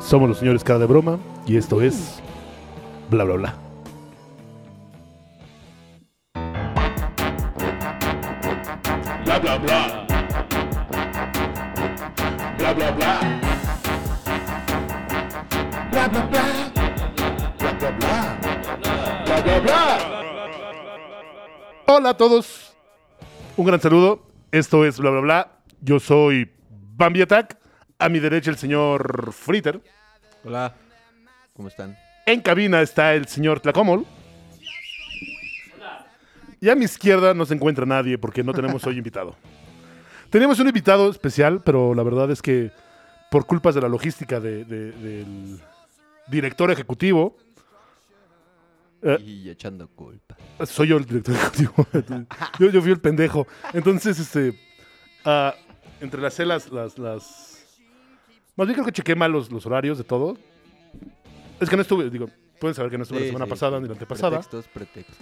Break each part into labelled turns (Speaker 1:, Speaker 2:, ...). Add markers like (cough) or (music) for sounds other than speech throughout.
Speaker 1: Somos los señores Cara de Broma y esto es Bla Bla Bla.
Speaker 2: Bla bla bla. Bla bla bla. Bla bla bla. Bla bla bla. Bla bla bla.
Speaker 1: Hola a todos. Un gran saludo. Esto es Bla Bla Bla. Yo soy Bambi Attack. A mi derecha el señor Fritter.
Speaker 3: Hola, ¿cómo están?
Speaker 1: En cabina está el señor Tlacomol. Y a mi izquierda no se encuentra nadie porque no tenemos hoy (laughs) invitado. Tenemos un invitado especial, pero la verdad es que por culpas de la logística de- de- del director ejecutivo, Eh.
Speaker 3: Y echando culpa.
Speaker 1: soy yo el director ejecutivo. (laughs) yo, yo fui el pendejo. Entonces, este, ah, entrelacé las, las, las... Más bien creo que chequé mal los, los horarios de todo. Es que no estuve, digo, pueden saber que no estuve la
Speaker 3: Sí,
Speaker 1: semana
Speaker 3: sí,
Speaker 1: pasada
Speaker 3: sí.
Speaker 1: ni la antepasada.
Speaker 3: Pretextos, pretextos.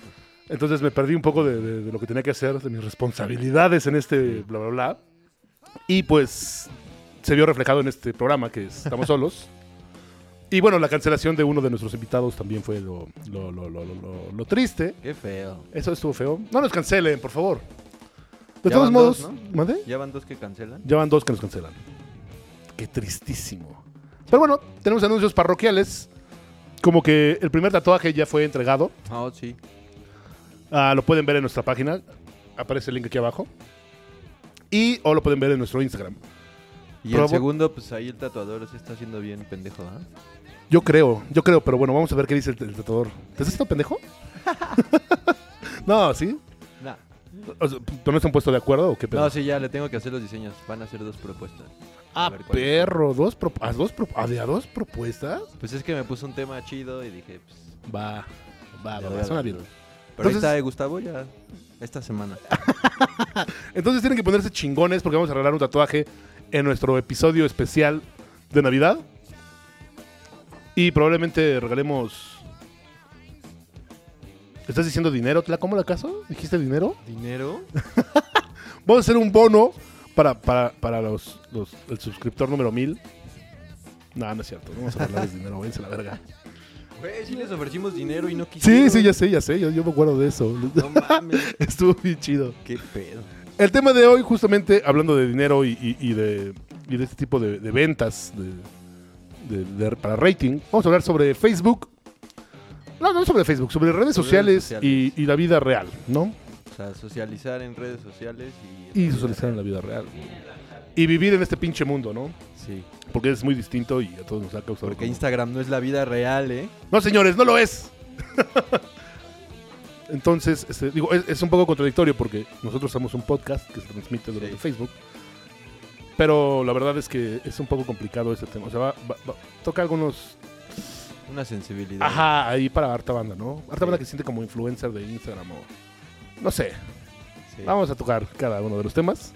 Speaker 1: Entonces me perdí un poco de, de- de lo que tenía que hacer, de mis responsabilidades en este bla, bla, bla. Y pues se vio reflejado en este programa que es estamos solos. Y bueno, la cancelación de uno de nuestros invitados también fue lo, lo- lo- lo- lo- lo- lo triste.
Speaker 3: Qué feo.
Speaker 1: Eso estuvo feo. No nos cancelen, por favor. De
Speaker 3: Ya
Speaker 1: todos
Speaker 3: van
Speaker 1: modos,
Speaker 3: dos, ¿no?
Speaker 1: ¿mande?
Speaker 3: ¿Ya van dos que cancelan?
Speaker 1: Ya van dos que nos cancelan. Qué tristísimo. Pero bueno, tenemos anuncios parroquiales. Como que el primer tatuaje ya fue entregado.
Speaker 3: Ah, oh, sí.
Speaker 1: Ah, lo pueden ver en nuestra página. Aparece el link aquí abajo. Y o lo pueden ver en nuestro Instagram.
Speaker 3: Y
Speaker 1: Pero
Speaker 3: el
Speaker 1: vo-
Speaker 3: segundo, pues ahí el tatuador se está haciendo bien pendejo, ¿ah?
Speaker 1: Yo creo, yo creo, pero bueno, vamos a ver qué dice el, el tatuador. ¿Te estás haciendo
Speaker 3: (laughs)
Speaker 1: pendejo? no, ¿sí?
Speaker 3: Nah.
Speaker 1: O sea, ¿Pero no se han puesto de acuerdo o qué pedo?
Speaker 3: No, sí, ya le tengo que hacer los diseños. Van a hacer dos propuestas.
Speaker 1: ah,
Speaker 3: A ver cuál es.
Speaker 1: perro, dos, pro- ¿a dos, pro- ¿a de a dos propuestas?
Speaker 3: Pues es que me puso un tema chido y dije, pues.
Speaker 1: Va, va,
Speaker 3: le
Speaker 1: va,
Speaker 3: voy
Speaker 1: va,
Speaker 3: a
Speaker 1: suena
Speaker 3: dar.
Speaker 1: bien.
Speaker 3: Pero ahí
Speaker 1: Entonces-
Speaker 3: está de Gustavo ya esta semana.
Speaker 1: Entonces tienen que ponerse chingones porque vamos a regalar un tatuaje en nuestro episodio especial de Navidad. Y probablemente regalemos. ¿Estás diciendo dinero, Tlacomola, acaso? ¿Dijiste (laughs) dinero?
Speaker 3: ¿Dinero?
Speaker 1: Vamos a hacer un bono para, para, para los, los- el suscriptor número 1000. No, no es cierto. No vamos a regalarles dinero, váyanse a la verga.
Speaker 3: Güey, sí les ofrecimos dinero y no quisieron.
Speaker 1: Sí, sí, ya sé, ya sé. Yo, yo me acuerdo de eso. (laughs)
Speaker 3: No mames.
Speaker 1: Estuvo bien chido.
Speaker 3: Qué pedo.
Speaker 1: El tema de hoy, justamente hablando de dinero y, y- y de, y de este tipo de, de ventas de- de- de- para rating, vamos a hablar sobre Facebook. No, no sobre Facebook, sobre redes
Speaker 3: Sobre
Speaker 1: sociales,
Speaker 3: redes
Speaker 1: y-
Speaker 3: sociales.
Speaker 1: Y, la vida real, ¿no?
Speaker 3: O sea, socializar en redes sociales y.
Speaker 1: Y socializar en la vida real. Y vivir en este pinche mundo, ¿no?
Speaker 3: Sí.
Speaker 1: Porque es muy distinto y a todos nos ha causado.
Speaker 3: Porque
Speaker 1: como-
Speaker 3: Instagram no es la vida real, ¿eh?
Speaker 1: No, señores, no lo es. (laughs) Entonces, este, digo, es, es un poco contradictorio porque nosotros somos un podcast que se transmite durante
Speaker 3: Sí.
Speaker 1: Facebook. Pero la verdad es que es un poco complicado ese tema. O sea, va- va- va- toca algunos.
Speaker 3: Una sensibilidad.
Speaker 1: Ajá, ahí para harta banda, ¿no? Harta
Speaker 3: Sí.
Speaker 1: banda que se siente como influencer de Instagram o. No sé.
Speaker 3: Sí.
Speaker 1: Vamos a tocar cada uno de los temas.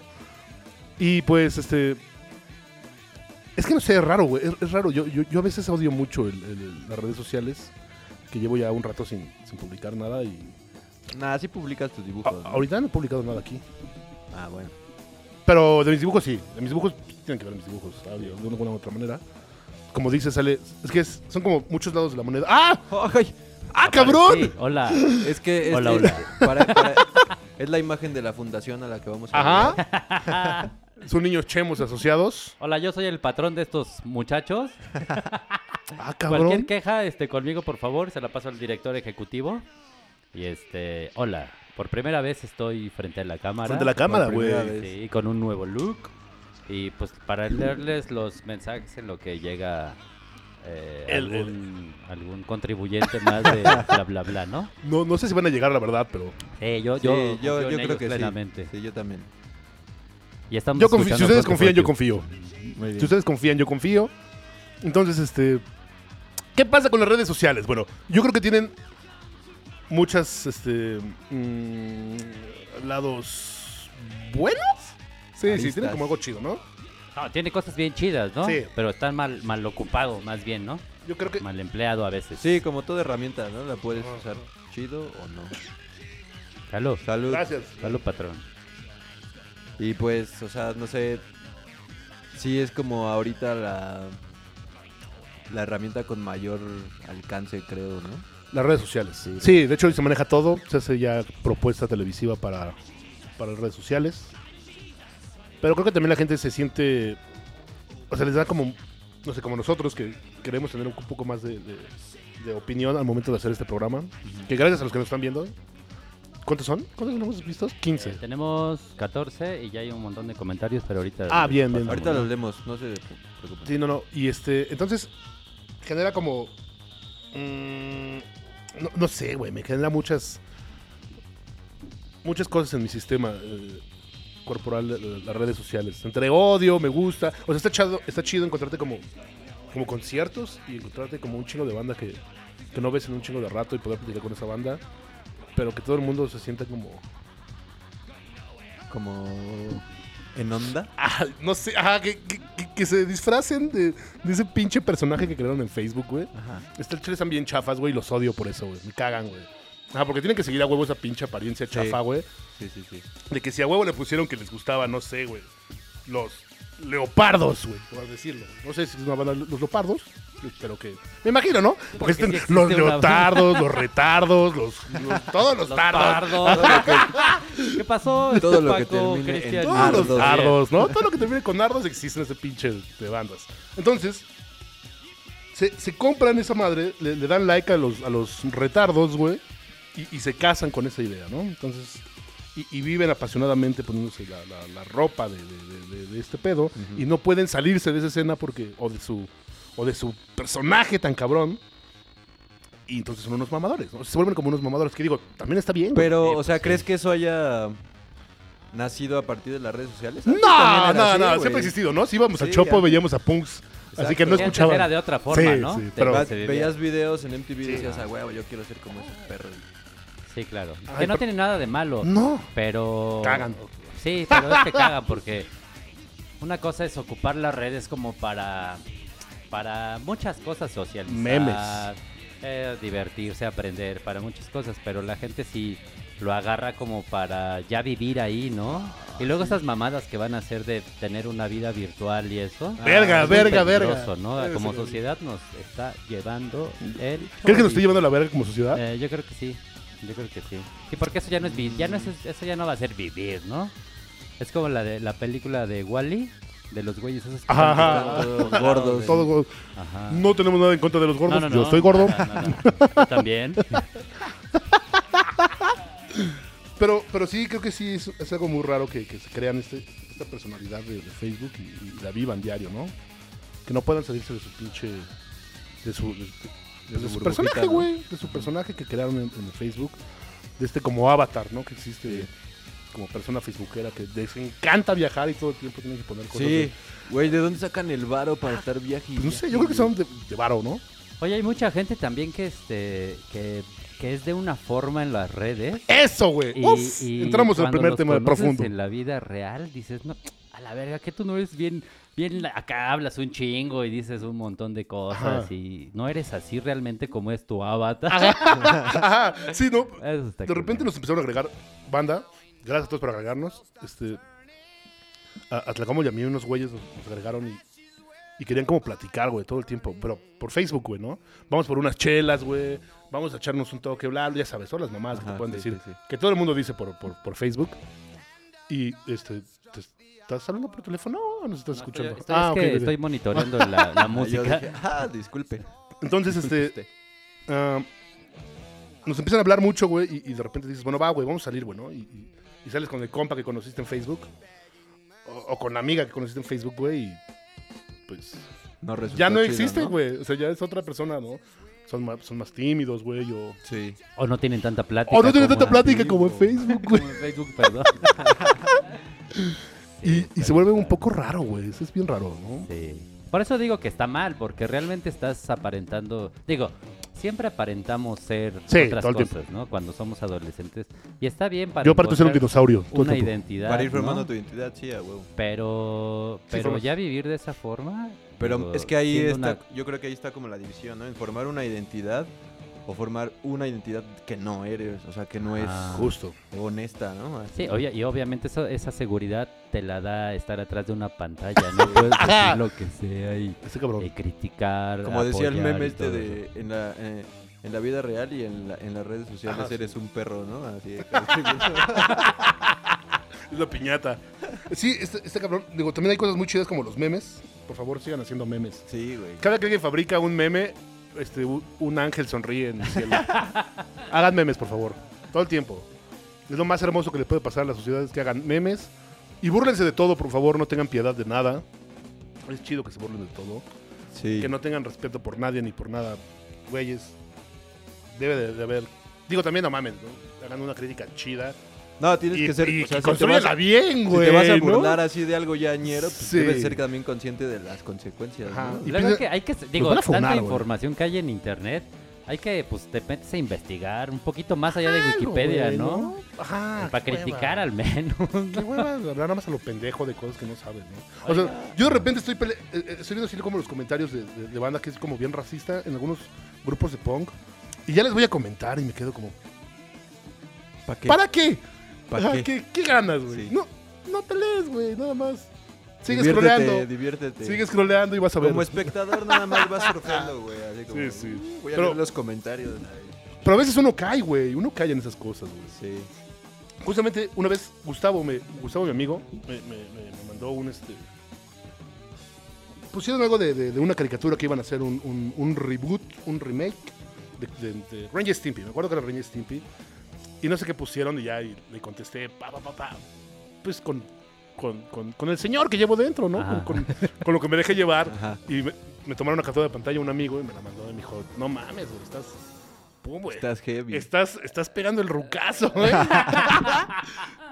Speaker 1: Y pues, este. Es que no sé, es raro, güey. Es, es raro. Yo, yo, yo a veces odio mucho el- el- las redes sociales, que llevo ya un rato sin, sin publicar nada y. pues,
Speaker 3: Nada, sí publicas tus dibujos.
Speaker 1: A-
Speaker 4: Ah,
Speaker 3: ¿no?
Speaker 1: ahorita no he publicado nada aquí.
Speaker 3: Ah, bueno. (laughs)
Speaker 1: Pero de mis dibujos sí. De mis dibujos pues, tienen que ver mis dibujos, ¿sabes? de alguna u otra manera. Como dice, sale. Es que es- son como muchos lados de la moneda. ¡Ah!
Speaker 3: ¡Ay!
Speaker 1: ¡Ah, cabrón!
Speaker 4: Sí, hola.
Speaker 3: Es que. es-
Speaker 4: Hola,
Speaker 3: es-
Speaker 4: hola.
Speaker 3: para- para- es la imagen de la fundación a la que vamos a hablar.
Speaker 1: Ajá. (laughs) Son niños chemos asociados.
Speaker 4: Hola, yo soy el patrón de estos muchachos.
Speaker 1: ¡Ah, cabrón!
Speaker 4: Cualquier queja este, conmigo, por favor, se la paso al director ejecutivo. Y este, hola. Por primera vez estoy frente a la cámara.
Speaker 1: Frente a la cámara,
Speaker 3: Por primera
Speaker 1: güey.
Speaker 3: vez.
Speaker 4: Sí, con un nuevo look. Y pues para leerles los mensajes en lo que llega eh,
Speaker 1: El- el-
Speaker 4: algún, algún contribuyente más de bla, bla, bla, ¿no?
Speaker 1: No, no sé si van a llegar, la verdad, pero.
Speaker 4: Sí, yo,
Speaker 3: Sí,
Speaker 4: yo,
Speaker 3: yo,
Speaker 4: confío
Speaker 3: yo
Speaker 4: en
Speaker 3: creo
Speaker 4: ellos
Speaker 3: que
Speaker 4: plenamente.
Speaker 3: sí. Sí, yo también.
Speaker 4: Y estamos
Speaker 1: Yo confío, si
Speaker 4: escuchando
Speaker 1: ustedes
Speaker 4: Fuerte
Speaker 1: confían, yo
Speaker 4: Fuerte.
Speaker 1: confío.
Speaker 3: Muy
Speaker 1: Si ustedes confían, yo confío. Entonces, este. ¿Qué pasa con las redes sociales? Bueno, yo creo que tienen muchas este. mm, lados buenos. Sí, sí,
Speaker 3: Aristas.
Speaker 1: tienen como algo chido, ¿no?
Speaker 4: No, tiene cosas bien chidas, ¿no?
Speaker 1: Sí.
Speaker 4: Pero están mal, mal ocupado, más bien, ¿no?
Speaker 1: Yo creo que.
Speaker 4: Mal empleado a veces.
Speaker 3: Sí, como toda herramienta, ¿no? La puedes usar chido o no.
Speaker 4: Salud.
Speaker 3: Salud.
Speaker 1: Gracias.
Speaker 4: Salud, patrón.
Speaker 3: Y pues, o sea, no sé. Sí, es como ahorita la. la herramienta con mayor alcance, creo, ¿no?
Speaker 1: Las redes sociales. Sí,
Speaker 3: Sí.
Speaker 1: de hecho hoy se maneja todo. Se hace ya propuesta televisiva para, para redes sociales. Pero creo que también la gente se siente. O sea, les da como. No sé, como nosotros que queremos tener un poco más de, de- de opinión al momento de hacer este programa. Que gracias a los que nos están viendo. ¿Cuántos son? ¿Cuántos tenemos vistos? 15.
Speaker 4: Eh, tenemos 14 y ya hay un montón de comentarios, pero ahorita.
Speaker 1: Ah, bien, bien.
Speaker 4: Ahorita
Speaker 3: Ahorita los leemos, no se preocupen.
Speaker 1: Sí, no, no. Y este, entonces, genera como. mm, no, no sé, güey, me genera muchas. Muchas cosas en mi sistema eh, corporal, eh, las redes sociales. Entre odio, me gusta. O sea, está, chado- está chido encontrarte como, como conciertos y encontrarte como un chingo de banda que, que no ves en un chingo de rato y poder platicar con esa banda. Pero que todo el mundo se sienta como. (laughs)
Speaker 3: Como en onda.
Speaker 1: Ah, no sé, ajá, que, que- que- que se disfracen de, de ese pinche personaje que crearon en Facebook, güey.
Speaker 3: Ajá.
Speaker 1: Este chile están bien chafas, güey, y los odio por eso, güey. Me cagan, güey. Ah, porque tienen que seguir a huevo esa pinche apariencia chafa, güey.
Speaker 3: Sí, sí, sí.
Speaker 1: De que si a huevo le pusieron que les gustaba, no sé, güey. Los leopardos, güey, por decirlo. No sé si es una banda los leopardos, pero que. Me imagino, ¿no? Porque,
Speaker 4: sí
Speaker 1: están
Speaker 4: existe
Speaker 1: los
Speaker 4: una-
Speaker 1: leotardos, los retardos, los. los- todos los,
Speaker 4: Los
Speaker 1: tardos.
Speaker 4: tardos. ¿Qué pasó?
Speaker 3: Todo lo que
Speaker 4: Paco,
Speaker 3: termine en
Speaker 4: Cristian?
Speaker 1: Todos
Speaker 3: Nardos,
Speaker 1: los
Speaker 3: bien.
Speaker 1: tardos, ¿no? Todo lo que termine con nardos existe en ese pinche de bandas. Entonces, se, se compran esa madre, le, le dan like a los, a los retardos, güey, y, y se casan con esa idea, ¿no? Entonces, y, y viven apasionadamente poniéndose la, la- la ropa de, de- de- de- de este pedo, y no pueden salirse de esa escena porque, o de su, o de su personaje tan cabrón. Y entonces son unos mamadores, ¿no? Se vuelven como unos mamadores, que digo, también está bien. güey.
Speaker 3: Pero, o sea, ¿crees que eso haya nacido a partir de las redes sociales? Antes también
Speaker 1: No,
Speaker 3: era
Speaker 1: no,
Speaker 3: así,
Speaker 1: no,
Speaker 3: güey.
Speaker 1: siempre ha existido, ¿no? Si íbamos a
Speaker 3: Sí,
Speaker 1: Chopo,
Speaker 3: antes.
Speaker 1: veíamos a Punks, así
Speaker 3: Exacto.
Speaker 1: que no
Speaker 4: Sí, antes
Speaker 1: escuchaban.
Speaker 4: Era de otra forma,
Speaker 1: Sí,
Speaker 4: ¿no?
Speaker 1: sí,
Speaker 4: Te-
Speaker 1: pero-
Speaker 3: Va-
Speaker 4: se vivía.
Speaker 3: veías videos en MTV y
Speaker 1: Sí.
Speaker 3: decías, ah, huevo, yo quiero ser como esos perros.
Speaker 4: Sí, claro.
Speaker 1: Ay,
Speaker 4: que no
Speaker 1: pero-
Speaker 4: tiene nada de malo.
Speaker 1: No.
Speaker 4: Pero.
Speaker 1: Cagan.
Speaker 4: Sí, pero
Speaker 1: (laughs)
Speaker 4: es que cagan porque una cosa es ocupar las redes como para. Para muchas cosas socializar.
Speaker 1: Memes.
Speaker 4: eh, divertirse, aprender, para muchas cosas. Pero la gente sí lo agarra como para ya vivir ahí, ¿no? Y luego esas mamadas que van a hacer de tener una vida virtual y eso.
Speaker 1: Verga,
Speaker 4: es muy
Speaker 1: verga,
Speaker 4: peligroso,
Speaker 1: verga.
Speaker 4: ¿no?
Speaker 1: Verga,
Speaker 4: Como
Speaker 1: sí.
Speaker 4: sociedad nos está llevando
Speaker 1: ¿Crees que
Speaker 4: el.
Speaker 1: nos
Speaker 4: chorizo.
Speaker 1: estoy llevando la verga como sociedad?
Speaker 4: Eh, yo creo que sí, yo creo que sí. Sí, porque eso ya no es vi- ya no es, eso ya no va a ser vivir, ¿no? Es como la de la película de Wally, de los güeyes esos que
Speaker 1: Ajá,
Speaker 4: están
Speaker 1: ajá.
Speaker 4: tocando-
Speaker 3: Todos gordos.
Speaker 1: Todos gordos.
Speaker 4: Ajá.
Speaker 1: No tenemos nada en contra de los gordos.
Speaker 4: ah. No, no,
Speaker 1: Yo
Speaker 4: no.
Speaker 1: estoy gordo.
Speaker 4: (laughs) No, no, no. Yo también.
Speaker 1: Pero, pero sí, creo que sí es, es algo muy raro que, que se crean este, esta personalidad de, de Facebook y, y la vivan diario, ¿no? Que no puedan salirse de su pinche. de su. de, de- de
Speaker 3: su
Speaker 1: su
Speaker 3: burbujita,
Speaker 1: personaje,
Speaker 3: ¿no?
Speaker 1: güey. De su personaje que crearon en, en Facebook. De este como avatar, ¿no? Que existe como persona facebookera que les encanta viajar y todo el tiempo tienen que poner cosas.
Speaker 3: Sí,
Speaker 1: de-
Speaker 3: güey, ¿de dónde sacan el varo para estar viaje? y
Speaker 1: pues no sé,
Speaker 3: viaje,
Speaker 1: yo creo que
Speaker 3: güey?
Speaker 1: son de, de varo, ¿no?
Speaker 4: Oye, hay mucha gente también que este que, que es de una forma en las redes.
Speaker 1: Eso, güey.
Speaker 4: Y,
Speaker 1: Uf,
Speaker 4: Eh, y
Speaker 1: entramos al
Speaker 4: cuando
Speaker 1: primer
Speaker 4: los
Speaker 1: tema
Speaker 4: conoces
Speaker 1: profundo.
Speaker 4: En la vida real dices, no, a la verga, que tú no eres bien, bien, la- acá hablas un chingo y dices un montón de cosas
Speaker 1: Ajá.
Speaker 4: y no eres así realmente como es tu avatar.
Speaker 1: Ajá, (laughs) sí, ¿no?
Speaker 4: (laughs) Eso está
Speaker 1: De repente
Speaker 4: culero.
Speaker 1: nos empezaron a agregar banda. Gracias a todos por agregarnos. Este, a, a Tlacamo y a mí unos güeyes nos, nos agregaron y, y querían como platicar, güey, todo el tiempo. Pero por Facebook, güey, ¿no? Vamos por unas chelas, güey. Vamos a echarnos un toque, bla, bla, ya sabes, son las mamás que te
Speaker 3: Ajá,
Speaker 1: pueden
Speaker 3: sí,
Speaker 1: decir.
Speaker 3: sí, sí.
Speaker 1: Que todo el mundo dice por, por, por Facebook. Y este, ¿te estás hablando por teléfono o nos estás
Speaker 4: Estoy-
Speaker 1: escuchando? Ah,
Speaker 4: estoy- es
Speaker 1: ok,
Speaker 4: que
Speaker 1: ok.
Speaker 4: estoy monitoreando
Speaker 1: (laughs)
Speaker 4: la, la
Speaker 3: Ah, yo
Speaker 4: música.
Speaker 3: dije, ah, disculpe.
Speaker 1: Entonces, este,
Speaker 3: Este.
Speaker 1: Ah, nos empiezan a hablar mucho, güey, y, y de repente dices, bueno, va, güey, vamos a salir, güey, ¿no? Y, y- y sales con el compa que conociste en Facebook, o, o con la amiga que conociste en Facebook, güey, y pues
Speaker 3: No resultó
Speaker 1: ya no
Speaker 3: chido,
Speaker 1: existe,
Speaker 3: ¿no?
Speaker 1: güey, o sea, ya es otra persona, ¿no? Son más, son más tímidos, güey, o...
Speaker 3: Sí.
Speaker 4: (laughs) O no tienen tanta plática.
Speaker 1: O Oh, no tienen
Speaker 4: como
Speaker 1: tanta plática
Speaker 3: antiguo.
Speaker 1: como en Facebook, güey.
Speaker 4: (laughs) como en Facebook,
Speaker 1: (laughs)
Speaker 4: perdón.
Speaker 1: Y, y se vuelve un poco raro, güey. Eso es bien raro, ¿no?
Speaker 4: Sí. Por eso digo que está mal, porque realmente estás aparentando. Digo, siempre aparentamos ser
Speaker 1: Sí,
Speaker 4: otras
Speaker 1: todo el tiempo.
Speaker 4: cosas, ¿no? Cuando somos adolescentes. Y está bien para.
Speaker 1: Yo aparte soy un
Speaker 4: encontrar
Speaker 1: dinosaurio. todo el
Speaker 4: Una
Speaker 1: tiempo.
Speaker 4: identidad.
Speaker 3: Para ir formando
Speaker 4: ¿no?
Speaker 3: tu identidad, sí, a huevo.
Speaker 4: Pero,
Speaker 1: Sí,
Speaker 4: pero
Speaker 1: formas.
Speaker 4: ya vivir de esa forma.
Speaker 3: Pero
Speaker 4: digo,
Speaker 3: es que ahí
Speaker 4: siendo
Speaker 3: está,
Speaker 4: una-
Speaker 3: yo creo que ahí está como la división, ¿no? En formar una identidad o formar una identidad que no eres, o sea, que no es
Speaker 4: Ah.
Speaker 1: Justo.
Speaker 3: honesta, ¿no? Así.
Speaker 4: Sí, oye, y obviamente eso- esa seguridad te la da estar atrás de una pantalla, no (laughs) puedes
Speaker 3: (laughs)
Speaker 4: decir lo que sea y,
Speaker 1: Este
Speaker 4: y
Speaker 1: cabrón.
Speaker 4: criticar.
Speaker 3: Como decía el
Speaker 4: apoyar
Speaker 3: meme
Speaker 4: y
Speaker 3: este
Speaker 4: todo
Speaker 3: de en la, eh, en la vida real y en, la- en las redes sociales
Speaker 1: Ajá,
Speaker 3: eres un perro, ¿no? Así.
Speaker 1: (laughs) Es la piñata. Sí, este, este cabrón. Digo, también hay cosas muy chidas como los memes. Por favor, sigan haciendo memes.
Speaker 3: (laughs) sí, güey.
Speaker 1: Cada que alguien fabrica un meme, este, u- un ángel sonríe en el cielo. (laughs) hagan memes, por favor. Todo el tiempo. Es lo más hermoso que le puede pasar a las sociedades que hagan memes. Y búrlense de todo, por favor. No tengan piedad de nada. Es chido que se burlen de todo.
Speaker 3: Sí.
Speaker 1: que no tengan respeto por nadie ni por nada, güeyes. Debe de, de haber. Digo, también no mamen, ¿no? Hagan una crítica chida.
Speaker 3: No, tienes
Speaker 1: y
Speaker 3: que ser. pues,
Speaker 1: y
Speaker 3: o sea, si te
Speaker 1: construyanla
Speaker 3: vas a-
Speaker 1: bien,
Speaker 3: Si
Speaker 1: güey.
Speaker 3: te vas a
Speaker 1: ¿no?
Speaker 3: burlar así de algo ya ñero, pues
Speaker 1: Sí.
Speaker 3: debes ser también consciente de las consecuencias.
Speaker 1: Ajá.
Speaker 3: ¿no?
Speaker 1: Y
Speaker 4: Luego
Speaker 1: piensa-
Speaker 4: que hay que, digo,
Speaker 1: van a
Speaker 4: tanta
Speaker 1: funar, güey.
Speaker 4: información que hay en internet, hay que, pues, te metes a investigar un poquito más allá de
Speaker 1: Algo,
Speaker 4: Wikipedia,
Speaker 1: güey,
Speaker 4: ¿no? Eh,
Speaker 1: Ajá.
Speaker 4: Para
Speaker 1: qué
Speaker 4: criticar
Speaker 1: hueva.
Speaker 4: al menos.
Speaker 1: Qué hueva, hablar nada más a lo pendejo de cosas que no saben, ¿no? O sea, yo de repente estoy, pele- eh, eh, estoy viendo así como los comentarios de, de- de banda que es como bien racista en algunos grupos de punk. Y ya les voy a comentar y me quedo como,
Speaker 3: ¿Para qué?
Speaker 1: ¿para qué?
Speaker 3: ¿Pa'
Speaker 1: Ajá,
Speaker 3: qué?
Speaker 1: qué? qué ganas, güey?
Speaker 3: Sí.
Speaker 1: No, no pelees, güey, nada más. Sigues
Speaker 3: diviértete,
Speaker 1: scrolleando.
Speaker 3: diviértete.
Speaker 1: Sigues scrolleando y vas a ver.
Speaker 3: Como espectador nada más vas
Speaker 1: (laughs)
Speaker 3: surfeando, güey. Así como,
Speaker 1: Sí, sí.
Speaker 3: "Uh, Voy a
Speaker 1: Pero-
Speaker 3: leer los comentarios. Ay,
Speaker 1: Pero a veces uno cae, güey. Uno cae en esas cosas, güey.
Speaker 3: Sí.
Speaker 1: Justamente una vez Gustavo, me, Gustavo mi amigo, me, me- me- me mandó un este. Pusieron algo de, de- de una caricatura que iban a hacer un, un- un reboot, un remake de, de- de Ranger Stimpy. Me acuerdo que era Ranger Stimpy. Y no sé qué pusieron y ya y le contesté, pa, pa, pa, pa. Pues con, con, con- con el señor que llevo dentro, ¿no?
Speaker 4: Ajá.
Speaker 1: Con, con- con lo que me dejé llevar.
Speaker 3: Ajá.
Speaker 1: Y me, me tomaron una captura de pantalla un amigo y me la mandó y me dijo, no mames, güey, estás. Pum, güey.
Speaker 3: Estás heavy.
Speaker 1: Estás, estás pegando el rucazo,
Speaker 3: (laughs)
Speaker 1: güey.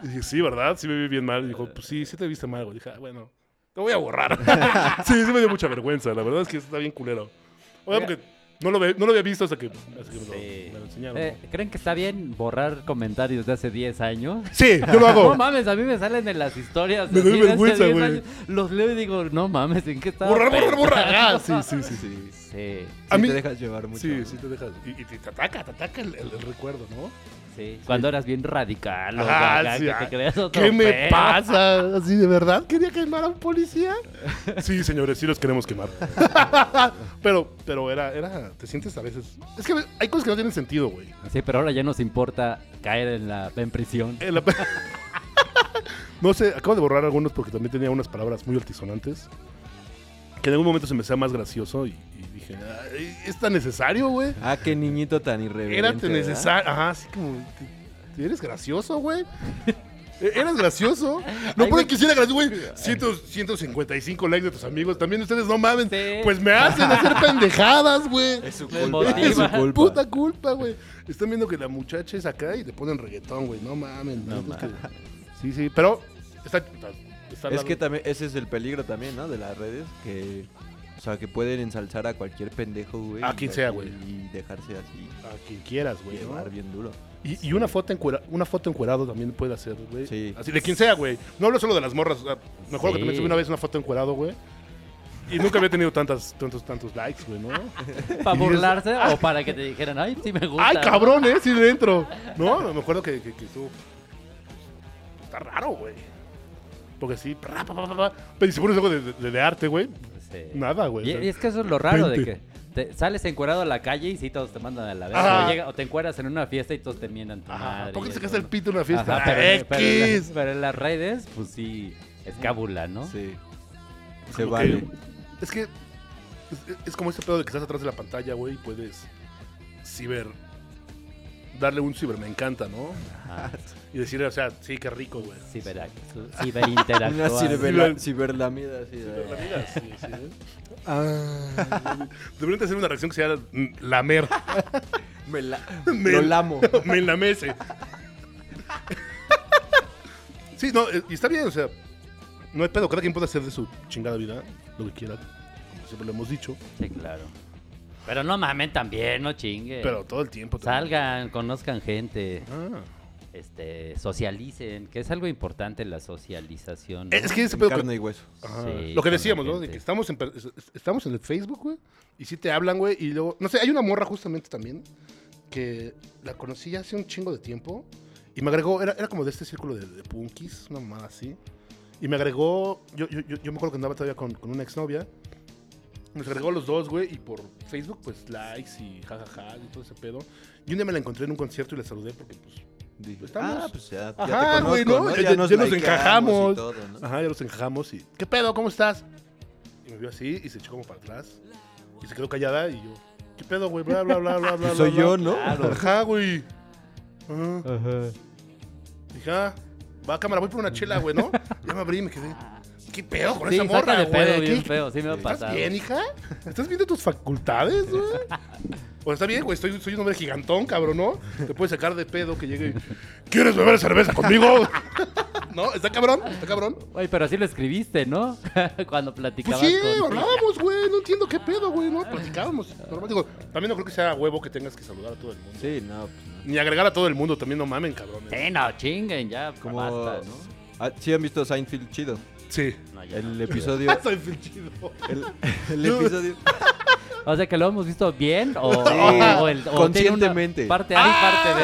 Speaker 1: y dije, sí, ¿verdad? Sí me vi bien mal. Y dijo, pues sí, sí te viste mal, güey. Dije, "Ah, bueno, te voy a
Speaker 3: (laughs)
Speaker 1: borrar. sí, sí me dio mucha vergüenza. La verdad es que está bien culero. Oye, porque no lo, ve- no lo había visto hasta que, hasta que me, lo,
Speaker 4: Sí.
Speaker 1: me lo enseñaron.
Speaker 4: Eh, ¿Creen que está bien borrar comentarios de hace 10 años?
Speaker 1: Sí, yo lo
Speaker 4: No
Speaker 1: hago.
Speaker 4: mames, a mí me salen en las historias.
Speaker 1: Me
Speaker 4: así
Speaker 1: doy
Speaker 4: de hace
Speaker 1: vergüenza,
Speaker 4: 10
Speaker 1: güey.
Speaker 4: años. Los leo y digo, no mames, ¿en qué estaba?
Speaker 1: borrar, borrar,
Speaker 4: pensando?
Speaker 3: (laughs)
Speaker 1: borrar. Ah, sí, sí, sí.
Speaker 3: Sí. sí
Speaker 4: Sí,
Speaker 1: A mí-
Speaker 3: te dejas llevar mucho.
Speaker 1: Sí,
Speaker 3: ¿no?
Speaker 1: sí te dejas. Y, y te te ataca, te ataca el, el- el recuerdo, ¿no?
Speaker 4: sí. Cuando eras bien radical, o
Speaker 1: Ah,
Speaker 4: acá,
Speaker 1: sí,
Speaker 4: que
Speaker 1: ah,
Speaker 4: te creas otro
Speaker 1: ¿Qué me
Speaker 4: pedo.
Speaker 1: pasa? ¿Así de verdad quería quemar a un policía? Sí, señores, sí los queremos quemar. (laughs) pero, pero era, era, te sientes a veces. Es que hay cosas que no tienen sentido, güey.
Speaker 4: Sí, pero ahora ya nos importa caer en la en prisión.
Speaker 1: En la- no sé, acabo de borrar algunos porque también tenía unas palabras muy altisonantes. Que en algún momento se me sea más gracioso y, y dije, "Ay, ¿es tan necesario, güey?
Speaker 3: Ah, qué niñito tan irreverente.
Speaker 1: Era tan
Speaker 3: ¿verdad?
Speaker 1: necesario. Ajá, así como, te- te- ¿eres gracioso, güey? E- ¿Eres gracioso? No puede que hiciera gracioso, güey. Ciento- 155 likes de tus amigos. También ustedes no mamen.
Speaker 4: Sí.
Speaker 1: Pues me hacen hacer pendejadas, güey.
Speaker 3: Es su
Speaker 4: Les
Speaker 3: culpa.
Speaker 4: motiva.
Speaker 1: Es su
Speaker 4: Motivan.
Speaker 3: culpa.
Speaker 1: puta culpa, güey. Están viendo que la muchacha es acá y le ponen reggaetón, güey. No mamen. la
Speaker 4: No
Speaker 1: neta es que- Sí, sí, pero está... está- está
Speaker 3: Es que
Speaker 1: hablando-
Speaker 3: también, ese es el peligro también, ¿no? De las redes, que, o sea, que pueden ensalzar a cualquier pendejo, güey.
Speaker 1: A
Speaker 3: y-
Speaker 1: quien sea, güey.
Speaker 3: Y dejarse así,
Speaker 1: A quien quieras, güey. ¿no?
Speaker 3: llevar bien duro.
Speaker 1: Y, y una foto encuera, una foto encuerado también puede hacer, güey.
Speaker 3: Sí.
Speaker 1: Así de quien sea, güey. No hablo solo de las morras. o sea, me acuerdo que
Speaker 4: Sí.
Speaker 1: también subí una vez una foto encuerado, güey. Y nunca había tenido tantas, tantos, tantos likes, güey, ¿no?
Speaker 4: ¿Para
Speaker 1: Y dices,
Speaker 4: burlarse o para que te dijeran, ay, sí me gusta?
Speaker 1: ¡Ay, cabrón, eh! Sí, dentro. No, me acuerdo que, que, que estuvo- pues, Está raro, güey. Porque sí, pra, pa, pa, pa, pa. pero si pones algo de, de- de arte, güey,
Speaker 4: Sí.
Speaker 1: nada, güey.
Speaker 4: Y,
Speaker 1: O sea,
Speaker 4: y es que eso es lo raro de que
Speaker 1: vente.
Speaker 4: te sales encuerado a la calle y sí, todos te mandan a la
Speaker 1: Ajá.
Speaker 4: verga. O, llega- o te encueras en una fiesta y todos te mientan tu
Speaker 1: Ajá,
Speaker 4: madre.
Speaker 1: ¿Por qué
Speaker 4: y
Speaker 1: se
Speaker 4: eso,
Speaker 1: casa el
Speaker 4: ¿no?
Speaker 1: pito en una fiesta? Ah,
Speaker 4: Ajá, pero, en- pero en
Speaker 1: ¡X!
Speaker 4: las, pero en las redes, pues sí, es cábula, ¿no?
Speaker 3: Sí. Se
Speaker 1: Como
Speaker 3: vale.
Speaker 1: que- es que pues, e, es, es como ese pedo de que estás atrás de la pantalla, güey, y puedes ciber. Darle un ciber, me encanta, ¿no? (laughs)
Speaker 4: Ajá.
Speaker 1: Y decirle, o sea, sí, qué rico, güey.
Speaker 4: Ciberac-
Speaker 3: Una
Speaker 4: Ciberinteracuar.
Speaker 3: ciberla- ciberlamida así. de-
Speaker 1: La vida, sí, sí. Deberían de hacer una reacción que sea mm, lamer. (laughs)
Speaker 3: Me la...
Speaker 1: Me-
Speaker 3: Lo lamo.
Speaker 1: me enlamece. sí, no, eh, y está bien, o sea, no hay pedo. Cada quien puede hacer de su chingada vida lo que quiera, como siempre lo hemos dicho,
Speaker 4: Sí, claro. Pero no mamen también, no chingue.
Speaker 1: pero todo el tiempo. también.
Speaker 4: Salgan, conozcan gente.
Speaker 1: Ah.
Speaker 4: este, socialicen, que es algo importante la socialización. ¿no?
Speaker 1: Es que (laughs) ese
Speaker 3: En
Speaker 1: pedo
Speaker 3: carne y hueso.
Speaker 1: Ajá.
Speaker 4: Sí,
Speaker 1: lo que
Speaker 4: con
Speaker 1: decíamos,
Speaker 4: la
Speaker 1: ¿no? De
Speaker 4: gente.
Speaker 1: que estamos en, per- es- estamos en el Facebook, güey. Y sí te hablan, güey. Y luego, no sé, hay una morra justamente también que la conocí ya hace un chingo de tiempo. Y me agregó, era, era como de este círculo de, de punkis, una mamada así. Y me agregó, yo, yo, yo, yo me acuerdo que andaba todavía con, con una exnovia. Nos agregó a los dos, güey, y por Facebook, pues likes y jajaja y todo ese pedo. Y un día me la encontré en un concierto y la saludé porque, pues,
Speaker 3: Dije,
Speaker 1: Estamos-
Speaker 3: Ah, pues ya, ya
Speaker 1: Ajá,
Speaker 3: te
Speaker 1: güey,
Speaker 3: conozco,
Speaker 1: ¿no?
Speaker 3: ¿no?
Speaker 1: Ya, ya- ya nos
Speaker 3: likeamos y
Speaker 1: encajamos.
Speaker 3: todo, ¿no?
Speaker 1: Ajá, ya los encajamos y. ¿Qué pedo? ¿Cómo estás? Y me vio así y se echó como para atrás. Y se quedó callada y yo. ¿Qué pedo, güey? Bla, bla,
Speaker 3: (laughs)
Speaker 1: bla, bla, bla.
Speaker 3: Pues soy
Speaker 1: bla,
Speaker 3: yo,
Speaker 1: bla".
Speaker 3: ¿no?
Speaker 1: Ajá, güey. Ajá. Dije, ah, va a cámara, voy por una chela, güey, ¿no? Ya me abrí y me quedé. ¿Qué pedo con
Speaker 4: Sí,
Speaker 1: esa
Speaker 4: saca
Speaker 1: morra,
Speaker 4: de pedo
Speaker 1: güey?
Speaker 4: bien
Speaker 1: ¿Qué-
Speaker 4: feo, sí me ha
Speaker 1: ¿Estás
Speaker 4: pasado.
Speaker 1: bien, hija? ¿Estás viendo tus facultades, güey? O está bien, güey, estoy- soy un hombre gigantón, cabrón, ¿no? Te puedes sacar de pedo que llegue y, ¿Quieres beber cerveza conmigo? ¿No? ¿Está cabrón? ¿Está cabrón?
Speaker 4: Oye, pero así lo escribiste, ¿no? (laughs) Cuando
Speaker 1: Pues
Speaker 4: platicabas
Speaker 1: sí,
Speaker 4: con...
Speaker 1: hablábamos, güey. No entiendo qué pedo, güey. No platicábamos. Normal, digo, también no creo que sea huevo que tengas que saludar a todo el mundo.
Speaker 3: Sí, no, pues no.
Speaker 1: Ni agregar a todo el mundo, también no mamen, cabrones.
Speaker 4: Sí, no, chinguen, ya
Speaker 3: Como...
Speaker 4: basta, ¿no?
Speaker 3: Ah, sí han visto Seinfeld chido.
Speaker 1: Sí.
Speaker 4: No, ya no.
Speaker 3: El episodio...
Speaker 1: (laughs) Soy finchido. (laughs)
Speaker 3: el, el episodio...
Speaker 4: O sea, que lo hemos visto bien o,
Speaker 3: Sí,
Speaker 4: o- o el- o tiene una
Speaker 3: conscientemente.
Speaker 4: parte A y parte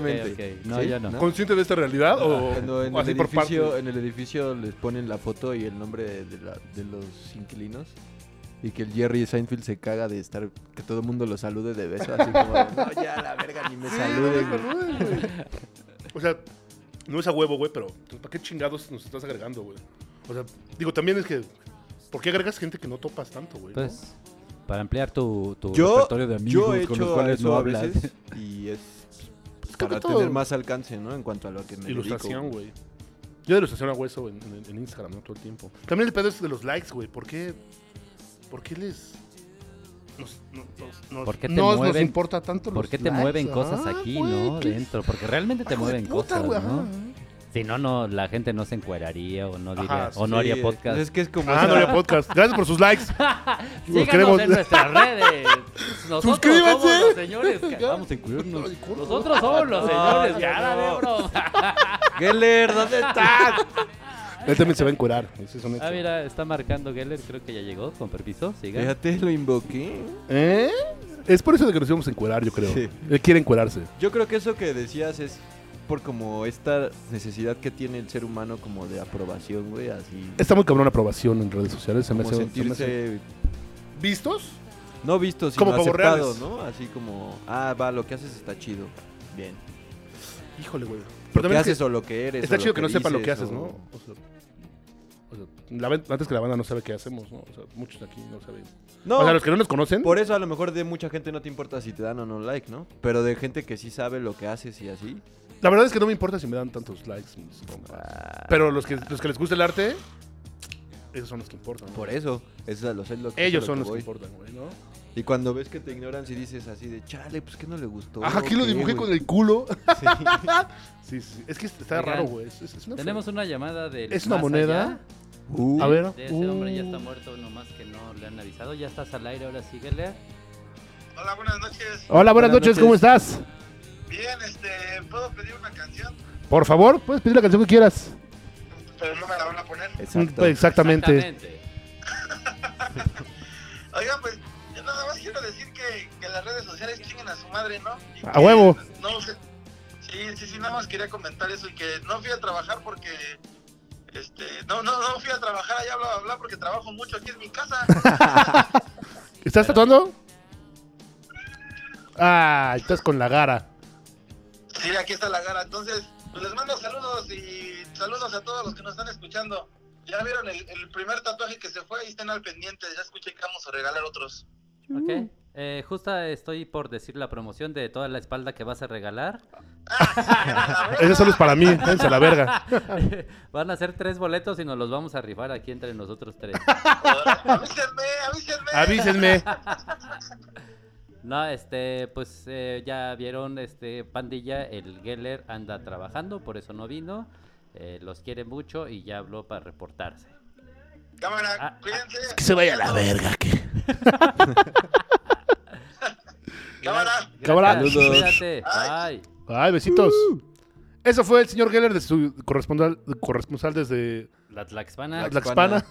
Speaker 4: B.
Speaker 3: Conscientemente.
Speaker 4: Ah, ok, ok. No,
Speaker 3: Sí,
Speaker 4: yo no.
Speaker 3: ¿no?
Speaker 1: ¿Consciente de esta realidad o,
Speaker 3: Cuando en
Speaker 1: o
Speaker 3: el,
Speaker 1: así por
Speaker 3: edificio,
Speaker 1: parte?
Speaker 3: en el edificio les ponen la foto y el nombre de, de la- de los inquilinos. Y que el Jerry Seinfeld se caga de estar... Que todo el mundo lo salude de beso. Así como... de, no, ya, la verga, ni me saluden. güey".
Speaker 1: O sea, no es a huevo, güey, pero entonces, ¿para qué chingados nos estás agregando, güey? O sea, digo, también es que. ¿Por qué agregas gente que no topas tanto, güey? no?
Speaker 4: Pues, para ampliar tu, tu
Speaker 3: Yo,
Speaker 4: repertorio de amigos
Speaker 3: yo he hecho
Speaker 4: con los cuales
Speaker 3: eso
Speaker 4: no
Speaker 3: a
Speaker 4: hablas.
Speaker 3: veces y es pues,
Speaker 1: creo que
Speaker 3: para
Speaker 1: todo-
Speaker 3: tener más alcance, ¿no? En cuanto a lo que me dedico.
Speaker 1: Ilustración, güey. Yo de ilustración hago eso en, en- en Instagram, ¿no? Todo el tiempo. También el pedo es de los likes, güey. ¿Por qué, ¿Por qué les... Nos, no- nos- nos-
Speaker 4: ¿Por qué te
Speaker 1: nos- nos
Speaker 4: mueven-
Speaker 1: importa tanto los
Speaker 4: (laughs) ¿Por qué te
Speaker 1: likes?
Speaker 4: mueven
Speaker 1: Ah,
Speaker 4: cosas aquí,
Speaker 1: güey,
Speaker 4: no?
Speaker 1: qué
Speaker 4: Dentro, porque realmente te
Speaker 1: hijo de
Speaker 4: mueven
Speaker 1: puta,
Speaker 4: cosas,
Speaker 1: güey, ajá.
Speaker 4: ¿no? Si no, no, la gente no se encueraría o no diría,
Speaker 1: Ajá,
Speaker 4: o no
Speaker 3: Sí,
Speaker 4: haría podcast.
Speaker 3: Es que es como...
Speaker 1: Ah,
Speaker 3: esa-
Speaker 1: no (laughs) había podcast. Gracias por sus
Speaker 4: (laughs)
Speaker 1: likes.
Speaker 4: Síganos
Speaker 1: queremos.
Speaker 4: en nuestras
Speaker 1: (laughs)
Speaker 4: redes. Nosotros
Speaker 1: Suscríbanse.
Speaker 4: somos los señores que vamos a incluirnos. Nosotros somos los
Speaker 1: Ah,
Speaker 4: señores,
Speaker 3: no,
Speaker 4: cara
Speaker 1: (laughs)
Speaker 4: de broma.
Speaker 3: Geller, ¿dónde (laughs) estás?
Speaker 1: Él también se va a encuerar. Ese es un hecho.
Speaker 4: Ah, mira, está marcando Geller, creo que ya llegó, con permiso, siga.
Speaker 3: Fíjate, lo invoqué.
Speaker 1: ¿Eh? Es por eso de que nos íbamos a encuerar, yo creo.
Speaker 3: Sí.
Speaker 1: Él quiere encuerarse.
Speaker 3: Yo creo que eso que decías es por como esta necesidad que tiene el ser humano como de aprobación, güey, así.
Speaker 1: Está muy cabrón aprobación en redes sociales. Se me
Speaker 3: Como
Speaker 1: hace- se me hace-
Speaker 3: sentirse
Speaker 1: ¿Vistos?
Speaker 3: no visto, sino
Speaker 1: Como pavos
Speaker 3: aceptado,
Speaker 1: reales.
Speaker 3: ¿no? Así como, ah, va, lo que haces está chido. Bien.
Speaker 1: Híjole, güey. Pero
Speaker 3: Lo
Speaker 1: también
Speaker 3: que
Speaker 1: es que-
Speaker 3: haces o lo que eres.
Speaker 1: Está
Speaker 3: o
Speaker 1: chido que, no sepan lo que
Speaker 3: dices,
Speaker 1: haces, ¿no?
Speaker 3: o-
Speaker 1: O sea, o sea, la ban- antes que la banda no sabe qué hacemos, ¿no? O sea, muchos aquí no saben.
Speaker 3: No,
Speaker 1: o (laughs) sea, los que no nos conocen.
Speaker 3: Por eso a lo mejor de mucha gente no te importa si te dan o no like, ¿no? Pero de gente que sí sabe lo que haces y así.
Speaker 1: La verdad es que no me importa si me dan tantos likes. mis compas. Pero los que, los que les gusta el arte, esos son los que importan. ¿no?
Speaker 3: Por eso, eso es lo, es lo que
Speaker 1: Ellos
Speaker 3: es a
Speaker 1: son
Speaker 3: lo
Speaker 1: los
Speaker 3: que
Speaker 1: que
Speaker 3: voy.
Speaker 1: importan, güey, ¿no?
Speaker 3: Y cuando ves que te ignoran, si dices así de, chale, pues que no le gustó.
Speaker 1: Ajá, aquí lo
Speaker 3: ¿Qué,
Speaker 1: dibujé
Speaker 3: güey?"
Speaker 1: con el culo.
Speaker 3: Sí.
Speaker 1: (laughs) Sí, sí. Es que está
Speaker 4: Oigan,
Speaker 1: raro, güey. Es, es- es una
Speaker 4: Tenemos una llamada del
Speaker 1: Es una
Speaker 4: más
Speaker 1: moneda.
Speaker 4: allá.
Speaker 3: Uh,
Speaker 1: A ver.
Speaker 4: De ese hombre ya
Speaker 1: uh,
Speaker 4: está muerto, nomás que no le han avisado. Ya estás al aire, ahora sí, Geller.
Speaker 5: Hola, buenas noches.
Speaker 1: Hola, buenas,
Speaker 3: Buenas
Speaker 1: noches,
Speaker 3: noches.
Speaker 1: ¿cómo estás?
Speaker 5: Bien, este, ¿puedo pedir una canción?
Speaker 1: Por favor, puedes pedir la canción que quieras. Mm,
Speaker 5: Pero no me la van a poner.
Speaker 3: Exacto.
Speaker 1: Exactamente.
Speaker 5: Oiga, pues, yo nada más quiero decir que, que las redes sociales chinguen a su madre, ¿no? Y
Speaker 1: A
Speaker 5: que
Speaker 1: huevo.
Speaker 5: No, sé. sí, sí, sí, nada más quería comentar eso y que no fui a trabajar porque... Este, no, no, no fui a trabajar allá, bla, bla, bla, porque trabajo mucho aquí en
Speaker 1: (laughs)
Speaker 5: mi casa.
Speaker 1: ¿Estás tatuando? Ah, estás con la gara.
Speaker 5: Sí, aquí está la gara. Entonces, pues, les mando saludos y saludos a todos los que nos están escuchando. Ya vieron el, el primer tatuaje que se fue y estén al pendiente. Ya escuché que vamos a regalar otros.
Speaker 4: Ok. Eh, justa estoy por decir la promoción de toda la espalda que vas
Speaker 1: (laughs)
Speaker 4: a regalar.
Speaker 1: (laughs)
Speaker 4: (laughs)
Speaker 5: Ah.
Speaker 1: Ese solo es para mí, váyanse a la
Speaker 5: (laughs)
Speaker 1: verga.
Speaker 4: Van a ser tres boletos y nos los vamos a rifar aquí entre nosotros tres.
Speaker 5: (laughs) avísenme, avísenme.
Speaker 1: Avísenme.
Speaker 4: No, este, pues eh, ya vieron, este, pandilla, el Geller anda trabajando, por eso no vino. Eh, los quiere mucho y ya habló para reportarse.
Speaker 5: Cámara,
Speaker 4: Ah,
Speaker 5: cuídense.
Speaker 1: Que se vaya a la verga.
Speaker 5: (laughs)
Speaker 1: Que...
Speaker 5: Cámara.
Speaker 4: Gracias,
Speaker 1: Cámara.
Speaker 4: Cuídate.
Speaker 5: Ay.
Speaker 4: Bye.
Speaker 1: Ay, besitos. Eso fue el señor Geller de su corresponsal, corresponsal desde
Speaker 4: La Tlaxpana.
Speaker 1: la Tlaxpana.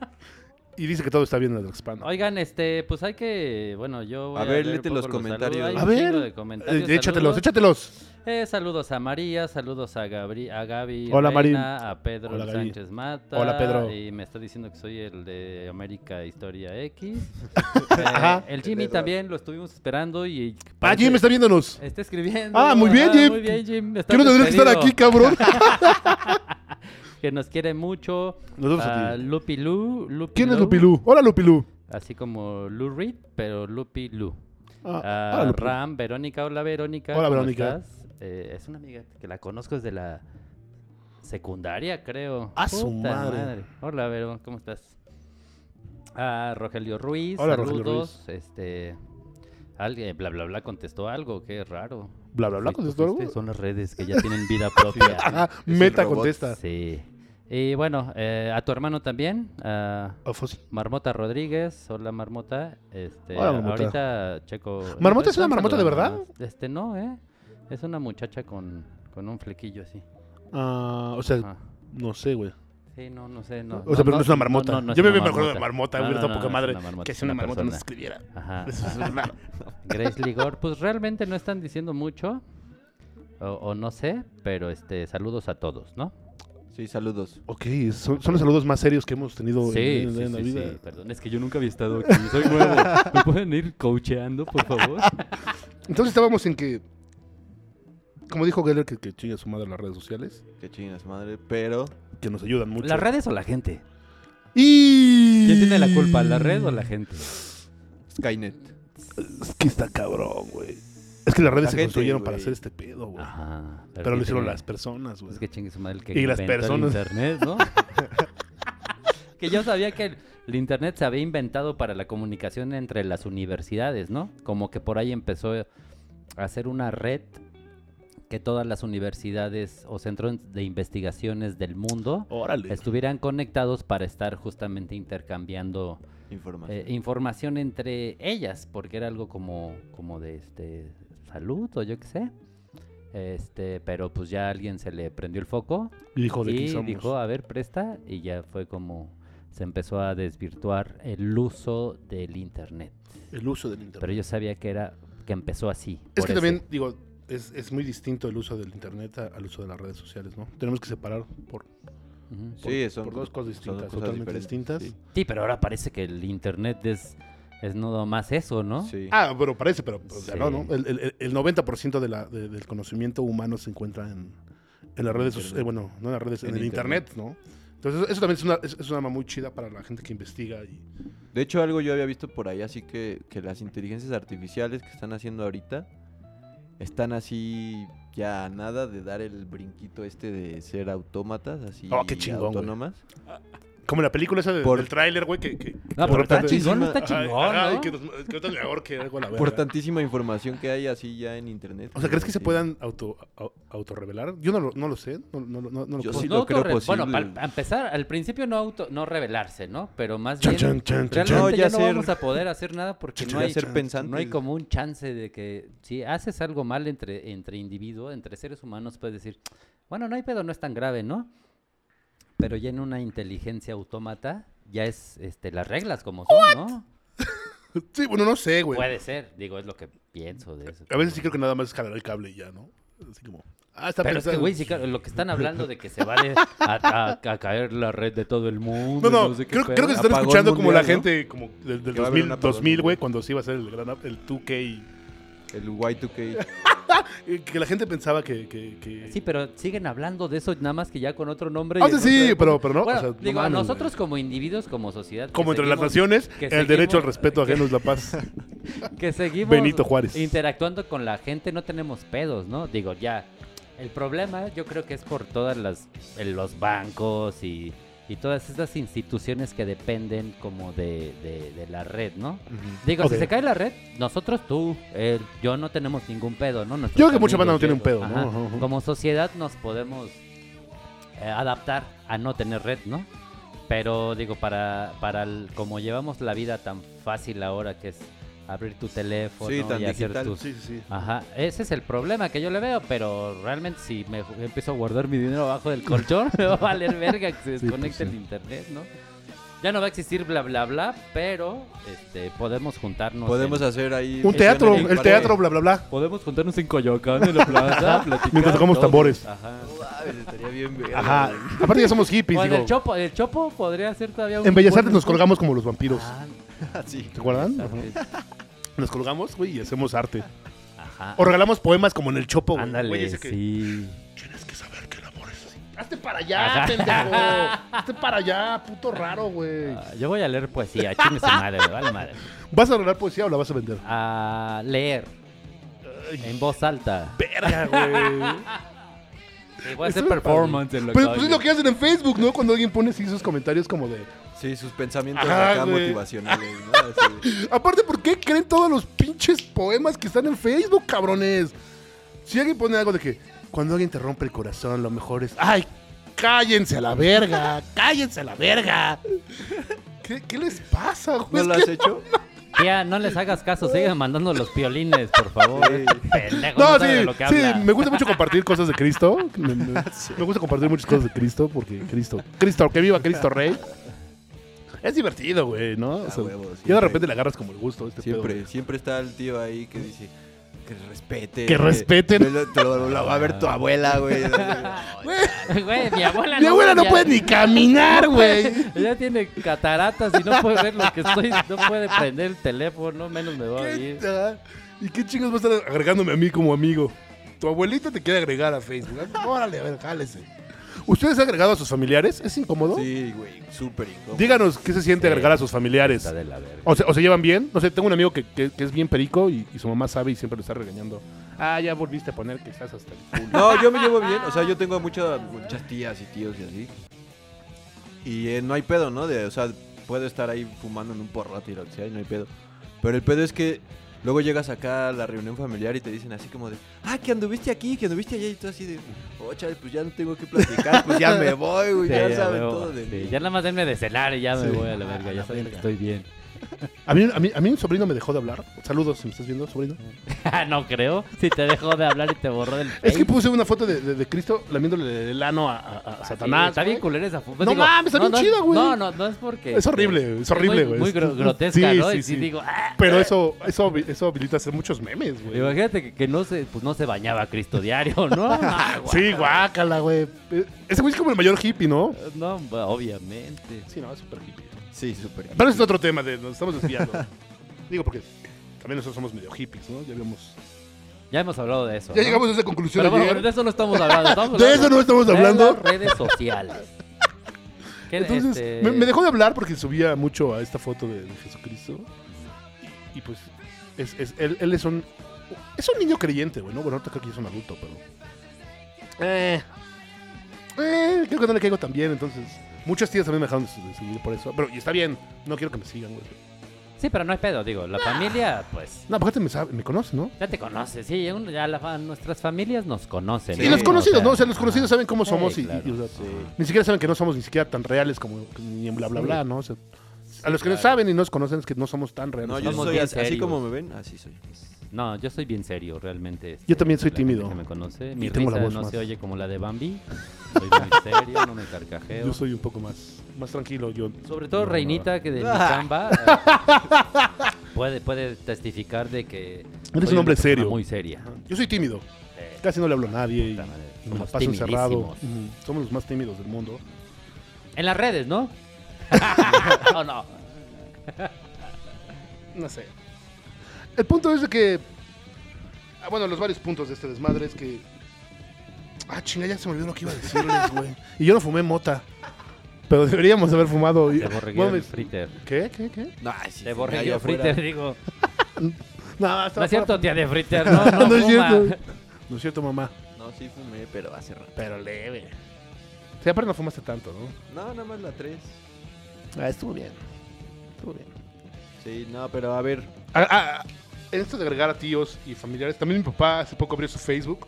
Speaker 4: (laughs)
Speaker 1: y dice que todo está bien en la Tlaxpana.
Speaker 4: Oigan, este, pues hay que, bueno, yo voy
Speaker 3: A
Speaker 4: a,
Speaker 3: ver, léete
Speaker 4: un
Speaker 3: los
Speaker 4: poco
Speaker 3: comentarios.
Speaker 4: saludos. Hay
Speaker 1: A
Speaker 4: un
Speaker 1: ver,
Speaker 4: chingo de comentarios,
Speaker 1: eh, échatelos,
Speaker 4: saludos.
Speaker 1: échatelos.
Speaker 4: Eh, saludos a María, saludos a, Gabri a Gaby,
Speaker 1: Hola, Marín.
Speaker 4: Reina, a Pedro
Speaker 1: Hola, Gaby.
Speaker 4: Sánchez Mata.
Speaker 1: Hola, Pedro.
Speaker 4: Y me está diciendo que soy el de América Historia
Speaker 1: (laughs)
Speaker 4: X. Eh, el Jimmy también lo estuvimos esperando y...
Speaker 1: Ah,
Speaker 4: parece-
Speaker 1: Jim está viéndonos.
Speaker 4: Está escribiendo.
Speaker 1: Ah, muy bien,
Speaker 4: Ajá,
Speaker 1: Jim.
Speaker 4: Muy bien, Jim. Está
Speaker 1: Yo no tendría que estar
Speaker 4: despedido.
Speaker 1: aquí,
Speaker 4: (laughs)
Speaker 1: cabrón.
Speaker 4: Que nos quiere mucho.
Speaker 1: Nosotros a
Speaker 4: a
Speaker 1: ti.
Speaker 4: Lupi Lu. Lupi
Speaker 1: ¿Quién es
Speaker 4: Lu,
Speaker 1: Lupilú? Hola, Lupilú.
Speaker 4: Así como Lou Reed, pero Lupi Lu.
Speaker 1: Ah,
Speaker 4: A
Speaker 1: hola, Lupilú.
Speaker 4: Ram, Verónica. Hola, Verónica.
Speaker 1: Hola,
Speaker 4: ¿cómo
Speaker 1: Verónica.
Speaker 4: estás? Eh, es una amiga que la conozco desde la secundaria, creo.
Speaker 1: A Ah, su madre.
Speaker 4: Hola, Vero, ¿cómo estás? A Rogelio Ruiz.
Speaker 1: Hola,
Speaker 4: saludos.
Speaker 1: Rogelio
Speaker 4: Este. Alguien, bla, bla, bla, contestó algo, qué raro.
Speaker 1: Bla, bla, bla,
Speaker 4: Fui-
Speaker 1: contestó algo.
Speaker 4: Son las redes que ya tienen
Speaker 1: (laughs)
Speaker 4: vida propia.
Speaker 1: Ah,
Speaker 3: el
Speaker 1: meta
Speaker 3: robot.
Speaker 1: contesta.
Speaker 4: Sí. Y bueno, eh, a tu hermano también, a
Speaker 1: Ah, fósil.
Speaker 4: Marmota Rodríguez. Hola, Marmota. Este,
Speaker 1: Hola, Marmota.
Speaker 4: Ahorita checo.
Speaker 1: ¿Marmota es una
Speaker 4: Están
Speaker 1: marmota de
Speaker 4: saludando. Este no, ¿eh? Es una muchacha con, con un flequillo así.
Speaker 1: Ah, o sea,
Speaker 4: Ah.
Speaker 1: no sé, güey.
Speaker 4: Sí, no, no sé. No,
Speaker 1: O sea, pero no es una marmota.
Speaker 4: es
Speaker 1: Yo me
Speaker 4: una
Speaker 1: acuerdo de marmota,
Speaker 4: No,
Speaker 1: güey,
Speaker 4: no,
Speaker 1: está
Speaker 4: no,
Speaker 1: poca
Speaker 4: no
Speaker 1: madre.
Speaker 4: una marmota,
Speaker 1: que
Speaker 4: es
Speaker 1: si una marmota no se
Speaker 4: persona.
Speaker 1: escribiera.
Speaker 4: Ajá.
Speaker 1: (laughs) Eso es raro.
Speaker 4: Grace Ligor, pues realmente no están diciendo mucho. O, o no sé, pero este, saludos a todos, ¿no?
Speaker 3: Sí, saludos.
Speaker 1: Ok, son, son los saludos más serios que hemos tenido en-
Speaker 4: Sí,
Speaker 1: en,
Speaker 4: sí,
Speaker 1: en la
Speaker 4: sí,
Speaker 1: vida.
Speaker 4: sí, perdón, es que yo nunca había estado aquí, soy nuevo. ¿Me pueden ir coacheando, por favor?
Speaker 1: Entonces estábamos en que, como dijo Geller, que, que chinga su madre las redes sociales,
Speaker 3: Que chinguen a su madre, pero...
Speaker 1: que nos ayudan mucho.
Speaker 4: ¿Las redes o la gente?
Speaker 1: Y...
Speaker 4: ¿Quién tiene la culpa, la red o la gente?
Speaker 3: Skynet.
Speaker 1: Es que está cabrón, güey. Es que las redes
Speaker 3: La
Speaker 1: se
Speaker 3: gente,
Speaker 1: construyeron para
Speaker 3: güey.
Speaker 1: hacer este pedo, güey.
Speaker 4: Ajá.
Speaker 1: Pero lo
Speaker 4: ¿quién
Speaker 1: hicieron
Speaker 4: tiene-
Speaker 1: las personas, güey.
Speaker 4: Es que chingue su madre el que
Speaker 1: Y las
Speaker 4: inventó el
Speaker 1: personas.
Speaker 4: internet,
Speaker 1: (laughs)
Speaker 4: ¿no? que yo sabía que el, el internet se había inventado para la comunicación entre las universidades, ¿no? Como que por ahí empezó a hacer una red que todas las universidades o centros de investigaciones del mundo
Speaker 1: Órale.
Speaker 4: estuvieran conectados para estar justamente intercambiando
Speaker 3: Información.
Speaker 4: eh, información entre ellas, porque era algo como, como de este salud o yo qué sé. Este, pero pues ya a alguien se le prendió el foco
Speaker 1: Y dijo, de
Speaker 4: y
Speaker 1: quién somos.
Speaker 4: dijo, a ver, presta, y ya fue como se empezó a desvirtuar el uso del internet.
Speaker 1: El uso del internet.
Speaker 4: Pero yo sabía que era que empezó así.
Speaker 1: Es
Speaker 4: por
Speaker 1: que
Speaker 4: eso.
Speaker 1: también, digo, es, es muy distinto el uso del internet a- al uso de las redes sociales, ¿no? Tenemos que separar por,
Speaker 4: Ujú.
Speaker 1: por-
Speaker 3: Sí, son
Speaker 1: por dos
Speaker 3: co-
Speaker 1: cosas
Speaker 3: son
Speaker 1: distintas,
Speaker 3: cosas
Speaker 1: totalmente
Speaker 3: diferentes,
Speaker 1: distintas.
Speaker 3: sí.
Speaker 4: Sí, pero ahora parece que el internet es, es nada más eso, ¿no?
Speaker 3: Sí.
Speaker 1: Ah, pero parece, pero o sea,
Speaker 4: Sí.
Speaker 1: no, ¿no? El, el- el 90% de la, de- del conocimiento humano se encuentra en, en las redes, soci-
Speaker 3: Internet.
Speaker 1: eh, bueno, no en las redes, en,
Speaker 3: En
Speaker 1: el internet,
Speaker 3: internet.
Speaker 1: ¿no? Entonces, eso también es una, es, es una mamá muy chida para la gente que investiga y...
Speaker 3: De hecho, algo yo había visto por ahí, así que, que las inteligencias artificiales que están haciendo ahorita están así ya a nada de dar el brinquito este de ser autómatas, así
Speaker 1: Oh, qué chingón, güey.
Speaker 3: autónomas.
Speaker 1: Como en la película esa de-
Speaker 3: Por-
Speaker 1: del tráiler, güey, que... que
Speaker 4: No, pero está
Speaker 1: importante-
Speaker 4: chingón, no está
Speaker 1: Ajá,
Speaker 4: chingón,
Speaker 1: ajá,
Speaker 4: ¿no?
Speaker 1: y que, nos- que no tan mejor que algo a la verga.
Speaker 3: Por tantísima información que hay así ya en internet.
Speaker 1: O sea, ¿crees que se
Speaker 3: Sí.
Speaker 1: puedan auto, au- autorrevelar? Yo no lo, no lo sé, no, no, no, no lo puedo-
Speaker 3: Yo sí
Speaker 4: Pues no
Speaker 3: lo creo
Speaker 4: autorre- Bueno,
Speaker 3: posible.
Speaker 4: para empezar, al principio no auto, no revelarse, ¿no? Pero más
Speaker 1: Chan,
Speaker 4: bien
Speaker 1: chan, chan, chan,
Speaker 4: realmente
Speaker 3: chan.
Speaker 4: ya
Speaker 3: Ya
Speaker 4: no
Speaker 3: ser-
Speaker 4: vamos a poder hacer nada
Speaker 3: (laughs)
Speaker 4: porque no
Speaker 3: Ya
Speaker 4: hay
Speaker 3: ser pensantes.
Speaker 4: no hay como un chance de que si haces algo mal entre entre individuos, entre seres humanos puedes decir, bueno, no hay pedo, no es tan grave, ¿no? Pero ya en una inteligencia autómata ya es este las reglas como son, ¿no?
Speaker 1: Sí, bueno, no sé, güey.
Speaker 4: Puede ser, digo, es lo que pienso de eso.
Speaker 1: A veces sí creo que nada más es jalar el cable y ya, ¿no? Así como... Ah, está
Speaker 4: Pero es que,
Speaker 1: pensando-
Speaker 4: güey, sí, claro, lo que están hablando de que se va de- a, a- a caer la red de todo el mundo.
Speaker 1: No, no,
Speaker 4: sé qué
Speaker 1: creo,
Speaker 4: pedo.
Speaker 1: creo que se están
Speaker 3: Apagón
Speaker 1: escuchando como la
Speaker 3: mundial, ¿no?
Speaker 1: gente como del, del
Speaker 3: Que va a haber
Speaker 1: 2000,
Speaker 3: un apagón
Speaker 1: 2000, güey,
Speaker 3: mundial.
Speaker 1: cuando se iba a hacer el, gran, ap- el 2K.
Speaker 3: El Y2K.
Speaker 1: Eh, Que la gente pensaba que... que, que...
Speaker 4: Sí, pero siguen hablando de eso nada más que ya con otro nombre. y
Speaker 1: Ah, sí,
Speaker 4: en
Speaker 1: sí,
Speaker 4: otra-
Speaker 1: pero, pero no.
Speaker 4: Bueno,
Speaker 1: o sea, no
Speaker 4: digo, a
Speaker 1: mames,
Speaker 4: nosotros como individuos, como sociedad. que
Speaker 1: güey. Como entre las
Speaker 4: seguimos-
Speaker 1: naciones,
Speaker 4: que
Speaker 1: el
Speaker 4: seguimos-
Speaker 1: derecho al respeto
Speaker 4: que-
Speaker 1: ajeno es la
Speaker 4: (laughs)
Speaker 1: paz.
Speaker 4: Que seguimos
Speaker 1: Benito Juárez.
Speaker 4: interactuando con la gente, no tenemos pedos, ¿no? Digo, ya. El problema yo creo que es por todas las el- los bancos y, y todas estas instituciones que dependen como de, de- de la red, ¿no? Digo,
Speaker 1: Ok.
Speaker 4: si se cae la red, nosotros, tú, él, yo no tenemos ningún pedo, ¿no? Nuestros
Speaker 1: Yo creo que mucha banda no
Speaker 4: amigos,
Speaker 1: tiene un pedo,
Speaker 4: Diego,
Speaker 1: ¿no?
Speaker 4: ajá.
Speaker 1: Ajá, ajá.
Speaker 4: Como sociedad nos podemos eh, adaptar a no tener red, ¿no? Pero digo, para, para el- como llevamos la vida tan fácil ahora que es abrir tu teléfono
Speaker 3: Sí, tan
Speaker 4: y hacer
Speaker 3: digital.
Speaker 4: tus...
Speaker 1: Sí, sí, sí.
Speaker 4: Ajá, ese es el problema que yo le veo, pero realmente si me ju- empiezo a guardar mi dinero abajo del colchón, (laughs) me va a valer verga que
Speaker 1: Sí,
Speaker 4: se
Speaker 1: pues,
Speaker 4: desconecte
Speaker 1: sí.
Speaker 4: el internet, ¿no? Ya no va a existir bla bla bla, pero este, podemos juntarnos.
Speaker 3: Podemos
Speaker 4: en-
Speaker 3: hacer ahí.
Speaker 1: Un
Speaker 3: sesiones
Speaker 1: teatro,
Speaker 3: en
Speaker 1: el
Speaker 3: cualquier-
Speaker 1: teatro, bla, bla, bla.
Speaker 4: podemos juntarnos en Coyoacán en la (laughs) plaza, platicar
Speaker 1: Mientras tocamos
Speaker 4: todos.
Speaker 1: tambores.
Speaker 4: Ajá.
Speaker 3: Ah, pues, estaría bien verga,
Speaker 1: Ajá.
Speaker 3: güey.
Speaker 1: Aparte ya somos hippies,
Speaker 4: O en
Speaker 1: digo.
Speaker 4: el chopo, el chopo podría ser todavía un
Speaker 1: En Bellas Artes
Speaker 4: buen-
Speaker 1: nos colgamos como los vampiros.
Speaker 4: Ah,
Speaker 3: Sí.
Speaker 1: ¿Se acuerdan?
Speaker 4: Bellas Artes.
Speaker 1: Nos colgamos, güey, y hacemos arte.
Speaker 4: Ajá.
Speaker 1: O regalamos poemas como en el Chopo, güey. Güey,
Speaker 4: Ándale,
Speaker 1: ese que-
Speaker 4: sí.
Speaker 1: Tienes que saber que el amor es así. Hazte para allá, pendejo. Hazte para allá, puto raro, güey.
Speaker 4: Ah, yo voy a leer poesía, chingue su madre, me vale madre.
Speaker 1: ¿Vas a regalar poesía o la vas a vender?
Speaker 4: A leer en voz alta.
Speaker 1: Verga, güey.
Speaker 4: Sí, voy a
Speaker 1: Eso
Speaker 4: hacer
Speaker 1: me
Speaker 4: performance en lo
Speaker 1: Pero
Speaker 4: que-
Speaker 1: pues es lo que hacen en Facebook, ¿no? Cuando alguien pone así sus comentarios como de...
Speaker 3: Sí, sus pensamientos
Speaker 1: Ajá,
Speaker 3: acá
Speaker 1: güey.
Speaker 3: motivacionales, ¿no?
Speaker 1: (laughs)
Speaker 3: Así.
Speaker 1: Aparte, ¿por qué creen todos los pinches poemas que están en Facebook, cabrones? Si alguien pone algo de que cuando alguien te rompe el corazón, lo mejor es. ¡Ay! ¡Cállense a la verga! ¡Cállense a la verga! ¿Qué, qué les pasa,
Speaker 3: ¿No
Speaker 1: güey?
Speaker 3: lo
Speaker 1: Es
Speaker 3: has
Speaker 1: que-
Speaker 3: hecho?
Speaker 4: Tía, no les hagas caso, sigan mandando los piolines, por favor.
Speaker 3: Sí.
Speaker 4: Pendejo, no,
Speaker 1: No,
Speaker 4: sabe de
Speaker 1: sí,
Speaker 4: lo que
Speaker 1: sí,
Speaker 4: habla.
Speaker 1: me gusta mucho compartir cosas de Cristo. Me,
Speaker 3: (laughs)
Speaker 1: me- me gusta compartir muchas cosas de Cristo porque Cristo, Cristo, que viva Cristo Rey. Es divertido, güey, ¿no? O
Speaker 3: Ah,
Speaker 1: sea,
Speaker 3: huevo,
Speaker 1: ya
Speaker 3: siempre.
Speaker 1: de repente le agarras como el gusto. a Este pedo.
Speaker 3: Siempre, siempre está el tío ahí que dice que respeten.
Speaker 1: Que respeten. Ah.
Speaker 3: Te lo, te lo- lo va a ver tu
Speaker 1: (laughs)
Speaker 3: abuela, güey.
Speaker 4: (laughs) Güey, mi abuela
Speaker 1: Mi abuela no
Speaker 4: mi (laughs)
Speaker 1: puede ni caminar, güey. (laughs)
Speaker 4: ab- Ella tiene cataratas y no puede ver lo que estoy, no puede prender el teléfono, menos me va a
Speaker 1: ¿Qué
Speaker 4: oír.
Speaker 1: tal? ¿Y qué chingos va a estar agregándome a mí como amigo? Tu abuelita te quiere agregar a Facebook. (laughs) Ah, Órale, a ver, jálese. ¿Ustedes han agregado a sus familiares? ¿Es incómodo?
Speaker 3: Sí, güey, súper incómodo.
Speaker 1: Díganos qué se siente
Speaker 4: Sí.
Speaker 1: agregar a sus familiares.
Speaker 4: Está de la verga.
Speaker 1: O se, o se llevan bien. No sé, tengo un amigo que, que- que es bien perico y, y su mamá sabe y siempre lo está regañando. Ah, ya volviste a poner que estás hasta el culo.
Speaker 3: No, yo me llevo bien. O sea, yo tengo a muchas, muchas tías y tíos y así. Y eh, no hay pedo, ¿no? De, o sea, puedo estar ahí fumando en un porrote y lo que sea y no hay pedo. Pero el pedo es que luego llegas acá a la reunión familiar y te dicen así como de, ah, que anduviste aquí, que anduviste allá y tú así de, oh, chale, pues ya no tengo que platicar, pues ya me voy, güey,
Speaker 4: Sí,
Speaker 3: ya
Speaker 4: ya
Speaker 3: saben
Speaker 4: veo,
Speaker 3: todo de
Speaker 4: sí,
Speaker 3: mí.
Speaker 4: ya nada más denme de celar y ya me
Speaker 1: Sí.
Speaker 4: voy a la verga, ya saben que estoy bien.
Speaker 1: A mí, a, mí, a mí un sobrino me dejó de hablar. Saludos, si me estás viendo, sobrino.
Speaker 4: Ah, (laughs) no creo. Si te dejó de hablar y te borró
Speaker 1: (laughs)
Speaker 4: del
Speaker 1: Es que
Speaker 4: Facebook.
Speaker 1: puse una foto de, de- de Cristo lamiéndole el ano a, a- a Satanás.
Speaker 4: Sí, está bien
Speaker 1: güey.
Speaker 4: culera esa foto.
Speaker 1: No mames, está bien chida, güey.
Speaker 4: No, no, no es porque.
Speaker 1: Es horrible, es horrible,
Speaker 4: muy-
Speaker 1: güey.
Speaker 4: Muy, gro- grotesca,
Speaker 1: Sí,
Speaker 4: ¿no?
Speaker 1: sí,
Speaker 4: y sí
Speaker 1: sí.
Speaker 4: digo, ah.
Speaker 1: Pero eso, eso, eso habilita hacer muchos memes, güey.
Speaker 4: Imagínate que, que no se, pues no se bañaba
Speaker 1: (laughs)
Speaker 4: Cristo diario, ¿no? Ah, guau.
Speaker 1: Sí, guácala, güey. Eh, Ese güey es como el mayor hippie, ¿no?
Speaker 4: No, obviamente.
Speaker 1: Sí, no, es súper hippie.
Speaker 3: Sí, súper.
Speaker 1: Pero ese es otro tema, de, nos estamos desviando. (laughs) Digo, porque también nosotros somos medio hippies, ¿no? Ya habíamos...
Speaker 4: Ya hemos hablado de eso.
Speaker 1: Ya
Speaker 4: ¿no?
Speaker 1: llegamos a esa conclusión
Speaker 4: Pero bueno,
Speaker 1: ayer.
Speaker 4: bueno, de eso no estamos
Speaker 1: (laughs)
Speaker 4: hablando. estamos
Speaker 1: De
Speaker 4: hablando
Speaker 1: eso no estamos
Speaker 4: de
Speaker 1: hablando.
Speaker 4: las redes
Speaker 1: (laughs)
Speaker 4: sociales. Que,
Speaker 1: Entonces,
Speaker 4: este,
Speaker 1: me, me dejó de hablar porque subía mucho a esta foto de, de Jesucristo. Y, y pues, es, es- él, él es un... Es un niño creyente, güey, ¿no? Bueno, ahorita creo que ya es un adulto, pero... Eh... Eh, creo que no le caigo tan bien, entonces... Muchas tías también me dejaron de su- de seguir por eso. Pero, y está bien, no quiero que me sigan, güey.
Speaker 4: Sí, pero no hay pedo, digo. La familia, pues.
Speaker 1: No, aparte me, sabe, me conoce, ¿no?
Speaker 4: Ya te conoces, sí, un- ya la fa- nuestras familias nos conocen.
Speaker 1: y
Speaker 3: Sí,
Speaker 1: los
Speaker 3: no,
Speaker 1: conocidos, ¿no? O sea, los conocidos
Speaker 4: ajá.
Speaker 1: saben cómo
Speaker 4: ah. Sí,
Speaker 1: somos y-
Speaker 4: claro.
Speaker 1: y, o sea, ni siquiera saben que no somos ni siquiera tan reales como ni en bla, bla, bla, ¿no? O sea, a los que no
Speaker 3: claro.
Speaker 1: saben y no nos conocen es que no somos tan reales.
Speaker 3: No, yo
Speaker 4: Somos
Speaker 3: soy
Speaker 4: bien
Speaker 3: así, así
Speaker 4: serios.
Speaker 3: como me ven, así soy.
Speaker 4: No, yo soy bien serio, realmente. este,
Speaker 1: Yo también soy
Speaker 4: la gente
Speaker 1: tímido.
Speaker 4: que me conoce. Mi
Speaker 1: tengo la
Speaker 4: risa
Speaker 1: voz
Speaker 4: no
Speaker 1: más.
Speaker 4: se oye como la de
Speaker 1: (laughs)
Speaker 4: Bambi. Soy muy serio, no me carcajeo.
Speaker 1: Yo soy un poco más, más tranquilo. Yo,
Speaker 4: Sobre todo
Speaker 1: No,
Speaker 4: Reinita, que de mi
Speaker 3: Ah.
Speaker 1: (laughs)
Speaker 4: chamba eh, puede, puede testificar de que. soy
Speaker 1: un
Speaker 4: una
Speaker 1: hombre
Speaker 4: persona
Speaker 1: serio.
Speaker 4: Muy seria.
Speaker 1: yo soy tímido.
Speaker 4: Eh,
Speaker 1: Casi no le hablo a nadie. Y,
Speaker 4: Puta madre,
Speaker 1: y me la
Speaker 4: somos
Speaker 1: paso encerrado.
Speaker 4: timidísimos.
Speaker 1: Ujú, Somos los más tímidos del mundo.
Speaker 4: en las
Speaker 1: (laughs)
Speaker 4: redes, ¿no? ¿O no?
Speaker 1: No sé. El punto es de que. ah, bueno, los varios puntos de este desmadre es que. Ah, chinga, ya se me olvidó lo que iba a decirles, güey. y yo no fumé mota. Pero deberíamos haber fumado. y-
Speaker 4: Te borregué
Speaker 1: Bueno,
Speaker 4: el
Speaker 1: me-
Speaker 4: fritter.
Speaker 1: ¿Qué? ¿Qué? ¿Qué?
Speaker 3: No, ay, sí,
Speaker 4: Te
Speaker 3: sí,
Speaker 4: borregué
Speaker 3: allá
Speaker 4: el
Speaker 3: afuera.
Speaker 1: (laughs)
Speaker 4: fritter, digo.
Speaker 1: No,
Speaker 4: No
Speaker 1: estaba
Speaker 4: es cierto, tía de
Speaker 1: (laughs)
Speaker 4: fritter, no,
Speaker 1: fuera-
Speaker 4: no,
Speaker 1: no es
Speaker 4: fuma.
Speaker 1: cierto. No es cierto, mamá.
Speaker 3: No, sí fumé, pero hace rato.
Speaker 1: Pero leve. Sí, aparte no fumaste tanto, ¿no?
Speaker 3: No, nada más la 3.
Speaker 1: Ah, estuvo bien. Estuvo bien.
Speaker 3: Sí, no, pero a ver.
Speaker 1: Ah, ah, ah, en esto de agregar a tíos y familiares, también mi papá hace poco abrió su Facebook.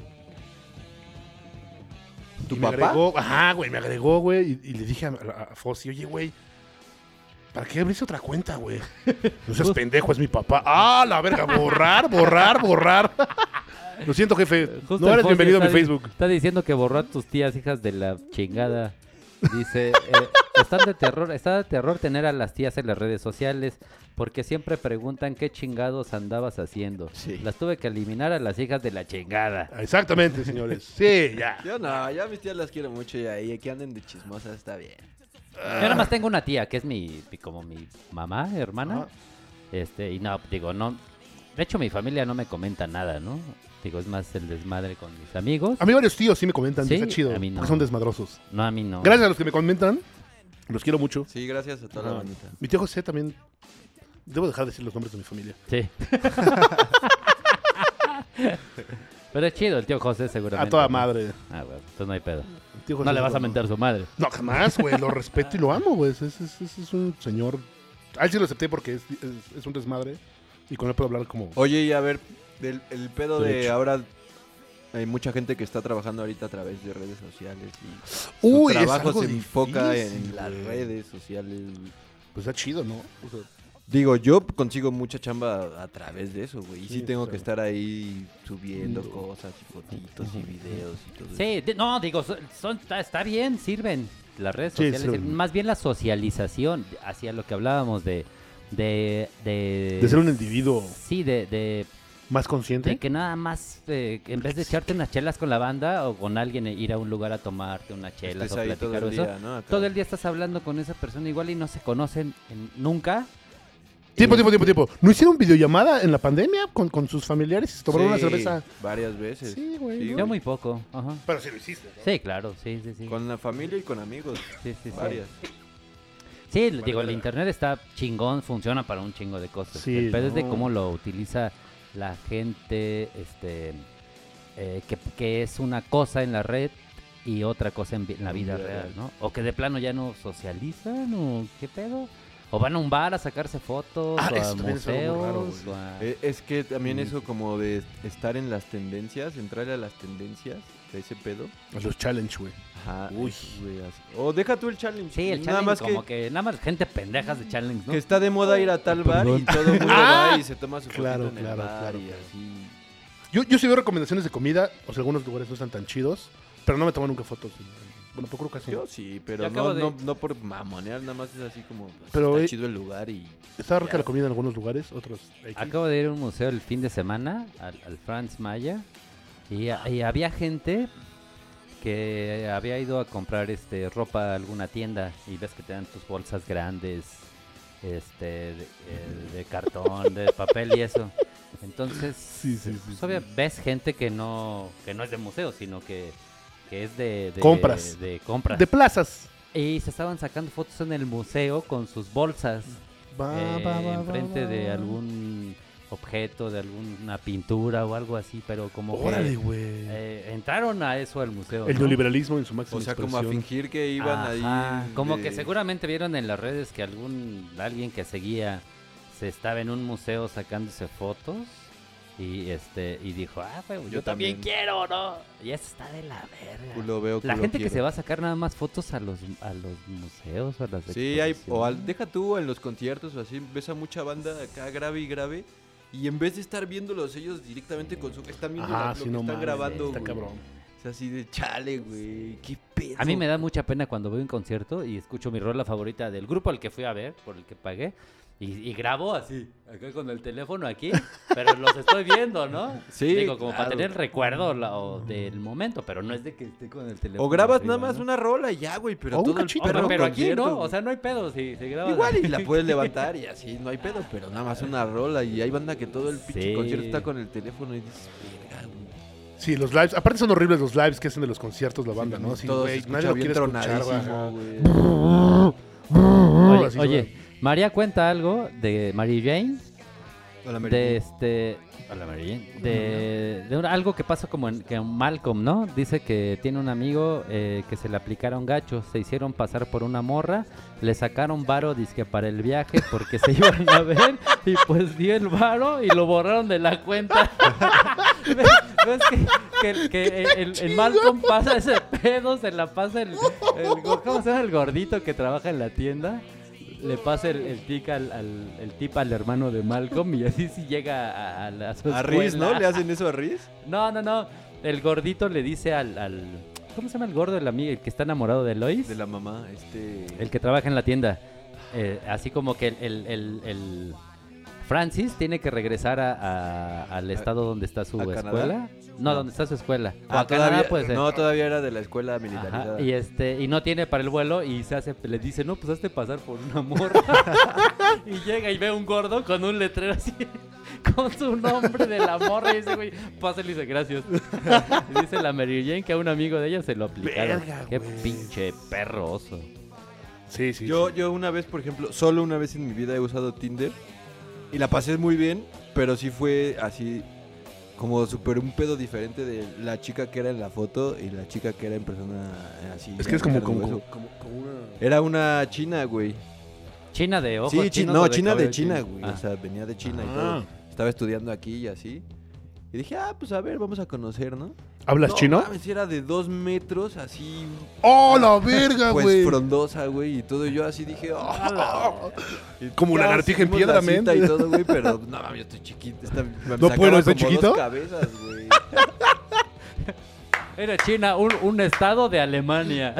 Speaker 3: ¿Tu
Speaker 1: y
Speaker 3: papá?
Speaker 1: Me agregó, ajá, güey, me agregó, güey. Y, y le dije a, a- a Fossi, oye, güey, ¿Para qué abrirse otra cuenta, güey? No seas pendejo, es mi papá. ¡Ah, la verga! Borrar, borrar, borrar. Lo siento, jefe.
Speaker 4: Justo
Speaker 1: no
Speaker 4: el
Speaker 1: eres
Speaker 4: Fonsi
Speaker 1: bienvenido a mi
Speaker 4: está di-
Speaker 1: Facebook.
Speaker 4: Está diciendo que borró a tus tías, hijas de la chingada. Dice, eh, están de terror, está de terror tener a las tías en las redes sociales porque siempre preguntan qué chingados andabas haciendo.
Speaker 3: Sí.
Speaker 4: Las tuve que eliminar a las hijas de la chingada.
Speaker 1: Exactamente, señores. Sí, ya.
Speaker 3: Yo no, yo a mis tías las quiero mucho y ahí que anden de chismosas está bien.
Speaker 4: Yo nada más tengo una tía que es mi, mi- como mi mamá, hermana.
Speaker 1: Ajá.
Speaker 4: Este, y no, digo, no. De hecho, mi familia no me comenta nada, ¿no? Digo, es más el desmadre con mis amigos.
Speaker 1: A mí varios tíos sí me comentan,
Speaker 4: Sí,
Speaker 1: está chido,
Speaker 4: a mí no.
Speaker 1: porque son desmadrosos.
Speaker 4: No, a mí no.
Speaker 1: Gracias a los que me comentan, los quiero mucho.
Speaker 3: Sí, gracias a toda la
Speaker 1: Ajá.
Speaker 3: bandita.
Speaker 1: Mi tío José también... Debo dejar de decir los nombres de mi familia. (laughs)
Speaker 4: Sí. Pero es chido el tío José, seguramente.
Speaker 1: A toda
Speaker 4: ¿no?
Speaker 1: madre.
Speaker 4: Ah, bueno, entonces no hay pedo.
Speaker 1: Mi tío José
Speaker 4: No le
Speaker 1: es
Speaker 4: vas a
Speaker 1: guapo.
Speaker 4: mentar a su madre.
Speaker 1: No, jamás, güey. Lo respeto y lo amo, güey. Ese es, ese es un señor... A él sí lo acepté porque es, es- es un desmadre y con él puedo hablar como...
Speaker 3: Oye, y a ver, del, el pedo de
Speaker 1: Derecho.
Speaker 3: ahora hay mucha gente que está trabajando ahorita a través de redes sociales y su
Speaker 1: Uy, es
Speaker 3: trabajo
Speaker 1: algo
Speaker 3: se enfoca
Speaker 1: difícil,
Speaker 3: en las
Speaker 1: güey.
Speaker 3: redes sociales.
Speaker 1: Pues está chido, ¿no? O sea,
Speaker 3: Digo, yo consigo mucha chamba a través de eso, güey. Y sí,
Speaker 1: Sí,
Speaker 3: tengo
Speaker 1: claro.
Speaker 3: que estar ahí subiendo
Speaker 1: Mm.
Speaker 3: cosas, y fotitos y videos y todo eso.
Speaker 4: Sí, di- no, digo, son, son- está, está bien, sirven las redes
Speaker 1: Sí,
Speaker 4: sociales. sirven.
Speaker 1: sirven.
Speaker 4: Más bien la socialización, hacia lo que hablábamos de... De, de,
Speaker 1: de ser un individuo
Speaker 4: Sí, de, de,
Speaker 1: más
Speaker 4: de
Speaker 1: consciente.
Speaker 4: que nada más, eh, que en vez de echarte unas chelas con la banda o con alguien, eh, ir a un lugar a tomarte unas chelas
Speaker 3: Estés
Speaker 4: o
Speaker 3: ahí
Speaker 4: platicar
Speaker 3: todo el
Speaker 4: o eso,
Speaker 3: día, ¿no? Acá.
Speaker 4: todo el día estás hablando con esa persona igual y no se conocen en- nunca.
Speaker 1: Tiempo, tiempo, tiempo, tiempo. ¿No hicieron videollamada en la pandemia con, con sus familiares y se tomaron una
Speaker 3: Sí,
Speaker 1: cerveza?
Speaker 3: Varias veces.
Speaker 1: Sí, güey.
Speaker 3: Sí,
Speaker 1: ¿no?
Speaker 4: Yo muy poco. Ajá.
Speaker 1: Pero sí lo hiciste. ¿no?
Speaker 4: Sí, claro, sí, sí, sí.
Speaker 3: Con la familia y con amigos.
Speaker 4: Sí, sí, sí.
Speaker 3: Varias.
Speaker 4: Sí, l- digo, el internet está chingón, funciona para un chingo de cosas.
Speaker 1: Sí,
Speaker 4: el pedo es de
Speaker 1: no.
Speaker 4: cómo lo utiliza la gente, este, eh, que, que es una cosa en la red y otra cosa en, vi- en la vida
Speaker 3: vida real.
Speaker 4: real, ¿no? O que de plano ya no socializan, o qué pedo. O van a un bar a sacarse fotos,
Speaker 1: Ah,
Speaker 4: o a
Speaker 1: eso también es algo muy raro,
Speaker 4: museos,
Speaker 1: güey.
Speaker 4: o a-
Speaker 3: Eh, Es que también
Speaker 4: Ah. Mm.
Speaker 3: eso como de estar en las tendencias, entrarle a las tendencias de ese pedo.
Speaker 1: A Los challenge, güey.
Speaker 3: Ajá.
Speaker 1: Uy.
Speaker 3: es, güey, así. O deja tú el challenge.
Speaker 4: Sí, el
Speaker 3: Nada
Speaker 4: challenge
Speaker 3: más
Speaker 4: como
Speaker 3: que,
Speaker 4: que... nada más gente pendejas de challenge, ¿no? Oh, Ah.
Speaker 3: que está de moda ir a tal bar y todo el mundo
Speaker 4: (laughs)
Speaker 3: va y se toma su
Speaker 1: Claro,
Speaker 3: fotito en el
Speaker 1: claro,
Speaker 3: bar
Speaker 1: claro,
Speaker 3: y
Speaker 1: claro.
Speaker 3: así.
Speaker 1: Yo, yo sí veo recomendaciones de comida, o sea, algunos lugares no están tan chidos, pero no me tomo nunca fotos. Bueno, poco creo que
Speaker 3: Yo
Speaker 1: así.
Speaker 3: sí, pero
Speaker 4: Yo
Speaker 3: no,
Speaker 4: acabo de-
Speaker 3: no, no por mamonear, nada más es así como pues,
Speaker 1: Pero,
Speaker 3: está
Speaker 1: eh,
Speaker 3: chido el lugar y
Speaker 1: Está rica la comida en algunos lugares, otros. X.
Speaker 4: Acabo de ir a un museo el fin de semana, al, al Franz Maya, y, a- y había gente que había ido a comprar este ropa a alguna tienda y ves que te dan tus bolsas grandes, este, de, eh, de cartón, de papel y eso.
Speaker 1: (laughs)
Speaker 4: Entonces,
Speaker 1: Sí, sí, sí,
Speaker 4: pues,
Speaker 1: sí.
Speaker 4: obvia- ves gente que no, que no es de museo, sino que, que es de, de-
Speaker 1: Compras.
Speaker 4: De compras.
Speaker 1: De plazas.
Speaker 4: Y se estaban sacando fotos en el museo con sus bolsas
Speaker 1: Va,
Speaker 4: eh,
Speaker 1: Ah, va, va, va,
Speaker 4: enfrente de
Speaker 1: va.
Speaker 4: algún objeto, de alguna pintura o algo así, pero como que,
Speaker 1: Órale, güey.
Speaker 4: eh, entraron a eso al museo.
Speaker 1: El
Speaker 4: ¿no?
Speaker 1: neoliberalismo en su máxima
Speaker 3: o sea, como a
Speaker 1: expresión.
Speaker 3: fingir que iban
Speaker 4: Ajá,
Speaker 3: ahí.
Speaker 4: Como
Speaker 3: de-
Speaker 4: que seguramente vieron en las redes que algún alguien que seguía se estaba en un museo sacándose fotos y este y dijo, "Ah, güey, yo,
Speaker 3: Yo
Speaker 4: también,
Speaker 3: también.
Speaker 4: quiero, ¿no?" Y eso está de la verga.
Speaker 3: Culo veo,
Speaker 4: la
Speaker 3: culo
Speaker 4: gente que
Speaker 3: quiero.
Speaker 4: se va a sacar nada más fotos a los a los museos o a las
Speaker 3: Sí, hay, o al-
Speaker 4: exposiciones.
Speaker 3: deja tú en los conciertos o así, ves a mucha banda acá grave y grave. Y en vez de estar viéndolos ellos directamente con su... Están viendo la-
Speaker 1: Ajá,
Speaker 3: lo
Speaker 1: sí,
Speaker 3: que
Speaker 1: no
Speaker 3: están
Speaker 1: mames.
Speaker 3: grabando,
Speaker 1: Está
Speaker 3: güey.
Speaker 1: cabrón.
Speaker 3: O sea, así de chale, güey. Qué pedo.
Speaker 4: A mí me da mucha pena cuando voy a un concierto y escucho mi rola favorita del grupo al que fui a ver, por el que pagué, y, y grabo así, acá con el teléfono aquí, pero los estoy viendo, ¿no?
Speaker 3: (laughs) Sí,
Speaker 4: Digo, como para
Speaker 3: claro.
Speaker 4: tener el recuerdo la- o del momento, pero no es de que esté con el teléfono.
Speaker 3: O grabas
Speaker 4: arriba,
Speaker 3: nada más
Speaker 4: ¿no?
Speaker 3: una rola y ya, güey.
Speaker 1: O
Speaker 3: Pero
Speaker 1: un
Speaker 3: todo el
Speaker 1: cachito,
Speaker 4: Hombre,
Speaker 3: perro
Speaker 1: ¿no?
Speaker 4: pero aquí
Speaker 3: concierto,
Speaker 4: no,
Speaker 3: güey.
Speaker 4: o sea, no hay pedo si se graba.
Speaker 3: Igual y la puedes levantar y así, no hay pedo, pero nada más una rola y hay banda que todo el pinche
Speaker 4: Sí.
Speaker 3: concierto está con el teléfono y dices, "Verga, güey".
Speaker 1: Sí, los lives. Aparte son horribles los lives que hacen de los conciertos la banda, ¿no? Sí,
Speaker 3: todo
Speaker 1: güey,
Speaker 3: se
Speaker 1: nadie
Speaker 3: escucha
Speaker 1: lo
Speaker 3: bien
Speaker 1: quiere escuchar,
Speaker 3: tronadísimo,
Speaker 1: güey.
Speaker 4: (laughs)
Speaker 3: güey.
Speaker 4: Oye,
Speaker 1: Así,
Speaker 4: oye,
Speaker 1: güey.
Speaker 4: María cuenta algo de Mary Jane,
Speaker 3: Hola, Mary
Speaker 4: de
Speaker 3: Jane.
Speaker 4: este... de, de un- algo que pasó como en que en Malcolm, ¿no? Dice que tiene un amigo eh, que se le aplicaron gachos, se hicieron pasar por una morra, le sacaron varo disque para el viaje porque se (laughs) iban a ver y pues dio el varo y lo borraron de la cuenta. ¿Ves, (laughs) ves que, que- que el, el- el Malcolm pasa ese pedo, se la pasa el, el- ¿cómo se llama el gordito que trabaja en la tienda? le pasa el, el tic al, al- el tip al hermano de Malcolm y así sí llega a, a la a su
Speaker 3: A Riz, ¿no?
Speaker 4: escuela.
Speaker 3: ¿Le hacen eso a Riz?
Speaker 4: No, no, no. El gordito le dice al, al- ¿Cómo se llama el gordo de la amiga? El que está enamorado de Lois.
Speaker 3: De la mamá, este...
Speaker 4: El que trabaja en la tienda. Eh, así como que el, el- el- el Francis tiene que regresar a- a- al estado donde está su
Speaker 3: ¿A Canadá?
Speaker 4: escuela. No,
Speaker 3: No.
Speaker 4: donde está su escuela. O
Speaker 3: Ah,
Speaker 4: a Canadá
Speaker 3: todavía-
Speaker 4: puede ser.
Speaker 3: No, todavía era de la escuela
Speaker 4: Ajá,
Speaker 3: militarizada.
Speaker 4: y este y no tiene para el vuelo y se hace le dice no pues hazte pasar por una
Speaker 3: (laughs)
Speaker 4: morra y llega y ve un gordo con un letrero así (laughs) con su nombre de la morra y dice güey pásale y dice
Speaker 3: (laughs)
Speaker 4: gracias Y dice la Mary Jane que a un amigo de ella se lo aplicaron
Speaker 1: Verga,
Speaker 4: qué
Speaker 1: güey.
Speaker 4: pinche perro oso
Speaker 1: Sí, sí.
Speaker 3: Yo, yo una vez, por ejemplo, solo una vez en mi vida he usado Tinder y la pasé muy bien, pero sí fue así como súper un pedo diferente de la chica que era en la foto y la chica que era en persona eh, así.
Speaker 1: Es que es como,
Speaker 3: carne y
Speaker 1: como,
Speaker 3: hueso.
Speaker 1: como- como- como una...
Speaker 3: Era una china, güey.
Speaker 4: China de ojos
Speaker 3: Sí, chi-
Speaker 4: chinos
Speaker 3: no,
Speaker 4: o
Speaker 3: China de
Speaker 4: cabello
Speaker 3: China,
Speaker 4: chino?
Speaker 3: güey.
Speaker 4: Ah.
Speaker 3: O sea, venía de China y
Speaker 1: Ah.
Speaker 3: todo. Estaba estudiando aquí y así. Y dije, ah, pues a ver, vamos a conocer, ¿no?
Speaker 1: ¿Hablas
Speaker 3: No,
Speaker 1: chino?
Speaker 3: mames, era de dos metros, así,
Speaker 1: ¡Oh, la verga,
Speaker 3: pues
Speaker 1: güey!
Speaker 3: frondosa, güey, y todo. Yo así dije, oh. Y
Speaker 1: Como
Speaker 3: ya,
Speaker 1: lagartija en
Speaker 3: hicimos
Speaker 1: piedra,
Speaker 3: la cita
Speaker 1: men.
Speaker 3: Y todo, güey, pero no mames, yo estoy chiquito. Esta, me
Speaker 1: ¿No
Speaker 3: sacaba
Speaker 1: puedo, estoy
Speaker 3: como
Speaker 1: chiquito?
Speaker 3: Dos cabezas,
Speaker 1: (laughs)
Speaker 3: güey.
Speaker 4: Ah. Era China, un, un estado
Speaker 1: (laughs)
Speaker 4: de Alemania.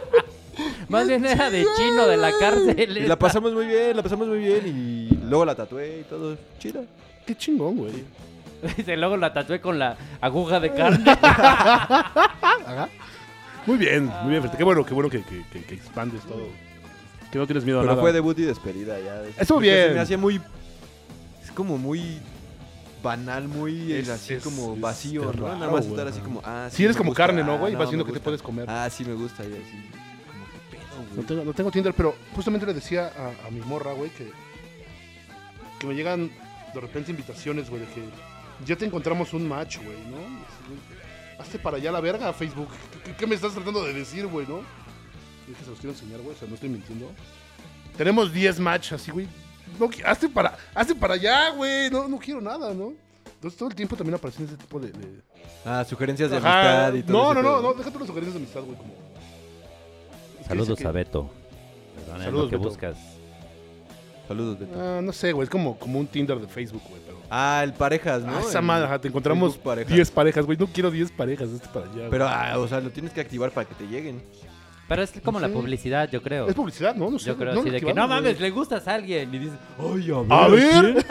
Speaker 4: (laughs) Más bien era de chino de la cárcel.
Speaker 3: Y la pasamos muy bien, la pasamos muy bien. Y luego la tatué y todo. Chida.
Speaker 1: ¡Qué chingón, güey!
Speaker 4: (laughs) Dice, luego la tatué con la aguja de carne.
Speaker 1: Muy bien, muy bien, Fete. Qué bueno, qué bueno que, que- que- que expandes todo. Que no tienes miedo a
Speaker 3: Pero
Speaker 1: nada.
Speaker 3: fue debut y despedida ya.
Speaker 1: Estuvo
Speaker 3: Porque
Speaker 1: bien.
Speaker 3: Se me hacía muy. Es como muy banal, muy
Speaker 1: Es-
Speaker 3: así
Speaker 1: es-
Speaker 3: como
Speaker 1: es
Speaker 3: vacío, ¿no?
Speaker 1: raro,
Speaker 3: Nada más
Speaker 1: güey.
Speaker 3: estar así como. Ah,
Speaker 1: Si
Speaker 3: sí,
Speaker 1: eres
Speaker 3: me
Speaker 1: como
Speaker 3: gusta,
Speaker 1: carne, ¿no,
Speaker 3: ah,
Speaker 1: güey? Vas
Speaker 3: me
Speaker 1: viendo qué te
Speaker 3: gusta.
Speaker 1: puedes comer.
Speaker 3: Ah, sí, me gusta. Y así. Como qué pedo,
Speaker 1: No
Speaker 3: güey.
Speaker 1: tengo, no tengo Tinder, pero justamente le decía a, a mi morra, güey, que, que me llegan de repente invitaciones, güey, de que ya te encontramos un match, güey, ¿no? Y así, güey, Hazte para allá la verga, Facebook. ¿Qué, qué- qué me estás tratando de decir, güey, no? Y es que se los quiero enseñar, güey, o sea, no estoy mintiendo. Tenemos 10 match, así, güey. No, qui- hazte, para, hazte para allá, güey. No, no quiero nada, ¿no? Entonces todo el tiempo también aparecen ese tipo de- de,
Speaker 3: Ah, sugerencias de
Speaker 1: Ajá.
Speaker 3: amistad y todo.
Speaker 1: No,
Speaker 3: ese
Speaker 1: no, no,
Speaker 3: pedo.
Speaker 1: no, deja tú las sugerencias de amistad, güey. Como... Es que dice
Speaker 4: Saludos
Speaker 1: que-
Speaker 4: a Beto. Perdón, es lo
Speaker 1: Saludos,
Speaker 4: que
Speaker 1: Beto.
Speaker 4: buscas.
Speaker 3: Saludos, Beto.
Speaker 1: Ah, no sé, güey, es como, como un Tinder de Facebook, güey, pero...
Speaker 3: Ah, el parejas, ¿no?
Speaker 1: Ah, esa
Speaker 3: El-
Speaker 1: madre, ajá, te encontramos
Speaker 3: Facebook parejas.
Speaker 1: 10 parejas, güey, no quiero 10 parejas, este para allá.
Speaker 3: Pero, ah, o sea, lo tienes que activar para que te lleguen.
Speaker 4: Pero es como la
Speaker 1: Sí.
Speaker 4: publicidad, yo creo.
Speaker 1: güey. Es publicidad, ¿no? No sé.
Speaker 4: Yo creo
Speaker 1: no,
Speaker 4: así de que, no
Speaker 1: activamos, güey.
Speaker 4: mames, le gustas a alguien. Y dices,
Speaker 3: Ay,
Speaker 1: A ver,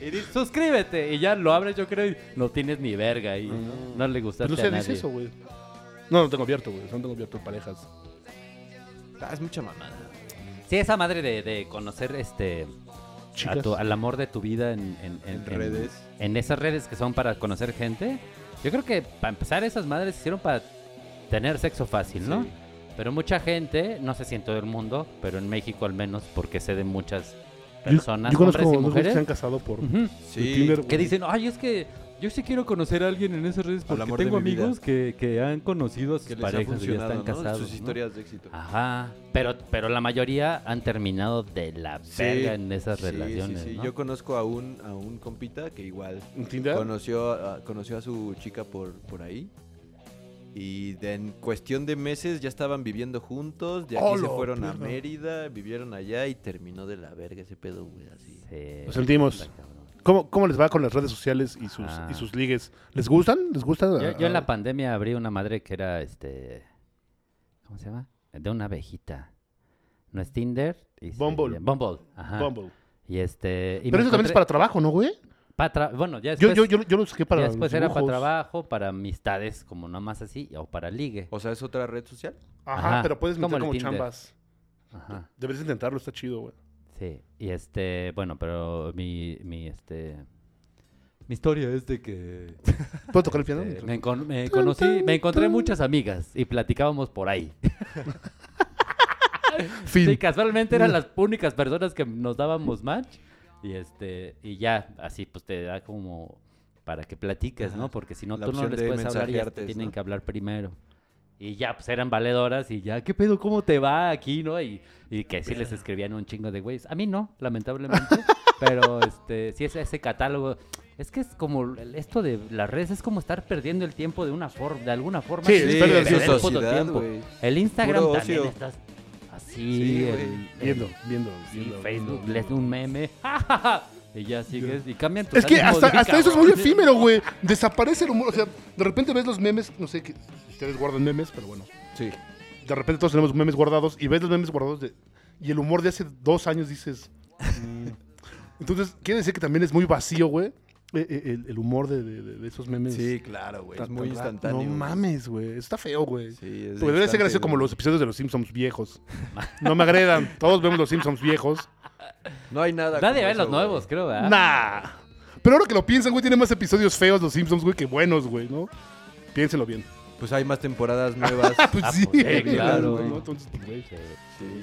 Speaker 4: y dices, suscríbete. Y ya lo abres, yo creo, y no tienes ni verga.
Speaker 3: Ah,
Speaker 4: Y no le gustaste
Speaker 1: no sé,
Speaker 4: a nadie.
Speaker 1: dice eso, güey. No, no tengo abierto, güey, no tengo abierto parejas.
Speaker 3: Ah, es mucha mamada.
Speaker 4: Sí, esa madre de, de conocer este a
Speaker 1: Chicas.
Speaker 4: tu- al amor de tu vida en, en- en-
Speaker 3: En
Speaker 4: en-
Speaker 3: redes.
Speaker 4: en esas redes que son para conocer gente. Yo creo que para empezar esas madres se hicieron para tener sexo fácil, ¿no?
Speaker 3: Sí.
Speaker 4: Pero mucha gente, no sé si en todo el mundo, pero en México al menos, porque sé de muchas personas, hombres
Speaker 1: unos güeyes
Speaker 4: y
Speaker 1: que se han
Speaker 4: mujeres,
Speaker 1: casado por...
Speaker 4: ujú,
Speaker 1: de
Speaker 3: Sí.
Speaker 1: Tinder, güey.
Speaker 4: que dicen, ay, es que yo sí quiero conocer a alguien en esas redes
Speaker 3: Al
Speaker 4: porque
Speaker 3: amor de
Speaker 4: tengo
Speaker 3: mi vida".
Speaker 4: amigos que, que han conocido a sus
Speaker 3: Que les ha
Speaker 4: parejas y ya
Speaker 3: funcionado,
Speaker 4: están
Speaker 3: ¿no?
Speaker 4: casados.
Speaker 3: Sus
Speaker 4: ¿no?
Speaker 3: historias de éxito.
Speaker 4: Ajá, pero, pero la mayoría han terminado de la
Speaker 3: Sí.
Speaker 4: verga en esas
Speaker 3: Sí,
Speaker 4: relaciones,
Speaker 3: Sí, sí,
Speaker 4: ¿no?
Speaker 3: Yo conozco a un, a un compita que igual
Speaker 1: ¿En Tinder?
Speaker 3: conoció a, conoció a su chica por, por ahí. Y de- en cuestión de meses ya estaban viviendo juntos. De aquí
Speaker 1: ¡Hola,
Speaker 3: se fueron a
Speaker 1: perra!
Speaker 3: Mérida, vivieron allá y terminó de la verga ese pedo, güey, así.
Speaker 4: Sí.
Speaker 1: Lo sentimos.
Speaker 4: Cabrón.
Speaker 1: ¿Cómo, ¿Cómo les va con las redes sociales y sus,
Speaker 4: Ah.
Speaker 1: y sus ligues? ¿Les gustan? ¿Les gustan?
Speaker 4: Yo, yo en la pandemia abrí una madre que era, este, ¿cómo se llama? De una abejita. No es Tinder. y se-
Speaker 1: Bumble.
Speaker 4: Bumble, ajá.
Speaker 1: Bumble.
Speaker 4: Y este... y
Speaker 1: Pero
Speaker 4: me
Speaker 1: eso también es
Speaker 4: encontré-
Speaker 1: para trabajo, ¿no, güey?
Speaker 4: para tra- Bueno, ya
Speaker 1: Yo,
Speaker 4: después...
Speaker 1: yo, yo, yo lo saqué para
Speaker 4: ya después
Speaker 1: los
Speaker 4: era para
Speaker 1: dibujos.
Speaker 4: trabajo, para amistades, como nomás así, o para ligue.
Speaker 3: O sea, ¿es otra red social?
Speaker 1: Ajá,
Speaker 4: Ajá,
Speaker 1: pero puedes
Speaker 4: como
Speaker 1: meter
Speaker 4: el
Speaker 1: como
Speaker 4: Tinder.
Speaker 1: chambas.
Speaker 4: Ajá.
Speaker 1: Deberías intentarlo, está chido, güey.
Speaker 4: Sí, y este, bueno, pero mi, mi, este... Mi historia es de que...
Speaker 1: ¿Puedo tocar el piano?
Speaker 3: Este,
Speaker 4: Eh,
Speaker 1: mientras-
Speaker 4: me, encon- me conocí, me encontré muchas amigas y platicábamos por ahí.
Speaker 1: Fin.
Speaker 4: Sí, casualmente
Speaker 3: Mm.
Speaker 4: eran las únicas personas que nos dábamos match y este y ya así pues te da como para que platiques,
Speaker 3: Ajá.
Speaker 4: ¿no? Porque si no
Speaker 3: La
Speaker 4: tú no
Speaker 3: opción
Speaker 4: les
Speaker 3: de
Speaker 4: puedes hablar y ellas te
Speaker 3: mensajeartes,
Speaker 4: tienen
Speaker 3: ¿no?
Speaker 4: que hablar primero. Y ya pues eran valedoras y ya, ¿qué pedo? ¿Cómo te va aquí, no? Y, y que sí les escribían un chingo de güeyes. A mí no,
Speaker 3: (laughs)
Speaker 4: lamentablemente, pero este sí es ese catálogo es que es como el- esto de las redes es como estar perdiendo el tiempo de una forma, de alguna forma.
Speaker 1: Sí,
Speaker 4: tienes
Speaker 1: es
Speaker 4: que
Speaker 1: perder
Speaker 4: perder
Speaker 1: su
Speaker 4: el puto
Speaker 3: sociedad,
Speaker 4: tiempo.
Speaker 3: güey.
Speaker 4: El Instagram
Speaker 3: Puro
Speaker 4: también
Speaker 3: ocio.
Speaker 4: estás Así,
Speaker 3: Sí, güey.
Speaker 4: el- el-
Speaker 1: Viendo, viendo,
Speaker 4: sí,
Speaker 1: viendo,
Speaker 4: Facebook
Speaker 1: viendo,
Speaker 4: les da un meme. (laughs) y ya sigues. Y cambian tus
Speaker 1: Es que
Speaker 4: ánimos
Speaker 1: hasta,
Speaker 4: bien
Speaker 1: hasta eso es muy
Speaker 4: cabrones.
Speaker 1: efímero, güey. Desaparece el humor. O sea, de repente ves los memes, no sé que ustedes guardan memes, pero bueno.
Speaker 3: Sí.
Speaker 1: De repente todos tenemos memes guardados y ves los memes guardados de- y el humor de hace dos años dices. mm. Entonces, quiere decir que también es muy vacío, güey. eh, eh, El, el humor de, de- de- de esos memes.
Speaker 3: Sí, claro, güey.
Speaker 1: Tan-
Speaker 3: Es muy
Speaker 1: tan ra-
Speaker 3: instantáneo.
Speaker 1: No
Speaker 3: güey.
Speaker 1: mames, güey. Eso Está feo, güey.
Speaker 3: Sí, es
Speaker 1: Porque debe ser
Speaker 3: instante,
Speaker 1: gracioso como
Speaker 3: güey.
Speaker 1: los episodios de los Simpsons viejos. No me agredan. Todos vemos los Simpsons viejos.
Speaker 3: No hay nada.
Speaker 4: Da de
Speaker 3: como
Speaker 4: ver los
Speaker 3: eso, güey.
Speaker 4: nuevos, creo,
Speaker 3: Ah.
Speaker 4: ¿verdad?
Speaker 1: Nah. Pero ahora que lo piensan, güey, tiene más episodios feos los Simpsons, güey, que buenos, güey, ¿no? Piénsenlo bien.
Speaker 3: Pues hay más
Speaker 1: (laughs)
Speaker 3: temporadas nuevas.
Speaker 1: Pues
Speaker 4: Ah,
Speaker 1: sí,
Speaker 4: pues
Speaker 3: sí, claro,
Speaker 1: güey, (laughs)
Speaker 3: güey.
Speaker 1: ¿no? Entonces, pues, güey.
Speaker 4: Sí.
Speaker 3: sí.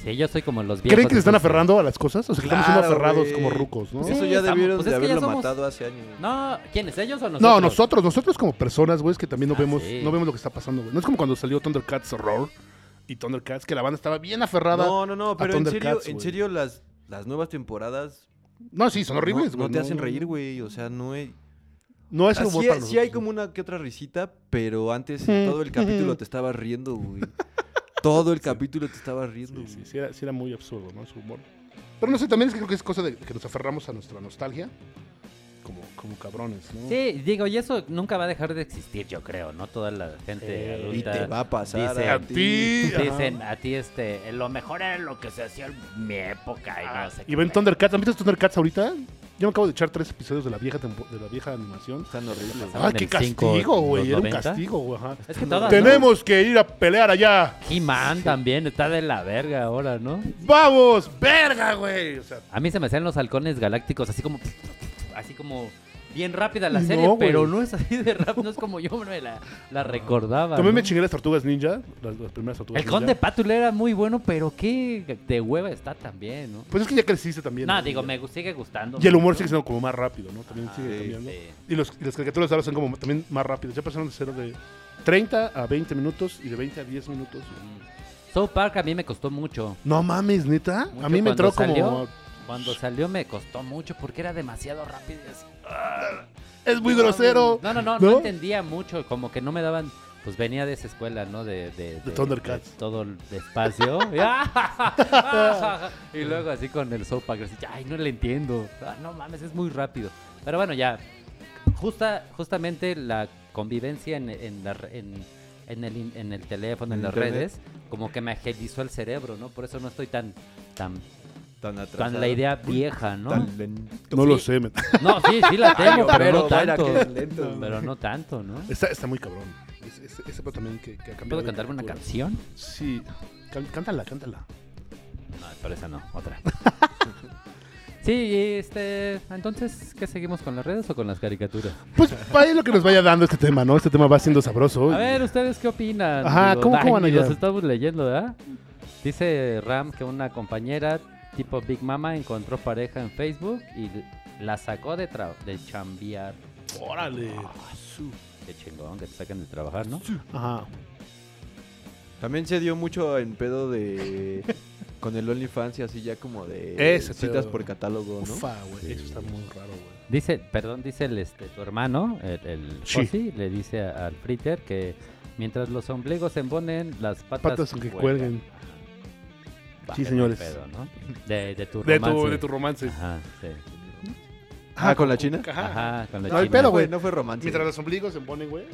Speaker 4: Sí, yo soy como los viejos.
Speaker 1: ¿Creen que se están
Speaker 4: entonces-
Speaker 1: aferrando a las cosas? O sea, que Pues estamos
Speaker 3: Claro,
Speaker 1: aferrados
Speaker 3: güey.
Speaker 1: como rucos, ¿no?
Speaker 4: Sí,
Speaker 3: Pues eso ya
Speaker 4: estamos-
Speaker 3: debieron
Speaker 4: pues
Speaker 3: de
Speaker 4: es que ya
Speaker 3: haberlo
Speaker 4: somos-
Speaker 3: matado hace años.
Speaker 4: No, ¿quiénes? ¿Ellos o nosotros?
Speaker 1: No, nosotros, nosotros como personas, güey, es que también no
Speaker 4: Ah,
Speaker 1: vemos,
Speaker 4: sí.
Speaker 1: no vemos lo que está pasando, güey. No es como cuando salió Thundercats Roar y Thundercats, que la banda estaba bien aferrada. No,
Speaker 3: No, no, no, pero en serio,
Speaker 1: Thundercats,
Speaker 3: en
Speaker 1: güey.
Speaker 3: serio las, las nuevas temporadas
Speaker 1: sí, son
Speaker 3: no-
Speaker 1: horribles,
Speaker 3: no,
Speaker 1: güey.
Speaker 3: te hacen reír, güey, o sea, no es
Speaker 1: No, es el
Speaker 3: Ah,
Speaker 1: humor
Speaker 3: sí,
Speaker 1: para
Speaker 3: sí
Speaker 1: nosotros,
Speaker 3: hay como una que otra risita, pero antes en
Speaker 1: Mm,
Speaker 3: todo el capítulo (laughs)
Speaker 1: mm.
Speaker 3: te estabas riendo, güey. Todo el capítulo te estabas riendo.
Speaker 1: Sí, sí,
Speaker 3: güey.
Speaker 1: sí era, sí era muy absurdo, ¿no? Su humor. Pero no sé, también es que creo que es cosa de que nos aferramos a nuestra nostalgia como, como cabrones, ¿no?
Speaker 4: Sí, digo, y eso nunca va a dejar de existir, yo creo, ¿no? Toda la gente
Speaker 1: Sí.
Speaker 3: Y
Speaker 4: adulta.
Speaker 3: te va a pasar
Speaker 4: dice,
Speaker 1: A
Speaker 3: a ti.
Speaker 1: ti. ajá.
Speaker 4: Dicen a ti, este, lo mejor era lo que se hacía en mi época. Y, no sé
Speaker 1: Ah, Y
Speaker 4: qué
Speaker 1: ven
Speaker 4: pedo".
Speaker 1: Thundercats. ¿Han visto Thundercats ahorita? Yo me acabo de echar tres episodios de la vieja, tempo- de la vieja animación.
Speaker 3: Están horribles.
Speaker 4: Estaban
Speaker 1: Ah,
Speaker 4: en
Speaker 1: qué
Speaker 4: el cinco,
Speaker 1: castigo, güey.
Speaker 4: los
Speaker 1: Era un
Speaker 4: 90.
Speaker 1: castigo, güey. ajá.
Speaker 4: Es que todas. ¿no?
Speaker 1: Tenemos que ir a pelear allá.
Speaker 4: He-Man también está de la verga ahora, ¿no?
Speaker 1: ¡Vamos! ¡Verga, güey! O sea,
Speaker 4: A mí se me hacían los halcones galácticos así como. Así como. Bien rápida la
Speaker 1: No,
Speaker 4: serie,
Speaker 1: güey.
Speaker 4: pero no es así de rápido, no es como yo me la, la recordaba.
Speaker 1: también
Speaker 4: ¿no?
Speaker 1: me chingué las tortugas ninja, las, las primeras tortugas
Speaker 4: El conde
Speaker 1: ninja.
Speaker 4: Pátula era muy bueno, pero qué de hueva está también, ¿no?
Speaker 1: Pues es que ya creciste también.
Speaker 4: No,
Speaker 1: ¿no?
Speaker 4: digo,
Speaker 1: Ya.
Speaker 4: me gu- sigue gustando.
Speaker 1: Y el humor sigue siendo como más rápido, ¿no? También sigue
Speaker 3: sí,
Speaker 1: cambiando.
Speaker 4: sí.
Speaker 1: Y, los, y las caricaturas ahora son como también más rápidas. Ya pasaron de ser de 30 a 20 minutos y de 20 a 10 minutos.
Speaker 4: South Park a mí me costó mucho.
Speaker 1: No mames, neta.
Speaker 4: Mucho
Speaker 1: a mí me entró
Speaker 4: cuando
Speaker 1: como.
Speaker 4: salió. Cuando salió me costó mucho porque era demasiado rápido. y así,
Speaker 1: Es muy grosero.
Speaker 4: No, no, no, no,
Speaker 1: ¿No?
Speaker 4: entendía mucho, como que no me daban... Pues venía de esa escuela, ¿no? De, de, de-
Speaker 1: Thundercats.
Speaker 4: de todo el espacio. (laughs) y luego así con el South Park, así, ay, no le entiendo. Ah, no mames, es muy rápido. Pero bueno, ya. Justa, justamente la convivencia en, en, la re- en- en el, in- en el teléfono, en,
Speaker 3: En
Speaker 4: las
Speaker 3: internet.
Speaker 4: redes, como que me agilizó el cerebro, ¿no? Por eso no estoy tan, tan,
Speaker 3: Tan atrás.
Speaker 4: tan la idea vieja, ¿no?
Speaker 1: No lo sé. me- (laughs)
Speaker 4: No, sí, sí la tengo, pero no tanto.
Speaker 3: lento.
Speaker 4: Pero no tanto, ¿no?
Speaker 1: Está, está muy cabrón. Ese, ese, ese pedo también que, que ha cambiado.
Speaker 4: ¿Puedo
Speaker 1: de
Speaker 4: cantarme una
Speaker 1: cultura.
Speaker 4: canción?
Speaker 1: Sí. Can- cántala, cántala.
Speaker 4: No, pero esa no, otra. (laughs) Sí, este, entonces, ¿qué seguimos con las redes o con las caricaturas?
Speaker 1: Pues vaya lo que nos vaya dando este tema, ¿no? Este tema va siendo sabroso.
Speaker 4: A ver, ¿ustedes qué opinan?
Speaker 1: Ajá, ¿cómo-
Speaker 4: ay,
Speaker 1: cómo van
Speaker 4: ni
Speaker 1: allá?
Speaker 4: Los estamos leyendo, ¿verdad? Dice Ram que una compañera tipo Big Mama encontró pareja en Facebook y la sacó de, tra- de chambear.
Speaker 1: Órale.
Speaker 4: Qué chingón que te saquen de trabajar, ¿no?
Speaker 1: Ajá.
Speaker 3: También se dio mucho en pedo de. Con el OnlyFans y así ya como de.
Speaker 1: Ese
Speaker 3: citas
Speaker 1: pedo.
Speaker 3: por catálogo, ¿no?
Speaker 1: Ufa, güey. Eso está muy raro, güey.
Speaker 4: Dice, perdón, dice el, este, tu hermano, el, el
Speaker 1: Sí.
Speaker 4: Josi, le dice a- al Fritter que mientras los ombligos se embonen, las patas,
Speaker 1: Patas que cuelguen.
Speaker 4: Va,
Speaker 1: Sí,
Speaker 4: qué
Speaker 1: señores.
Speaker 4: buen pedo, ¿no? de, de tu
Speaker 1: De
Speaker 4: romance.
Speaker 1: tu, de tu romance.
Speaker 4: Ajá, sí.
Speaker 3: Ah, ¿con la china?
Speaker 1: Ajá.
Speaker 4: Ajá, con la
Speaker 1: No, el
Speaker 4: china.
Speaker 1: pedo,
Speaker 3: No
Speaker 1: güey.
Speaker 3: fue, no fue romántico.
Speaker 1: Mientras los ombligos se ponen, güey.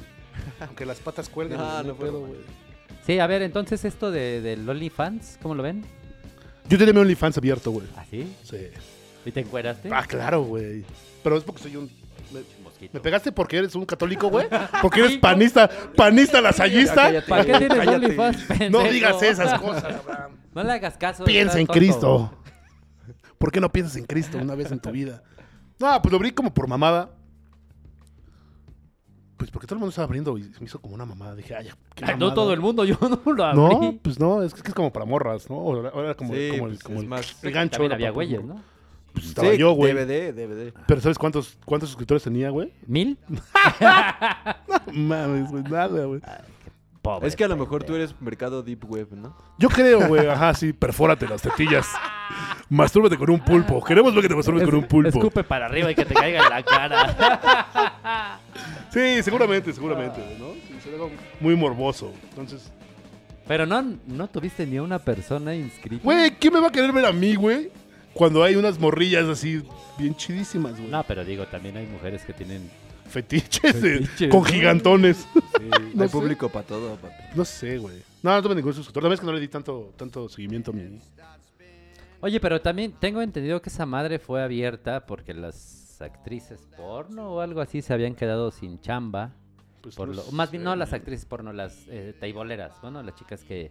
Speaker 1: Aunque las patas cuelguen.
Speaker 3: Ah,
Speaker 1: no
Speaker 3: no fue
Speaker 1: puedo,
Speaker 3: romántico.
Speaker 1: güey.
Speaker 4: Sí, a ver, entonces esto de, del OnlyFans, ¿cómo lo ven?
Speaker 1: Yo tenía mi OnlyFans abierto, güey.
Speaker 4: ¿Así?
Speaker 1: Sí.
Speaker 4: ¿Y te encueraste?
Speaker 1: Ah, claro, güey. Pero es porque soy un. Me,
Speaker 4: Mosquito.
Speaker 1: me pegaste porque eres un católico, güey. Porque eres panista, panista lasallista.
Speaker 3: Ya, cállate.
Speaker 4: ¿Para qué tienes
Speaker 3: Cállate.
Speaker 4: OnlyFans,
Speaker 1: No
Speaker 4: pendejo?
Speaker 1: digas esas cosas, Abraham.
Speaker 4: (laughs) No le hagas caso.
Speaker 1: Piensa
Speaker 4: estás
Speaker 1: en
Speaker 4: tonto.
Speaker 1: Cristo. ¿Por qué no piensas en Cristo una vez en tu vida? No, pues lo abrí como por mamada. Pues porque todo el mundo estaba abriendo y se me hizo como una mamada. Dije, ay, ya, qué
Speaker 4: Ay, Ah, no
Speaker 1: mamada.
Speaker 4: todo el mundo, yo no lo abrí.
Speaker 1: No, pues no, es que es, que es como para morras, ¿no? O era- o era como,
Speaker 3: Sí,
Speaker 1: como el,
Speaker 3: pues
Speaker 1: como
Speaker 3: es
Speaker 1: el-
Speaker 3: más-
Speaker 1: el gancho.
Speaker 4: También
Speaker 1: era
Speaker 4: había
Speaker 1: para-
Speaker 4: güeyes, ¿no?
Speaker 1: Pues estaba yo, güey.
Speaker 3: DVD, DVD.
Speaker 1: Pero ¿sabes cuántos, cuántos suscriptores tenía, güey?
Speaker 4: ¿Mil?
Speaker 1: (laughs) No mames, güey, nada, güey.
Speaker 4: Pobre
Speaker 3: Es que a lo mejor
Speaker 4: pendejo.
Speaker 3: tú eres mercado deep web, ¿no?
Speaker 1: Yo creo, güey, ajá, sí, perfórate las tetillas. Mastúrbate con un pulpo. Queremos ver que te masturbes
Speaker 4: Es-
Speaker 1: con un pulpo.
Speaker 4: Escupe para arriba y que te caiga en la cara. (laughs)
Speaker 1: Sí, seguramente, seguramente, ¿no? Sí, será algo muy morboso. Entonces,
Speaker 4: Pero no, no tuviste ni a una persona inscrita.
Speaker 1: Güey, ¿quién me va a querer ver a mí, güey? Cuando hay unas morrillas así bien chidísimas, güey.
Speaker 4: No, pero digo, también hay mujeres que tienen.
Speaker 1: Fetiches, de-
Speaker 4: Fetiches,
Speaker 1: con
Speaker 4: ¿no?
Speaker 1: gigantones. No
Speaker 3: Hay
Speaker 1: sé.
Speaker 3: público para todo, papi.
Speaker 1: No sé, güey. No, no tuve ningún suscriptor. La verdad es que no le di tanto, tanto seguimiento a mi...
Speaker 4: Oye, pero también tengo entendido que esa madre fue abierta porque las actrices porno o algo así se habían quedado sin chamba.
Speaker 1: pues,
Speaker 4: por
Speaker 1: no
Speaker 4: lo- más bien no
Speaker 1: sé,
Speaker 4: las
Speaker 1: güey.
Speaker 4: actrices porno, las eh, teiboleras, bueno, las chicas que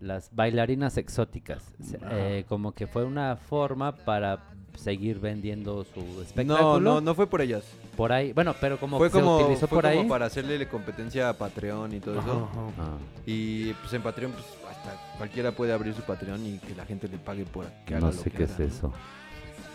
Speaker 4: las bailarinas exóticas, Se- eh, como que fue una forma para seguir vendiendo su espectáculo
Speaker 3: No, no, no fue por ellas.
Speaker 4: por ahí, bueno, pero como
Speaker 3: fue
Speaker 4: que se
Speaker 3: como,
Speaker 4: utilizó
Speaker 3: fue
Speaker 4: por
Speaker 3: como
Speaker 4: ahí.
Speaker 3: para hacerle la competencia a Patreon y todo eso.
Speaker 1: Ajá, ajá.
Speaker 4: Ah,
Speaker 3: Y pues en Patreon, pues hasta cualquiera puede abrir su Patreon y que la gente le pague por que haga
Speaker 4: no
Speaker 3: lo
Speaker 4: sé
Speaker 3: que
Speaker 4: qué
Speaker 3: haga,
Speaker 4: es
Speaker 3: ¿no?
Speaker 4: eso.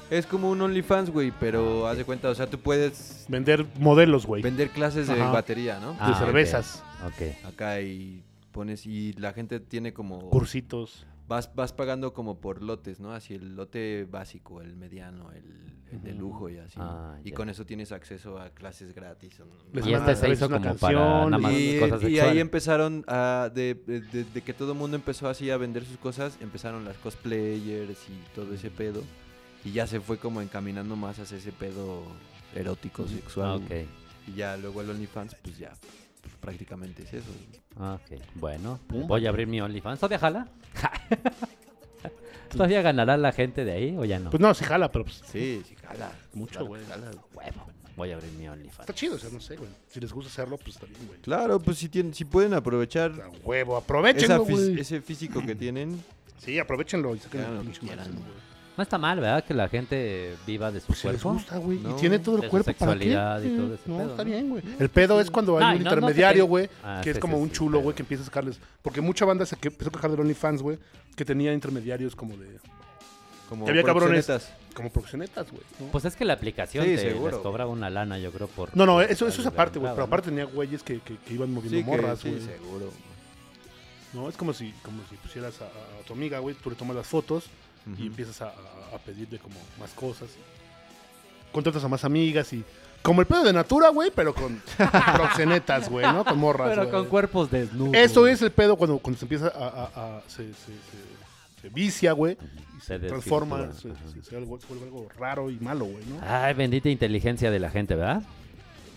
Speaker 3: Es como un OnlyFans, güey, pero haz de cuenta, o sea, tú puedes
Speaker 1: Vender modelos, güey.
Speaker 3: vender clases de
Speaker 1: Ajá.
Speaker 3: batería, ¿no?
Speaker 4: Ah,
Speaker 1: de cervezas,
Speaker 4: Ok.
Speaker 3: Acá y pones y la gente tiene como
Speaker 1: cursitos.
Speaker 3: vas vas pagando como por lotes, ¿no? Así el lote básico, el mediano, el, el de lujo y así.
Speaker 4: Ah,
Speaker 3: y
Speaker 4: ya.
Speaker 3: con eso tienes acceso a clases gratis. o no-
Speaker 1: Les
Speaker 4: Y
Speaker 1: mandan
Speaker 4: este
Speaker 1: a
Speaker 4: se
Speaker 1: veces
Speaker 4: hizo
Speaker 1: una
Speaker 4: como
Speaker 1: canción
Speaker 4: para nada más
Speaker 3: Y,
Speaker 4: cosas
Speaker 3: y
Speaker 4: sexuales.
Speaker 3: ahí empezaron a, de, de- de- de que todo el mundo empezó así a vender sus cosas, empezaron las cosplayers y todo ese pedo. Y ya se fue como encaminando más hacia ese pedo erótico,
Speaker 4: Ah,
Speaker 3: sexual. güey.
Speaker 4: ok.
Speaker 3: Y ya luego el OnlyFans, pues ya pues, prácticamente es eso. güey.
Speaker 4: Ah, ok. Bueno, voy a abrir mi OnlyFans. ¿Todavía jala? (laughs) ¿Todavía ganará la gente de ahí o ya no?
Speaker 1: Pues no, se jala, pero pues,
Speaker 3: Sí, sí, jala.
Speaker 1: mucho, güey.
Speaker 4: Huevo. Voy a abrir mi OnlyFans.
Speaker 1: Está chido, o sea, no sé, güey. Si les gusta hacerlo, pues está bien, güey.
Speaker 3: Claro, pues si, tienen, si pueden aprovechar
Speaker 1: A huevo,
Speaker 3: esa
Speaker 1: aprovechenlo,
Speaker 3: fis-
Speaker 1: güey.
Speaker 3: ese físico que tienen.
Speaker 1: Sí, aprovechenlo y saquen
Speaker 3: Hagan
Speaker 1: el
Speaker 3: lo que
Speaker 1: pinche
Speaker 3: quieran,
Speaker 1: máximo,
Speaker 3: güey.
Speaker 1: güey.
Speaker 4: No está mal, ¿verdad? Que la gente viva de su
Speaker 1: Pues si les
Speaker 4: cuerpo.
Speaker 1: gusta, güey.
Speaker 3: No,
Speaker 1: y tiene todo
Speaker 4: de
Speaker 1: el
Speaker 4: su
Speaker 1: cuerpo para qué.
Speaker 4: sexualidad y
Speaker 1: Sí,
Speaker 4: todo ese
Speaker 1: no,
Speaker 4: pedo,
Speaker 1: está
Speaker 4: ¿no?
Speaker 1: bien, güey. El pedo es cuando hay
Speaker 4: No,
Speaker 1: un
Speaker 4: y no- no te
Speaker 1: intermediario,
Speaker 4: pe-
Speaker 1: güey,
Speaker 4: Ah,
Speaker 1: que es
Speaker 4: sí,
Speaker 1: como
Speaker 4: sí,
Speaker 1: un
Speaker 4: sí,
Speaker 1: chulo, güey,
Speaker 4: pero-
Speaker 1: que empieza a sacarles. Porque mucha banda se que empezó a quejar del OnlyFans, güey, que tenía intermediarios como de.
Speaker 3: Como
Speaker 1: Que había cabrones.
Speaker 3: proxenetas.
Speaker 1: como proxenetas, güey. ¿no?
Speaker 4: Pues es que la aplicación te
Speaker 3: Sí,
Speaker 4: les
Speaker 3: seguro, güey.
Speaker 4: cobraba una lana, yo creo, por...
Speaker 1: no, no,
Speaker 4: por
Speaker 1: eso, eso es
Speaker 4: haberlo
Speaker 1: aparte, güey.
Speaker 4: entrado,
Speaker 1: Pero
Speaker 4: ¿no?
Speaker 1: aparte tenía güeyes que, que- que iban moviendo
Speaker 3: Sí, que-
Speaker 1: morras,
Speaker 3: sí,
Speaker 1: güey.
Speaker 3: seguro.
Speaker 1: ¿no? Es como si, como si pusieras a, a tu amiga, güey, tú le tomas las fotos y
Speaker 3: Ujú.
Speaker 1: empiezas a, a- a pedirle como más cosas. Contratas a más amigas y. Como el pedo de Natura, güey, pero
Speaker 4: (laughs)
Speaker 1: con proxenetas, güey, ¿no? Con morras,
Speaker 4: Pero
Speaker 1: güey.
Speaker 4: con cuerpos desnudos.
Speaker 1: Eso
Speaker 4: güey.
Speaker 1: es el pedo cuando, cuando se empieza a. a- a- se, se- se- se vicia, güey. Y se,
Speaker 4: Se
Speaker 1: transforma, se,
Speaker 4: desvirtúa, ajá. Ah.
Speaker 1: se- se vuelve se vuelve algo raro y malo, güey, ¿no?
Speaker 4: Ay, bendita inteligencia de la gente, ¿verdad?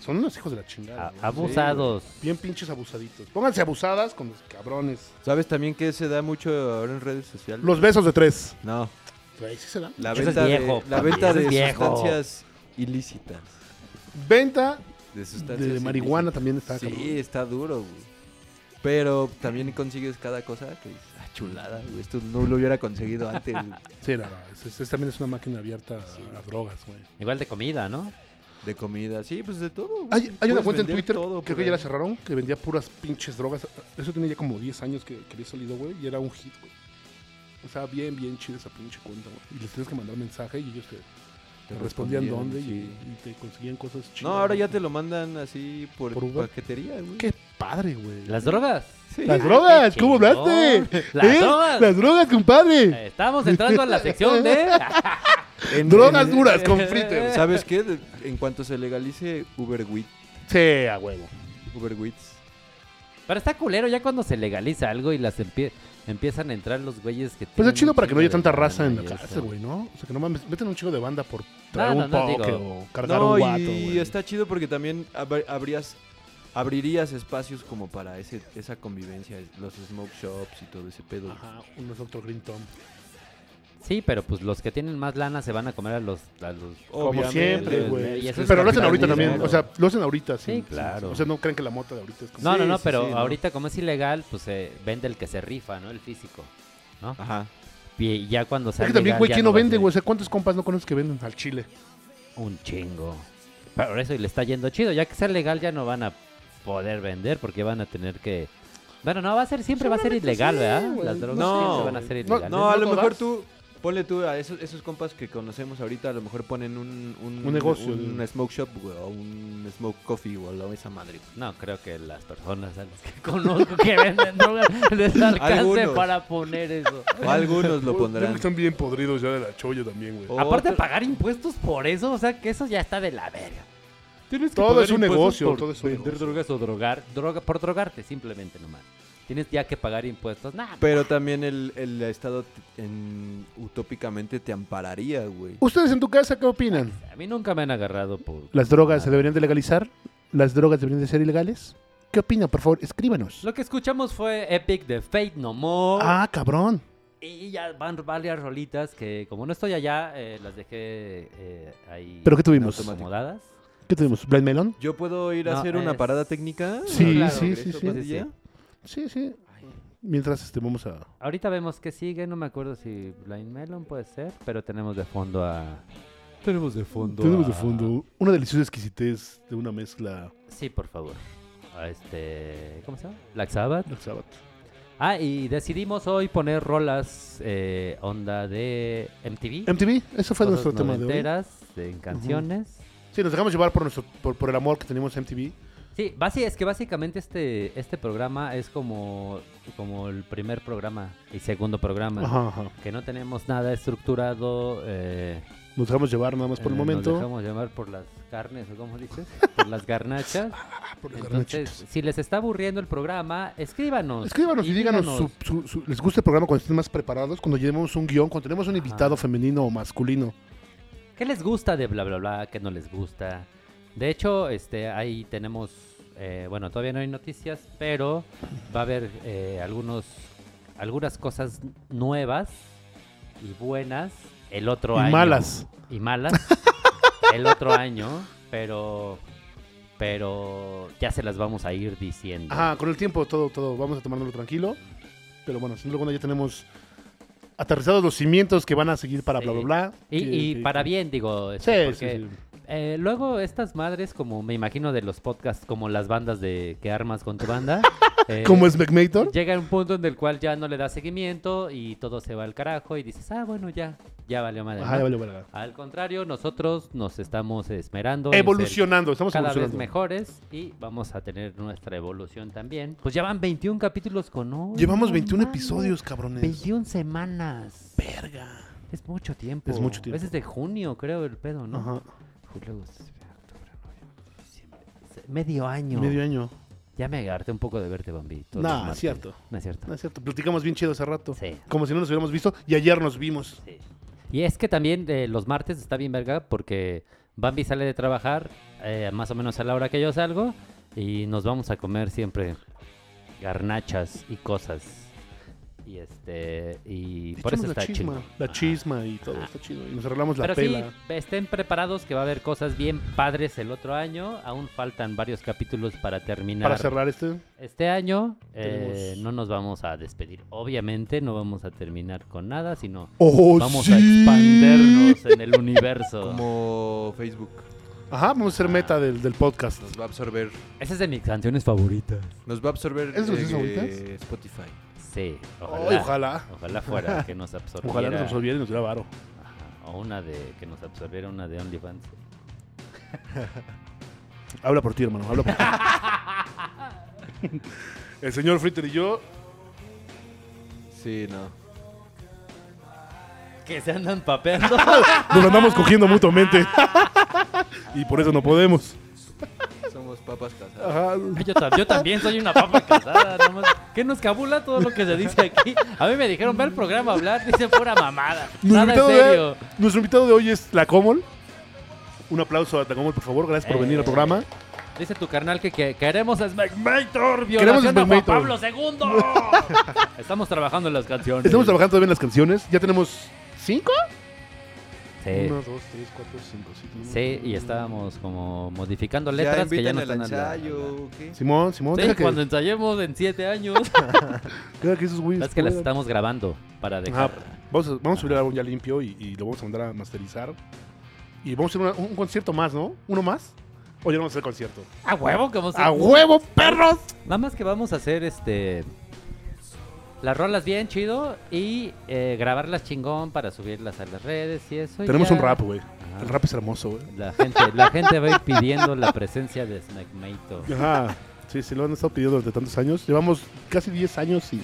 Speaker 1: Son unos hijos de la
Speaker 4: A-
Speaker 1: chingada. güey.
Speaker 4: abusados.
Speaker 1: Bien pinches abusaditos. Pónganse abusadas con los cabrones.
Speaker 3: ¿Sabes también que se da mucho ahora en redes sociales?
Speaker 1: Los besos de tres.
Speaker 3: No,
Speaker 1: Güey, Pues sí se dan.
Speaker 3: la
Speaker 4: Eso es
Speaker 3: venta
Speaker 4: viejo,
Speaker 3: de, la
Speaker 4: papi,
Speaker 3: venta
Speaker 4: eso es
Speaker 3: de
Speaker 4: viejo.
Speaker 3: sustancias ilícitas.
Speaker 1: Venta
Speaker 3: De sustancias
Speaker 1: de marihuana
Speaker 3: ilícitas.
Speaker 1: también está.
Speaker 3: Sí,
Speaker 1: cabrón.
Speaker 3: está duro, güey. Pero también consigues cada cosa que dices, ah, chulada, güey. Esto no lo hubiera
Speaker 1: (laughs)
Speaker 3: conseguido antes. güey".
Speaker 1: Sí, la verdad, es, es- es- también es una máquina abierta a- a, drogas, güey.
Speaker 4: Igual de comida, ¿no?
Speaker 3: De comida, sí, pues de todo. güey.
Speaker 1: Hay, hay una
Speaker 3: Puedes
Speaker 1: cuenta en
Speaker 3: vender
Speaker 1: Twitter,
Speaker 3: todo
Speaker 1: creo
Speaker 3: por
Speaker 1: que ya la
Speaker 3: ahí.
Speaker 1: cerraron, que vendía puras pinches drogas. Eso tenía ya como 10 años que, que había salido, güey, y era un hit, güey. O sea, bien, bien chida esa pinche cuenta, güey. Y les tienes que mandar mensaje y ellos te, te respondían dónde y,
Speaker 3: sí.
Speaker 1: y te conseguían cosas chidas.
Speaker 3: No, ahora ya te lo mandan así por,
Speaker 1: Por Uber.
Speaker 3: paquetería, güey.
Speaker 1: Qué padre, güey.
Speaker 4: Las drogas. Ah,
Speaker 3: Sí.
Speaker 1: Las drogas,
Speaker 4: Qué
Speaker 1: ¿cómo
Speaker 4: chingón.
Speaker 1: hablaste?
Speaker 4: Las
Speaker 1: ¿Eh?
Speaker 4: drogas.
Speaker 1: Las drogas,
Speaker 3: Eh,
Speaker 1: compadre.
Speaker 4: Estamos entrando a la
Speaker 1: (laughs)
Speaker 4: sección de...
Speaker 3: En-
Speaker 1: drogas
Speaker 3: en-
Speaker 1: duras con frites.
Speaker 4: (laughs)
Speaker 3: ¿Sabes qué? De- en cuanto se legalice Uber Wheat-
Speaker 1: Sí, a huevo.
Speaker 3: Uber Wheats,
Speaker 4: Pero está culero ya cuando se legaliza algo y las empie- empiezan a entrar los güeyes que
Speaker 1: Pues
Speaker 4: tienen
Speaker 1: es chido
Speaker 4: un
Speaker 1: para que no
Speaker 4: chingo
Speaker 1: haya
Speaker 4: de
Speaker 1: tanta raza en
Speaker 4: lana
Speaker 1: la
Speaker 4: y
Speaker 1: cárcel,
Speaker 4: eso.
Speaker 1: güey, ¿no? O sea, que no mames, meten un chico de banda por traer
Speaker 4: No,
Speaker 1: un
Speaker 4: no, no,
Speaker 1: poke
Speaker 4: digo-
Speaker 1: o cargar
Speaker 3: No,
Speaker 1: un
Speaker 3: y
Speaker 1: guato, güey.
Speaker 3: está chido porque también abr- abrías, abrirías espacios como para ese, esa convivencia, los smoke shops y todo ese pedo.
Speaker 1: Ajá, uno es otro Green Tom.
Speaker 4: Sí, pero pues los que tienen más lana se van a comer a los... a los-
Speaker 1: Como
Speaker 3: Obviamente,
Speaker 1: siempre,
Speaker 4: el-
Speaker 1: güey.
Speaker 4: y eso es
Speaker 1: Pero lo hacen ahorita
Speaker 4: capitalismo,
Speaker 1: también. O sea, lo hacen ahorita,
Speaker 4: Sí,
Speaker 1: sí.
Speaker 4: claro.
Speaker 1: O sea, no creen que la mota de ahorita es como.
Speaker 4: No, no,
Speaker 3: Sí,
Speaker 4: no,
Speaker 3: sí,
Speaker 4: pero
Speaker 3: sí, no.
Speaker 4: ahorita como es ilegal, pues se vende el que se rifa, ¿no? El físico.
Speaker 3: Ajá.
Speaker 4: Y ya cuando sale
Speaker 1: Es que también,
Speaker 4: legal,
Speaker 1: güey,
Speaker 4: ya
Speaker 1: ¿quién no
Speaker 4: va a
Speaker 1: vende,
Speaker 4: ser
Speaker 1: güey? O sea, ¿cuántos compas no conoces que venden al chile?
Speaker 4: Un chingo. Por eso y le está yendo chido. Ya que sea legal ya no van a poder vender porque van a tener que... Bueno, no, va a ser siempre va a ser ilegal, ¿verdad?
Speaker 1: güey.
Speaker 4: Las drogas
Speaker 3: No,
Speaker 4: siempre van a ser
Speaker 1: güey.
Speaker 4: ilegales.
Speaker 3: No, a
Speaker 1: No
Speaker 3: lo mejor
Speaker 1: todas.
Speaker 3: tú, ponle tú a esos, esos compas que conocemos ahorita, a lo mejor ponen un, un,
Speaker 1: Un negocio,
Speaker 3: un
Speaker 1: de-
Speaker 3: smoke shop, güey, o un smoke coffee, o lo-
Speaker 1: (laughs)
Speaker 3: esa madre. güey.
Speaker 4: No, creo que las personas a las que conozco que venden (laughs) drogas les alcance
Speaker 3: Algunos.
Speaker 4: para poner eso.
Speaker 3: O algunos lo pondrán.
Speaker 1: Están bien podridos ya de la cholla también, güey.
Speaker 3: O
Speaker 4: Aparte de
Speaker 3: otro-
Speaker 4: pagar impuestos por eso, o sea, que eso ya está de la verga.
Speaker 1: Todo es un negocio, todo es un
Speaker 4: vender
Speaker 1: negocio.
Speaker 4: drogas o drogar, droga, por drogarte simplemente nomás. tienes ya que pagar impuestos. Nah,
Speaker 3: Pero también el, el Estado t- en- utópicamente te ampararía, güey.
Speaker 1: ¿Ustedes en tu casa qué opinan?
Speaker 4: a mí nunca me han agarrado por...
Speaker 1: ¿Las drogas se
Speaker 4: nada.
Speaker 1: deberían de legalizar? ¿Las drogas deberían de ser ilegales? ¿Qué opinan? Por favor, escríbanos.
Speaker 4: Lo que escuchamos fue Epic de Fate No More.
Speaker 1: Ah, cabrón.
Speaker 4: Y ya van varias rolitas que, como no estoy allá, eh, las dejé eh, ahí.
Speaker 1: ¿Pero qué tuvimos?
Speaker 4: Acomodadas.
Speaker 1: ¿Qué tuvimos? ¿Blind Melon?
Speaker 3: ¿Yo puedo ir a
Speaker 4: No,
Speaker 3: hacer una
Speaker 4: es-
Speaker 3: parada técnica?
Speaker 1: Sí,
Speaker 4: Claro,
Speaker 1: sí, sí,
Speaker 3: ¿Regreso,
Speaker 1: sí.
Speaker 4: sí,
Speaker 3: pandilla?
Speaker 4: sí.
Speaker 1: Sí, sí. Mientras este, vamos a...
Speaker 4: Ahorita vemos qué sigue, no me acuerdo si Blind Melon puede ser, pero tenemos de fondo a... Tenemos de fondo
Speaker 1: Tenemos de fondo una deliciosa exquisitez de una mezcla
Speaker 4: Sí, por favor. A este... ¿Cómo se llama? Black Sabbath.
Speaker 1: del sábado.
Speaker 4: Ah, y decidimos hoy poner rolas eh, onda de MTV.
Speaker 1: MTV, eso fue
Speaker 4: cosas
Speaker 1: nuestro tema de hoy.
Speaker 4: noventeras, en canciones.
Speaker 1: Sí, nos dejamos llevar por, nuestro, por, por el amor que tenemos a MTV.
Speaker 4: Sí, basi- es que básicamente este, este programa es como, como el primer programa y segundo programa.
Speaker 1: Ajá, ajá.
Speaker 4: Que no tenemos nada estructurado. eh,
Speaker 1: Nos dejamos llevar nada más Pues por
Speaker 4: eh,
Speaker 1: el momento.
Speaker 4: Nos dejamos llamar por las carnes, ¿o cómo dices? Por
Speaker 1: (laughs)
Speaker 4: las garnachas.
Speaker 1: Ah, por las
Speaker 4: Entonces,
Speaker 1: garnachitas.
Speaker 4: si les está aburriendo el programa, escríbanos.
Speaker 1: Escríbanos y díganos, su- su- su- ¿les gusta el programa cuando estén más preparados? Cuando llevemos un guión, cuando tenemos un
Speaker 4: Ajá.
Speaker 1: invitado femenino o masculino.
Speaker 4: ¿Qué les gusta de bla bla bla? ¿Qué no les gusta? De hecho, este, ahí tenemos, eh, bueno, todavía no hay noticias, pero va a haber eh, algunos, algunas cosas nuevas y buenas el otro
Speaker 1: Y
Speaker 4: año.
Speaker 1: malas.
Speaker 4: Y malas el otro año, pero, pero ya se las vamos a ir diciendo.
Speaker 1: Ajá, con el tiempo todo, todo, vamos a tomárnoslo tranquilo. Pero bueno, sin luego ya tenemos aterrizados los cimientos que van a seguir para bla,
Speaker 4: Sí.
Speaker 1: bla, bla.
Speaker 4: Y,
Speaker 1: que-
Speaker 4: y
Speaker 1: que-
Speaker 4: para bien, digo,
Speaker 1: Sí,
Speaker 4: este,
Speaker 1: sí,
Speaker 4: porque,
Speaker 1: sí.
Speaker 4: eh, luego estas madres, como me imagino de los podcasts, como las bandas de que armas con tu
Speaker 1: (laughs)
Speaker 4: banda, eh,
Speaker 1: ¿Cómo es McMator?
Speaker 4: llega un punto en el cual ya no le da seguimiento y todo se va al carajo y dices, ah, bueno, ya, ya valió madre.
Speaker 1: Ajá,
Speaker 4: ¿no?
Speaker 1: ya valió verga.
Speaker 4: Al contrario, nosotros nos estamos esmerando. en ser
Speaker 1: Evolucionando, estamos
Speaker 4: Cada vez
Speaker 1: evolucionando.
Speaker 4: mejores y vamos a tener nuestra evolución también. Pues ya van 21 capítulos con hoy.
Speaker 1: Llevamos
Speaker 4: no
Speaker 1: 21
Speaker 4: mames,
Speaker 1: episodios, cabrones.
Speaker 4: 21 semanas. Verga. Es mucho tiempo.
Speaker 1: Es mucho tiempo.
Speaker 4: Es desde junio, creo, el pedo, ¿no?
Speaker 1: Ajá,
Speaker 4: Julio, agosto, septiembre, octubre, noviembre, diciembre. Medio año.
Speaker 1: medio año.
Speaker 4: Ya me agarré un poco de verte, Bambi. todos
Speaker 1: Nah,
Speaker 4: los martes.
Speaker 1: cierto.
Speaker 4: No es cierto.
Speaker 1: No es cierto, platicamos bien chido hace rato.
Speaker 4: Sí.
Speaker 1: Como si no nos hubiéramos visto y ayer nos vimos.
Speaker 4: Sí. Y es que también eh, los martes está bien verga porque Bambi sale de trabajar eh, más o menos a la hora que yo salgo y nos vamos a comer siempre garnachas y cosas. Y este y por eso
Speaker 1: Echamos
Speaker 4: está
Speaker 1: la chisma,
Speaker 4: chido.
Speaker 1: la
Speaker 4: Ajá.
Speaker 1: chisma y todo,
Speaker 4: Ajá.
Speaker 1: está chido. Y nos arreglamos la
Speaker 4: Pero
Speaker 1: pela.
Speaker 4: sí, estén preparados que va a haber cosas bien padres el otro año. Aún faltan varios capítulos para terminar.
Speaker 1: Para cerrar este,
Speaker 4: Este año eh,
Speaker 1: Tenemos-
Speaker 4: no nos vamos a despedir. Obviamente no vamos a terminar con nada, sino
Speaker 1: ¡Oh,
Speaker 4: vamos
Speaker 1: sí!
Speaker 4: a expandernos en el universo.
Speaker 3: Como Facebook
Speaker 1: Ajá, vamos a ser meta del, del podcast.
Speaker 3: nos va a absorber.
Speaker 4: Esa es de mis canciones favoritas.
Speaker 3: Nos va a absorber eh,
Speaker 1: ¿Es de sus favoritas?
Speaker 3: Spotify.
Speaker 4: Sí,
Speaker 1: Ay,
Speaker 4: ojalá. ojalá.
Speaker 1: Ojalá.
Speaker 4: fuera que nos absorbiera.
Speaker 1: Ojalá nos absorbiera y nos diera varo.
Speaker 4: Ajá, O una de que nos absorbiera una de OnlyFans.
Speaker 1: Habla por ti, hermano, habla por ti. (laughs) El señor Fritter y yo
Speaker 3: Sí, no.
Speaker 4: Que se andan papeando. (laughs)
Speaker 1: nos andamos cogiendo (laughs) mutuamente. y por eso no podemos.
Speaker 3: Somos papas casadas.
Speaker 1: Ajá.
Speaker 4: yo, tam- yo también soy una papa casada. nomás. ¿Qué nos cabula todo lo que se dice aquí? A mí me dijeron, ve el programa a hablar. Dice pura mamada.
Speaker 1: Nuestro
Speaker 4: Nada en
Speaker 1: invitado, de,
Speaker 4: serio.
Speaker 1: nuestro invitado de hoy es Tlacomol. Un aplauso a Tlacomol, por favor. Gracias por
Speaker 4: Eh,
Speaker 1: venir al programa.
Speaker 4: Dice tu carnal que, que queremos a Smackmator.
Speaker 1: Queremos
Speaker 4: Violación a Juan
Speaker 1: Smackmator.
Speaker 4: Pablo
Speaker 1: (laughs)
Speaker 4: II. Estamos trabajando en las canciones.
Speaker 1: Estamos trabajando todavía en las canciones. Ya tenemos cinco.
Speaker 4: Sí.
Speaker 1: Uno, dos, tres, cuatro, cinco. sí, tenemos.
Speaker 4: Eh. Sí, y estábamos como modificando
Speaker 3: ya
Speaker 4: letras que ya
Speaker 3: invitan
Speaker 4: no
Speaker 3: al
Speaker 4: están al- al-
Speaker 3: ensayo. ¿o qué?
Speaker 1: Simón, Simón,
Speaker 4: Sí,
Speaker 1: deja, que,
Speaker 4: cuando ensayemos en siete
Speaker 1: (laughs)
Speaker 4: años.
Speaker 1: deja que esos güeyes.
Speaker 4: Es que las
Speaker 1: puedan.
Speaker 4: estamos grabando para
Speaker 1: Ajá,
Speaker 4: dejar.
Speaker 1: vamos, a, vamos a subir el álbum ya limpio y, y lo vamos a mandar a masterizar. Y vamos a hacer una- un concierto más, ¿no? ¿Uno más? O ya no vamos a hacer concierto.
Speaker 4: A huevo, que vamos a
Speaker 1: ¡A huevo, perros!
Speaker 4: Nada más que vamos a hacer este. Las rolas bien chido y eh, grabarlas chingón para subirlas a las redes y eso. y
Speaker 1: Tenemos
Speaker 4: ya.
Speaker 1: un rap, güey.
Speaker 4: Ajá.
Speaker 1: El rap es hermoso, güey.
Speaker 4: La gente, la gente va a ir pidiendo la presencia de Smackmator.
Speaker 1: Ajá. Sí, sí, lo han estado pidiendo durante tantos años. Llevamos casi 10 años sin,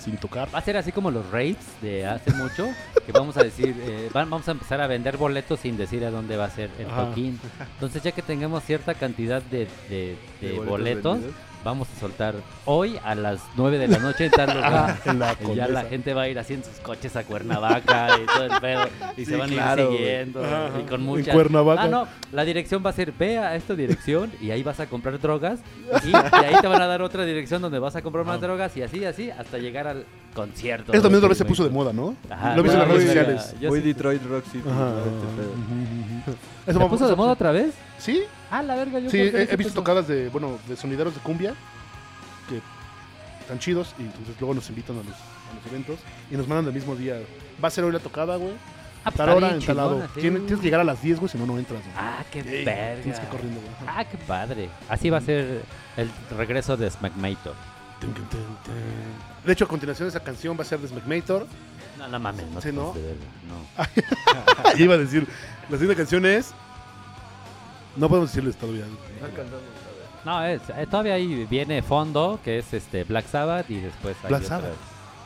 Speaker 1: sin tocar.
Speaker 4: Va a ser así como los raves de hace mucho, que vamos a decir, eh, van- vamos a empezar a vender boletos sin decir a dónde va a ser el
Speaker 1: Ajá.
Speaker 4: toquín. Entonces ya que tengamos cierta cantidad de, de- de
Speaker 3: ¿De boletos
Speaker 4: boletos,
Speaker 3: vendidos?
Speaker 4: vamos a soltar hoy a las 9 de la noche en tal lugar.
Speaker 1: En la
Speaker 4: Y ya la
Speaker 1: Condesa.
Speaker 4: gente va a ir así en sus coches a Cuernavaca y todo el pedo. Y se van a
Speaker 3: claro,
Speaker 4: ir
Speaker 3: güey.
Speaker 4: siguiendo.
Speaker 1: Ajá.
Speaker 4: Y con
Speaker 1: En
Speaker 4: mucha.
Speaker 1: Cuernavaca.
Speaker 4: Ah, no. La dirección va a ser: ve a esta dirección y ahí vas a comprar drogas. Y de ahí te van a dar otra dirección donde vas a comprar más drogas. Y así, así, hasta llegar al concierto.
Speaker 1: Esto también otra
Speaker 4: Sí,
Speaker 1: vez se
Speaker 4: güey.
Speaker 1: puso de moda, ¿no?
Speaker 4: Ajá,
Speaker 1: Lo he visto en las
Speaker 4: güey,
Speaker 1: redes
Speaker 4: mira,
Speaker 1: sociales.
Speaker 4: yo
Speaker 3: Muy
Speaker 4: sí-
Speaker 3: Detroit Rock City.
Speaker 1: Ajá.
Speaker 3: todo este pedo.
Speaker 1: Ujú, ujú, ujú.
Speaker 4: ¿Se
Speaker 1: Eso vamos-
Speaker 4: puso de moda otra vez?
Speaker 1: ¿Sí?
Speaker 4: Ah, la verga, yo
Speaker 1: Sí,
Speaker 4: creo que
Speaker 1: he,
Speaker 4: no
Speaker 1: he
Speaker 4: se
Speaker 1: visto
Speaker 4: puso.
Speaker 1: tocadas de, bueno, de sonideros de cumbia que están chidos y entonces luego nos invitan a los, a los eventos y nos mandan el mismo día. Va a ser hoy la tocada, güey.
Speaker 4: Ah, pues
Speaker 1: Tal
Speaker 4: está
Speaker 1: hora,
Speaker 4: bien
Speaker 1: en tal lado.
Speaker 4: chingona, sí.
Speaker 1: Tienes, tienes que llegar a las 10, güey, si no, no entras, güey.
Speaker 4: Ah, qué
Speaker 1: Ey,
Speaker 4: verga.
Speaker 1: Tienes que ir corriendo, güey.
Speaker 4: Ah, qué padre. Así va a ser el regreso de Smackmator.
Speaker 1: Tun, tun, tun, tun. De hecho, a continuación esa canción va a ser de (laughs) Smackmator.
Speaker 4: No, no mames. No
Speaker 1: Sí,
Speaker 4: te
Speaker 1: ¿no?
Speaker 4: pases de verga, no.
Speaker 1: Ah, ya iba a decir, la siguiente canción es... No podemos decirles todavía.
Speaker 4: No, es, eh, todavía ahí viene fondo, que es este Black Sabbath y después hay
Speaker 1: Black
Speaker 4: otras.
Speaker 1: Sabbath.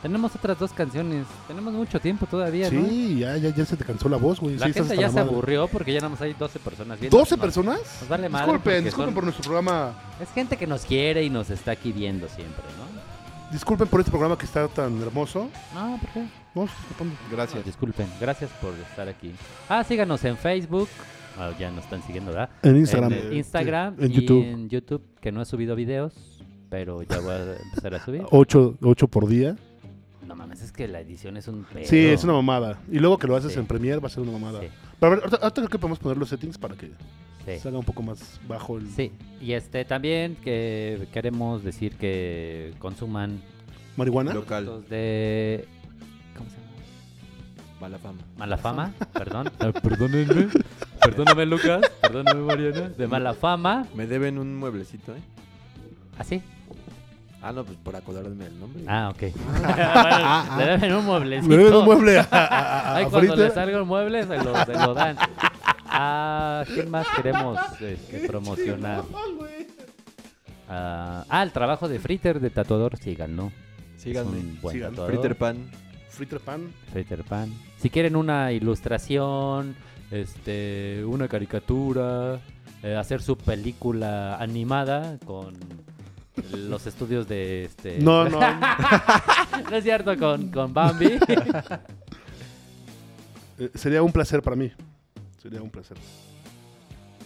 Speaker 4: Tenemos otras dos canciones. Tenemos mucho tiempo todavía, ¿no?
Speaker 1: Sí, ya, ya, ya se te cansó la voz, güey.
Speaker 4: La
Speaker 1: Sí, estás
Speaker 4: gente
Speaker 1: hasta
Speaker 4: ya
Speaker 1: la
Speaker 4: se
Speaker 1: madre.
Speaker 4: aburrió porque ya nada más hay 12 personas viendo.
Speaker 1: ¿12
Speaker 4: No,
Speaker 1: personas?
Speaker 4: Nos vale madre porque
Speaker 1: disculpen, disculpen
Speaker 4: son-
Speaker 1: por nuestro programa.
Speaker 4: Es gente que nos quiere y nos está aquí viendo siempre, ¿no?
Speaker 1: Disculpen por este programa que está tan hermoso.
Speaker 4: No, ¿por qué?
Speaker 1: No, disculpen.
Speaker 4: No,
Speaker 3: Gracias.
Speaker 4: disculpen, gracias por estar aquí. Ah, síganos en Facebook. Ah, ya nos están siguiendo, ¿verdad?
Speaker 1: En Instagram.
Speaker 4: En, eh, Instagram
Speaker 1: Sí, en
Speaker 4: y
Speaker 1: YouTube.
Speaker 4: en YouTube, que no he subido videos, pero ya voy a empezar
Speaker 1: (laughs)
Speaker 4: a subir.
Speaker 1: 8, por día.
Speaker 4: No mames, es que la edición es un pedo.
Speaker 1: Sí, es una mamada. Y luego que lo haces
Speaker 4: Eh, Sí.
Speaker 1: en Premiere va a ser una mamada.
Speaker 4: Sí.
Speaker 1: Pero a ver, ahorita, ahorita creo que podemos poner los settings para que
Speaker 4: Sí.
Speaker 1: salga un poco más bajo el
Speaker 4: Sí, y este también que queremos decir que consuman
Speaker 1: marihuana.
Speaker 3: Local.
Speaker 4: productos de ¿cómo se llama?
Speaker 3: Mala fama.
Speaker 4: Mala fama, perdón. Eh, Perdónenme. Perdóname, Lucas. Perdóname, Mariana. De mala fama.
Speaker 3: Me deben un mueblecito, ¿eh?
Speaker 4: ¿Así?
Speaker 3: Ah, no, pues por acordarme el nombre.
Speaker 4: Ah, ok. Bueno, (laughs) le deben un mueblecito.
Speaker 1: Le deben un mueble Ah, a, a- a- a
Speaker 4: (laughs) Ay, cuando
Speaker 1: Fritter. (laughs)
Speaker 4: le salga el mueble, se lo, se lo dan. Ah, ¿quién más queremos este, promocionar? Ah, ah, el trabajo de Fritter de tatuador, síganlo.
Speaker 3: Síganme.
Speaker 4: Es un buen
Speaker 1: Síganlo.
Speaker 4: tatuador.
Speaker 3: Fritter Pan.
Speaker 1: Fritter Pan.
Speaker 4: Peter Pan. Si quieren una ilustración, este, una caricatura, eh, hacer su película animada con los estudios de este.
Speaker 1: No, no.
Speaker 4: (laughs) No es cierto, con,
Speaker 1: (laughs)
Speaker 4: con Bambi.
Speaker 1: eh, sería un placer para mí. Sería un placer.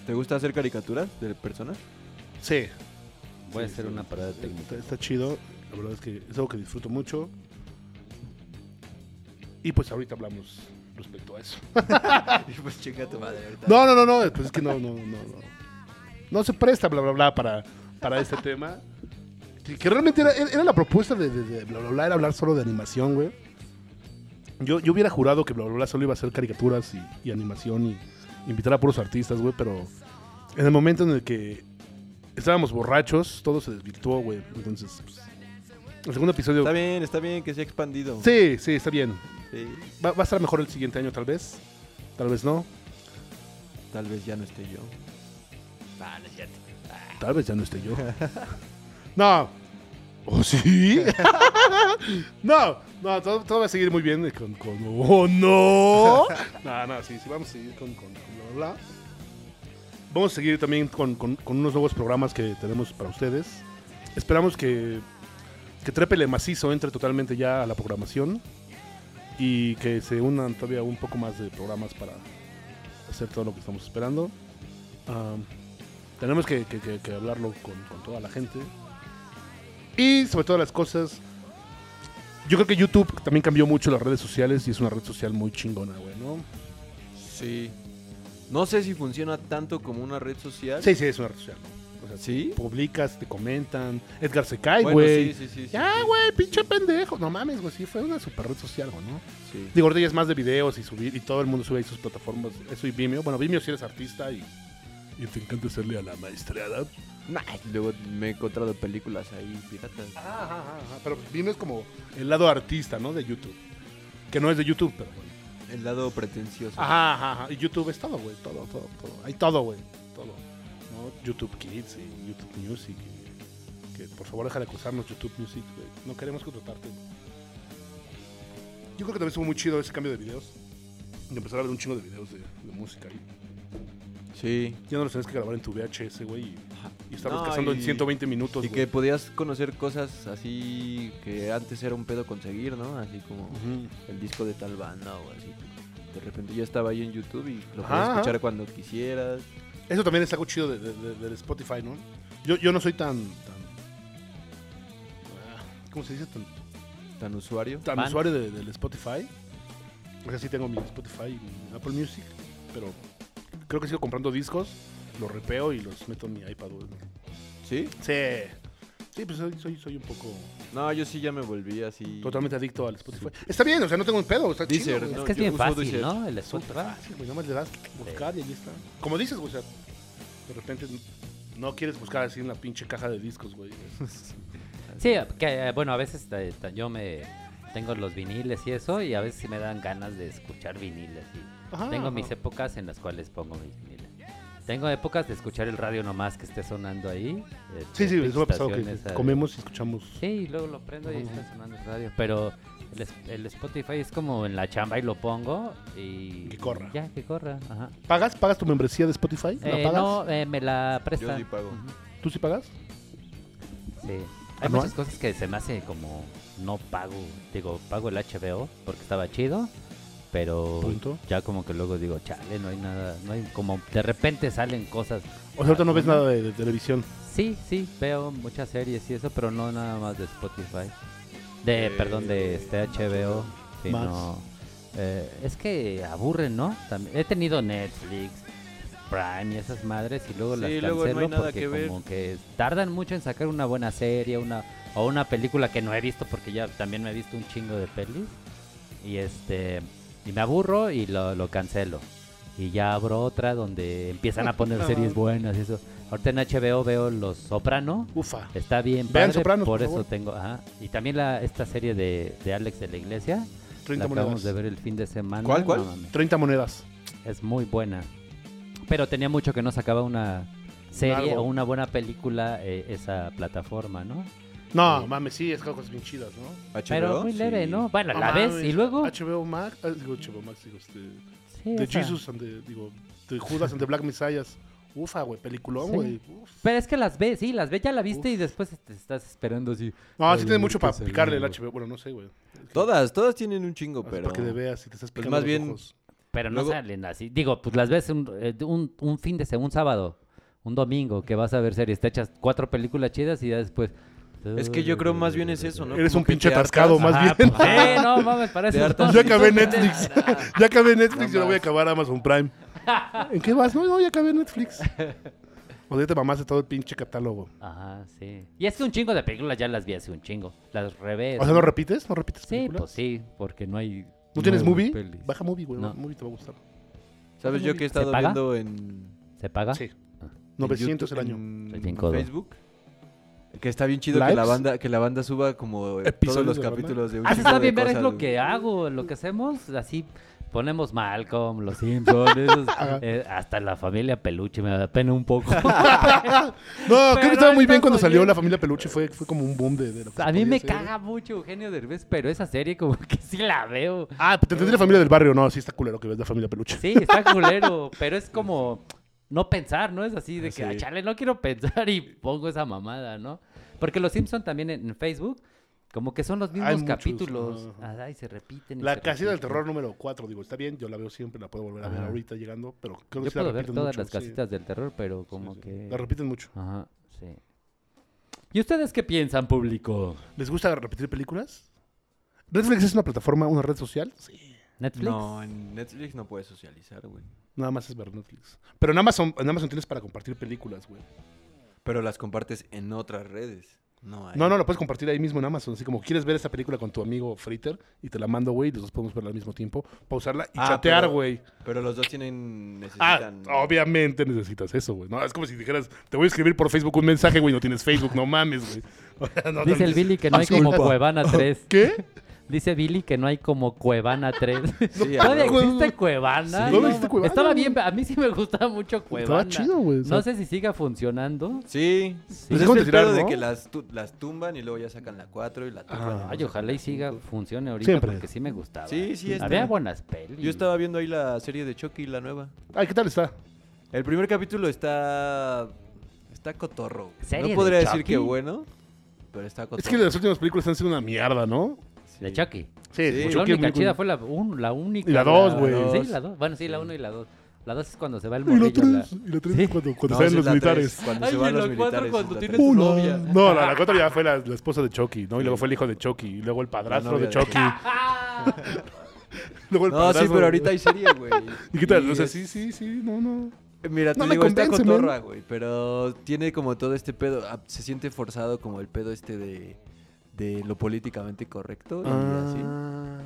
Speaker 3: ¿Te gusta hacer caricaturas de (laughs) personas?
Speaker 1: Sí.
Speaker 4: Voy a
Speaker 1: Sí,
Speaker 4: hacer
Speaker 1: sí,
Speaker 4: una parada
Speaker 1: sí,
Speaker 4: técnica.
Speaker 1: Está, está chido. La verdad es que es algo que disfruto mucho. Y pues ahorita hablamos respecto a eso.
Speaker 3: pues chinga tu madre ahorita.
Speaker 1: No, no, no, no. Pues es que no, no, no, no. No se presta, bla, bla, bla, para, para este tema. Que, que realmente era, era la propuesta de, de- de bla, bla, bla, era hablar solo de animación, güey. Yo, yo hubiera jurado que bla, bla, bla solo iba a ser caricaturas y, y animación y invitar a puros artistas, güey, pero en el momento en el que estábamos borrachos, todo se desvirtuó, güey. Entonces, pues, el segundo episodio.
Speaker 3: Está bien, está bien que sea expandido.
Speaker 1: Sí, sí, está bien.
Speaker 3: Sí,
Speaker 1: Va, va a estar mejor el siguiente año, tal vez. Tal vez no.
Speaker 3: Tal vez ya no esté yo.
Speaker 1: Tal vez ya no esté yo. (laughs) No. ¿O sí? (laughs) no, no, todo, todo va a seguir muy bien con... con ¡Oh, (laughs) no! No, no, sí, sí, vamos a seguir con... con- con bla, bla, bla. Vamos a seguir también con, con- con unos nuevos programas que tenemos para ustedes. Esperamos que, que Trépele Macizo entre totalmente ya a la programación y que se unan todavía un poco más de programas para hacer todo lo que estamos esperando. Ah, tenemos que, que- que- que hablarlo con, con toda la gente. Y sobre todas las cosas, yo creo que YouTube también cambió mucho las redes sociales y es una red social muy chingona, güey, ¿no?
Speaker 3: Sí. No sé si funciona tanto como una red social.
Speaker 1: Sí, sí, es una red social. ¿no? O sea,
Speaker 3: ¿Sí?
Speaker 1: publicas, te comentan. Edgar se cae,
Speaker 3: Bueno,
Speaker 1: güey.
Speaker 3: sí, sí, sí. sí,
Speaker 1: Ya,
Speaker 3: sí,
Speaker 1: güey, pinche pendejo. No mames, güey, sí, fue una super red social, güey, ¿no?
Speaker 3: sí.
Speaker 1: Digo, ahorita ya es más de videos y subir, y todo el mundo sube ahí sus plataformas. Eso y Vimeo. Bueno, Vimeo si eres artista y, y te encanta hacerle a la maestreada.
Speaker 3: Nah, luego me he encontrado películas ahí piratas.
Speaker 1: Ajá, ajá, ajá, Pero Vimeo es como el lado artista, ¿no? De YouTube. Que no es de YouTube, pero bueno.
Speaker 3: El lado pretencioso.
Speaker 1: Ajá, ajá, ajá. Y YouTube es todo, güey. Todo, todo, todo. Hay todo, güey. Todo. ¿No? YouTube Kids y YouTube Music. y- que por favor deja de acusarnos YouTube Music, güey. No queremos contratarte. Yo creo que también estuvo muy chido ese cambio de videos. Y empezar a ver un chingo de videos de, de música ahí.
Speaker 3: Sí.
Speaker 1: Ya no los tienes que grabar en tu VHS, güey. Y, y estarlos
Speaker 3: No,
Speaker 1: cazando en
Speaker 3: y-
Speaker 1: 120 minutos,
Speaker 3: Y
Speaker 1: güey.
Speaker 3: que podías conocer cosas así que antes era un pedo conseguir, ¿no? Así como
Speaker 1: Ujú.
Speaker 3: el disco de tal banda o así. De repente ya estaba ahí en YouTube y lo
Speaker 1: Ajá,
Speaker 3: podías
Speaker 1: ajá.
Speaker 3: escuchar cuando quisieras.
Speaker 1: Eso también es algo chido de- de- de- del Spotify, ¿no? Yo, yo no soy tan, tan- ah, ¿Cómo se dice? Tan,
Speaker 3: Tan usuario.
Speaker 1: tan
Speaker 4: Fan.
Speaker 1: usuario de- del Spotify. O sea, sí tengo mi Spotify y mi Apple Music, pero creo que sigo comprando discos, los repeo y los meto en mi iPad. güey.
Speaker 3: ¿Sí?
Speaker 1: Sí. Sí, pues soy, soy, soy un poco
Speaker 3: No, yo sí ya me volví así.
Speaker 1: totalmente adicto al Spotify. Está bien, o sea, no tengo un pedo, está
Speaker 3: Deezer,
Speaker 1: chido. güey.
Speaker 4: Es
Speaker 3: No,
Speaker 4: que es
Speaker 3: yo
Speaker 4: bien
Speaker 3: uso
Speaker 4: fácil,
Speaker 3: Disher.
Speaker 4: ¿no? El Spotify.
Speaker 1: Fácil, güey, nada más le das buscar y ahí está. Como dices, güey, o sea, de repente no quieres buscar así en la pinche caja de discos, güey.
Speaker 4: Sí, que, eh, bueno, a veces eh, ta- yo me tengo los viniles y eso, y a veces sí me dan ganas de escuchar viniles. y
Speaker 1: Ajá.
Speaker 4: tengo mis épocas en las cuales pongo mis viniles. Tengo épocas de escuchar el radio nomás que esté sonando ahí.
Speaker 1: Sí,
Speaker 4: este,
Speaker 1: sí, eso me ha pasado que
Speaker 4: estaciones, eh,
Speaker 1: comemos y escuchamos.
Speaker 4: Sí, y luego lo prendo y está sonando el radio. Pero el, es- el Spotify es como en la chamba y lo pongo y...
Speaker 1: Que corra.
Speaker 4: Ya, que corra, ajá.
Speaker 1: ¿Pagas? ¿Pagas tu membresía de Spotify? ¿La
Speaker 4: Eh,
Speaker 1: pagas?
Speaker 4: no, eh, me la presta.
Speaker 3: Yo sí pago.
Speaker 1: ¿Tú sí pagas?
Speaker 4: Sí. Hay
Speaker 1: ¿Anual?
Speaker 4: muchas cosas que se me hace como no pago. Digo, pago el HBO porque estaba chido, pero
Speaker 1: Punto.
Speaker 4: ya como que luego digo, chale, no hay nada, no hay como de repente salen cosas.
Speaker 1: O sea, ahorita no ves
Speaker 4: Ah,
Speaker 1: nada de, de televisión.
Speaker 4: Sí, sí, veo muchas series y eso, pero no nada más de Spotify. De,
Speaker 3: Eh,
Speaker 4: perdón, de este HBO,
Speaker 1: Max.
Speaker 4: sino eh, es que aburren, ¿no? También, he tenido Netflix, Prime y esas madres y luego
Speaker 3: Sí,
Speaker 4: las
Speaker 3: luego no hay
Speaker 4: cancelo
Speaker 3: nada
Speaker 4: porque
Speaker 3: que ver.
Speaker 4: como que tardan mucho en sacar una buena serie, una o una película que no he visto porque ya también me he visto un chingo de pelis y este y me aburro y lo, lo cancelo. Y ya abro otra donde empiezan a
Speaker 1: (laughs)
Speaker 4: poner series buenas y eso. Ahorita en HBO veo Los Soprano.
Speaker 1: Ufa.
Speaker 4: Está bien
Speaker 1: Vean
Speaker 4: padre,
Speaker 1: Sopranos,
Speaker 4: por,
Speaker 1: por
Speaker 4: eso
Speaker 1: favor.
Speaker 4: tengo, ajá. Y también la esta serie de, de Alex de la Iglesia,
Speaker 1: 30
Speaker 4: la acabamos
Speaker 1: monedas.
Speaker 4: de ver el fin de semana.
Speaker 3: ¿Cuál, cuál?
Speaker 4: No mames,
Speaker 1: 30 monedas.
Speaker 4: es muy buena. Pero tenía mucho que no sacaba una serie
Speaker 1: Algo.
Speaker 4: o una buena película eh, esa plataforma, ¿no?
Speaker 1: No, mames, sí, es que hay cosas bien chidas, ¿no?
Speaker 3: ¿HBO?
Speaker 4: Pero muy leve,
Speaker 3: Sí.
Speaker 4: ¿no? Bueno,
Speaker 1: No
Speaker 4: la ves
Speaker 1: mames,
Speaker 4: y luego
Speaker 1: HBO Max, ah, digo HBO Max, digo este.
Speaker 4: sí,
Speaker 1: De
Speaker 4: o sea,
Speaker 1: Jesus and the, digo, de Judas and the Black Messiah. Ufa, güey, peliculón,
Speaker 4: Sí.
Speaker 1: güey. Uf.
Speaker 4: Pero es que las ves, sí, las ves, ya la viste y después te estás esperando así.
Speaker 1: No,
Speaker 4: Ay,
Speaker 1: sí tiene mucho
Speaker 4: ahorita
Speaker 1: para picarle el
Speaker 4: salió.
Speaker 1: HBO. Bueno, no sé, güey.
Speaker 3: Todas, todas tienen un chingo,
Speaker 1: Pero...
Speaker 3: pero.
Speaker 1: Para que le veas y te estás
Speaker 3: Pues
Speaker 1: picando
Speaker 3: más
Speaker 1: los
Speaker 3: bien-
Speaker 1: ojos.
Speaker 4: Pero no
Speaker 3: Luego-
Speaker 4: salen así. Digo, pues las ves un, eh, un, un fin de semana, un sábado, un domingo, que vas a ver series. Te echas cuatro películas chidas y ya después.
Speaker 3: Es que yo creo más bien es eso, ¿no?
Speaker 1: Eres
Speaker 3: Como
Speaker 1: un
Speaker 3: que
Speaker 1: pinche
Speaker 3: te hartas.
Speaker 1: atascado, más
Speaker 4: Ah,
Speaker 1: bien.
Speaker 4: pues, sí, no mames, para
Speaker 3: Te
Speaker 4: eso.
Speaker 3: hartas.
Speaker 1: Yo acabé Netflix. (laughs) ya acabé Netflix,
Speaker 3: No
Speaker 1: yo la voy a
Speaker 3: más.
Speaker 1: acabar Amazon Prime. ¿En qué vas? No, no, ya acabé Netflix. Joder, te mamaste todo el pinche catálogo.
Speaker 4: Ajá, sí. Y es que un chingo de películas ya las vi hace un chingo. Las revés.
Speaker 1: O sea, ¿no repites? ¿No repites
Speaker 4: sí,
Speaker 1: película?
Speaker 4: pues sí, porque no hay.
Speaker 1: ¿No tienes
Speaker 4: nuevas
Speaker 1: movie?
Speaker 4: pelis.
Speaker 1: Baja movie, güey.
Speaker 4: No.
Speaker 1: Movie te va a gustar.
Speaker 3: ¿Sabes yo que he estado
Speaker 4: paga?
Speaker 3: viendo en.
Speaker 4: ¿Se paga?
Speaker 1: Sí.
Speaker 4: Ah.
Speaker 1: 900 el
Speaker 3: en
Speaker 1: año.
Speaker 3: YouTube,
Speaker 4: Soy
Speaker 3: En,
Speaker 4: bien codo.
Speaker 3: Facebook. Que está bien chido que
Speaker 1: ¿Lives?
Speaker 3: la, banda, que la banda suba como eh,
Speaker 1: Episodios
Speaker 3: todos los
Speaker 1: de la banda.
Speaker 3: capítulos de un
Speaker 4: Ah, sí,
Speaker 3: chingo
Speaker 4: está
Speaker 3: de
Speaker 4: bien, ver, es
Speaker 3: cosas,
Speaker 4: lo
Speaker 3: güey.
Speaker 4: que hago, lo que hacemos, así ponemos Malcolm,
Speaker 1: (laughs)
Speaker 4: los Simpsons, esos, eh, hasta la familia peluche, me da pena
Speaker 1: (laughs)
Speaker 4: un poco.
Speaker 1: No, creo
Speaker 4: Pero
Speaker 1: que estaba muy bien
Speaker 4: estás
Speaker 1: cuando salió
Speaker 4: oyendo.
Speaker 1: La Familia Peluche. Fue, fue como un boom de... ¿eh? de lo que
Speaker 4: A mí
Speaker 1: podía
Speaker 4: me
Speaker 1: ser.
Speaker 4: caga mucho Eugenio Derbez, pero esa serie como que sí la veo.
Speaker 1: Ah, pues te entendí La Familia del Barrio. No, sí está culero que ves La Familia Peluche.
Speaker 4: Sí, está culero, pero es como no pensar, ¿no? Es así de que,
Speaker 3: Sí.
Speaker 4: "Ah, chale, no quiero pensar y pongo esa mamada, ¿no? Porque los Simpson también en en Facebook, como que son los mismos
Speaker 1: muchos,
Speaker 4: capítulos.
Speaker 1: ajá.
Speaker 4: Ay, se repiten. y
Speaker 1: La
Speaker 4: se
Speaker 1: casita del
Speaker 4: repiten.
Speaker 1: terror número 4, digo, está bien, yo la veo siempre, la puedo volver a ver
Speaker 4: Ajá.
Speaker 1: ahorita llegando, pero creo que
Speaker 4: Yo
Speaker 1: sí la
Speaker 4: puedo ver
Speaker 1: repiten
Speaker 4: todas
Speaker 1: mucho,
Speaker 4: las
Speaker 1: sí.
Speaker 4: casitas del terror, pero como
Speaker 1: Sí, sí.
Speaker 4: que...
Speaker 1: La repiten mucho.
Speaker 4: Ajá, sí. ¿Y ustedes qué piensan, público?
Speaker 1: ¿Les gusta repetir películas? ¿Netflix es una plataforma, una red social? Sí.
Speaker 4: ¿Netflix?
Speaker 3: No, en Netflix no puedes socializar, güey.
Speaker 1: Nada más es ver Netflix. Pero en Amazon, en Amazon tienes para compartir películas, güey.
Speaker 3: Pero las compartes en otras redes. No, ahí.
Speaker 1: No, no, pues- lo puedes compartir ahí mismo en Amazon. Así como quieres ver esa película con tu amigo Fritter y te la mando, güey, y los dos podemos verla al mismo tiempo, pausarla y
Speaker 3: Ah,
Speaker 1: chatear,
Speaker 3: pero
Speaker 1: güey.
Speaker 3: Pero los dos tienen.
Speaker 1: Ah,
Speaker 3: Necesitan.
Speaker 1: obviamente necesitas eso, güey. No, es como si dijeras, te voy a escribir por Facebook un mensaje, güey, no tienes Facebook, no mames, güey. (laughs) O sea, no,
Speaker 4: Dice
Speaker 1: no-
Speaker 4: el Billy que no hay como
Speaker 1: Disculpa.
Speaker 4: Cuevana 3.
Speaker 1: ¿Qué?
Speaker 4: Dice Billy que no hay como Cuevana 3.
Speaker 1: (laughs)
Speaker 3: Sí,
Speaker 4: (laughs)
Speaker 3: a
Speaker 4: ¿Todavía
Speaker 3: huevo.
Speaker 4: existe Cuevana?
Speaker 1: ¿Todavía existe
Speaker 4: ma-
Speaker 1: Cuevana,
Speaker 4: Estaba
Speaker 1: güey?
Speaker 4: bien, a mí sí me gustaba mucho Cuevana.
Speaker 1: Estaba chido, güey. o sea,
Speaker 4: No sé si siga funcionando.
Speaker 3: Sí. Pues
Speaker 1: es
Speaker 3: es
Speaker 1: como
Speaker 3: el
Speaker 1: tirar,
Speaker 3: pedo de
Speaker 1: ¿no?
Speaker 3: que las, tu- las tumban y luego ya sacan la 4 y la tumban.
Speaker 1: Ah.
Speaker 4: Ay, ojalá y siga, funcione ahorita
Speaker 1: Siempre.
Speaker 4: porque sí me gustaba.
Speaker 3: Sí, sí, está.
Speaker 4: Había buenas pelis.
Speaker 3: Yo estaba viendo ahí la serie de Chucky, la nueva.
Speaker 1: Ay, Ah, ¿qué tal está?
Speaker 3: El primer capítulo está. Está cotorro. güey.
Speaker 4: Serie
Speaker 3: no podría
Speaker 4: de
Speaker 3: decir que
Speaker 4: Chucky.
Speaker 3: bueno, pero está cotorro.
Speaker 1: Es que las últimas películas han sido una mierda, ¿no?
Speaker 3: Sí.
Speaker 4: De Chucky.
Speaker 3: Sí,
Speaker 4: Pues
Speaker 1: Chucky
Speaker 4: la
Speaker 1: es
Speaker 4: única
Speaker 1: muy-
Speaker 4: chida fue la, un- la única.
Speaker 1: Y la dos, güey.
Speaker 4: Sí, la dos. Bueno, sí, la uno y la dos. La dos es cuando se va el
Speaker 1: Y la
Speaker 4: morrillo. la-
Speaker 1: tres, y la tres
Speaker 4: Sí.
Speaker 1: es cuando, cuando
Speaker 3: No,
Speaker 1: salen
Speaker 3: esa es
Speaker 1: los
Speaker 3: la tres,
Speaker 1: militares.
Speaker 3: Cuando
Speaker 4: Ay,
Speaker 3: se
Speaker 4: y
Speaker 3: van
Speaker 4: la
Speaker 3: los
Speaker 4: cuatro
Speaker 3: militares. es
Speaker 4: cuando
Speaker 3: la
Speaker 4: tienes
Speaker 3: tres.
Speaker 4: tu
Speaker 1: Una.
Speaker 4: novia.
Speaker 1: No,
Speaker 3: (laughs)
Speaker 1: la, la cuatro ya fue la, la esposa de Chucky, ¿no? Y luego fue el hijo de Chucky, y luego el padrastro de
Speaker 3: novia de
Speaker 1: Chucky. (laughs) luego el
Speaker 3: No, sí,
Speaker 1: padrastro.
Speaker 3: pero ahorita hay serie, güey.
Speaker 1: ¿Y qué tal?
Speaker 3: Y
Speaker 1: O sea,
Speaker 3: es-
Speaker 1: sí, sí, sí, no, no.
Speaker 3: Mira, te
Speaker 1: No me
Speaker 3: digo, está
Speaker 1: convence, men.
Speaker 3: cotorra, güey, pero tiene como todo este pedo, ah, se siente forzado como el pedo este de, de lo políticamente correcto y así.
Speaker 1: Ah.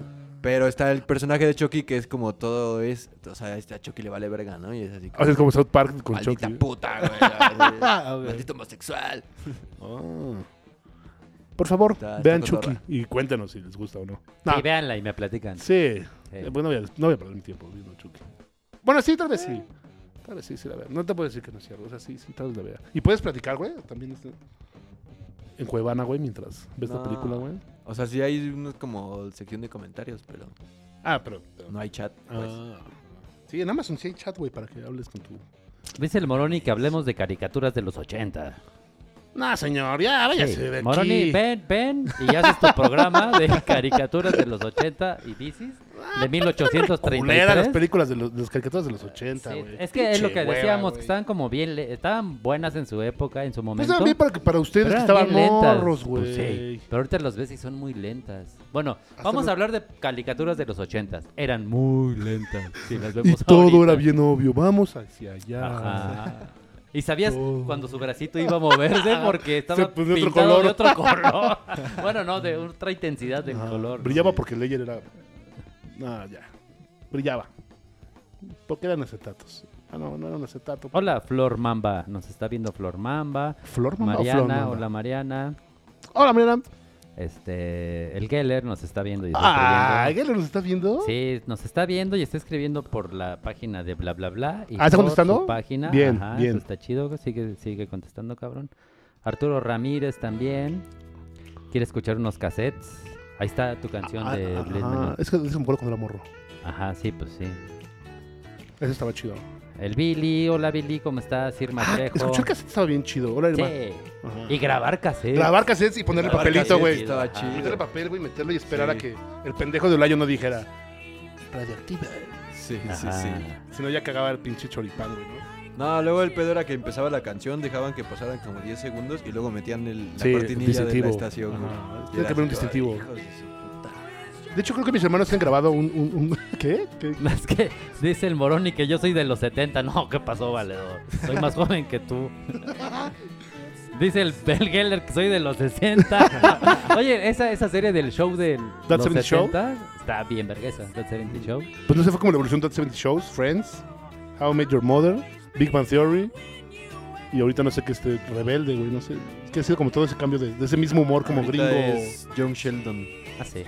Speaker 3: Pero está el personaje de Chucky que es como todo es, o sea, este a Chucky le vale verga, ¿no? Y es así
Speaker 1: Haces como South Park con
Speaker 3: maldita
Speaker 1: Chucky. (laughs)
Speaker 3: puta, güey. así, maldito homosexual.
Speaker 1: Ah. Por favor,
Speaker 3: Está-
Speaker 1: vean
Speaker 3: está
Speaker 1: Chucky
Speaker 3: cotorra.
Speaker 1: y cuéntanos si les gusta o no.
Speaker 4: Sí, véanla y me platican.
Speaker 1: Sí.
Speaker 4: Sí.
Speaker 1: Eh, pues no voy, a, no voy a perder mi tiempo viendo Chucky. Bueno, sí, tal vez sí. Tal vez sí, sí la vea. No te puedo decir que no es cierto. O sea, sí, sí, tal vez la vea. Y puedes platicar, güey. También este- en Cuevana, güey, mientras ves la
Speaker 3: No.
Speaker 1: película, güey.
Speaker 3: O sea, sí hay unos como sección de comentarios, pero
Speaker 1: Ah, pero.
Speaker 3: no hay chat, pues.
Speaker 1: Ah. Sí, en Amazon sí hay chat, güey, para que hables con tu.
Speaker 4: Dice el Moroni que hablemos de caricaturas de los 80.
Speaker 1: No, señor, ya, váyase
Speaker 4: Sí.
Speaker 1: de aquí.
Speaker 4: Moroni, ven, ven. Y haces
Speaker 1: (laughs)
Speaker 4: tu programa de caricaturas de los 80 y dices de
Speaker 1: Ah, Culera las
Speaker 4: 1833.
Speaker 1: películas de los, de las caricaturas de los 80,
Speaker 4: Sí,
Speaker 1: güey.
Speaker 4: es que es lo
Speaker 1: Pinche
Speaker 4: que
Speaker 1: hueva,
Speaker 4: decíamos, que
Speaker 1: güey.
Speaker 4: estaban como bien, le- estaban buenas en su época, en su
Speaker 1: Pues
Speaker 4: momento.
Speaker 1: también para, que- para ustedes que
Speaker 4: Pero eran
Speaker 1: estaban
Speaker 4: bien lentas.
Speaker 1: morros, güey.
Speaker 4: Pues sí, pero ahorita los ves y son muy lentas. Bueno,
Speaker 1: Hasta
Speaker 4: vamos
Speaker 1: los-
Speaker 4: a hablar de caricaturas de los ochentas. Eran muy lentas. si
Speaker 1: (laughs)
Speaker 4: las
Speaker 1: Y
Speaker 4: vemos
Speaker 1: todo
Speaker 4: ahorita.
Speaker 1: era bien obvio. Vamos hacia allá.
Speaker 4: Ajá. Y sabías
Speaker 1: Todo.
Speaker 4: cuando su bracito iba
Speaker 1: (laughs)
Speaker 4: a moverse porque estaba
Speaker 1: Uh. puso de otro
Speaker 4: pintado
Speaker 1: color.
Speaker 4: de otro
Speaker 1: (laughs)
Speaker 4: color. bueno, no, de otra intensidad del
Speaker 1: Ajá.
Speaker 4: color. ¿no?
Speaker 1: Brillaba porque Leyer era. Ah, ya. Brillaba. Porque eran acetatos. Ah, no, no eran acetatos.
Speaker 4: Hola, Flor Mamba. Nos está viendo Flor Mamba.
Speaker 1: Flor Mamba o Flor
Speaker 4: Mariana,
Speaker 1: Mamba?
Speaker 4: hola Mariana.
Speaker 1: Hola, Mariana.
Speaker 4: Este, el Geller nos está viendo y está
Speaker 1: Ah,
Speaker 4: escribiendo.
Speaker 1: ¿qué nos está viendo?
Speaker 4: Sí, nos está viendo y está escribiendo por la página de bla bla bla. Y
Speaker 1: Ah, ¿está
Speaker 4: por
Speaker 1: contestando?
Speaker 4: su página.
Speaker 1: Bien,
Speaker 4: Ajá,
Speaker 1: bien.
Speaker 4: eso está chido, sigue, sigue contestando, cabrón. Arturo Ramírez también. Quiere escuchar unos cassettes. Ahí está tu canción
Speaker 1: Ah,
Speaker 4: de
Speaker 1: ajá.
Speaker 4: Blade Melon.
Speaker 1: Es que es un pueblo cuando era morro.
Speaker 4: Ajá, sí, pues sí.
Speaker 1: Eso estaba chido.
Speaker 4: El Billy, hola Billy, ¿cómo estás? Irma
Speaker 1: Ah,
Speaker 4: Trejo.
Speaker 1: escuchar cassette estaba bien chido. Hola, Irma.
Speaker 4: Sí.
Speaker 1: Ajá.
Speaker 4: Y grabar cassettes.
Speaker 1: Grabar cassettes y ponerle
Speaker 3: Grabar
Speaker 1: papelito,
Speaker 3: cassettes,
Speaker 1: güey.
Speaker 3: Estaba
Speaker 4: Ajá.
Speaker 1: Meterle
Speaker 3: chido.
Speaker 1: papel, güey, meterlo y esperar a
Speaker 3: Sí.
Speaker 1: que el pendejo de Olayo no dijera radioactiva.
Speaker 3: Sí, sí,
Speaker 4: Ajá.
Speaker 3: sí.
Speaker 1: Si no, ya cagaba el pinche choripán, güey, ¿no?
Speaker 3: No, luego el pedo era que empezaba la canción, dejaban que pasaran como 10 segundos y luego metían el, la
Speaker 1: Sí,
Speaker 3: cortinilla de
Speaker 1: distintivo.
Speaker 3: la estación. güey.
Speaker 1: Ajá.
Speaker 3: Y
Speaker 1: Tiene que
Speaker 3: era
Speaker 1: haber un
Speaker 3: así,
Speaker 1: distintivo.
Speaker 3: "Ay, hijos de su puta".
Speaker 1: De hecho, creo que mis hermanos han grabado un... un- (laughs) un- ¿Qué? ¿Qué?
Speaker 4: (laughs) Es que dice el Moroni que yo soy de los 70. No, ¿qué pasó, valedor? Soy más joven
Speaker 1: (laughs)
Speaker 4: que tú. Dice el Bel Geller que soy de
Speaker 1: (laughs)
Speaker 4: los 60. Oye, esa, esa serie del show del
Speaker 1: That
Speaker 4: los
Speaker 1: 70 Show?
Speaker 4: 70 está bien vergüenza. That 70 Show.
Speaker 1: Pues no sé, fue como la evolución de That 70 Shows, Friends, How I Met Your Mother, Big Bang Theory. Y ahorita no sé qué este rebelde, güey, no sé. Es que ha sido como todo ese cambio de, de ese mismo humor como
Speaker 3: Ahorita
Speaker 1: gringo.
Speaker 3: es John Sheldon.
Speaker 4: Ah, sí.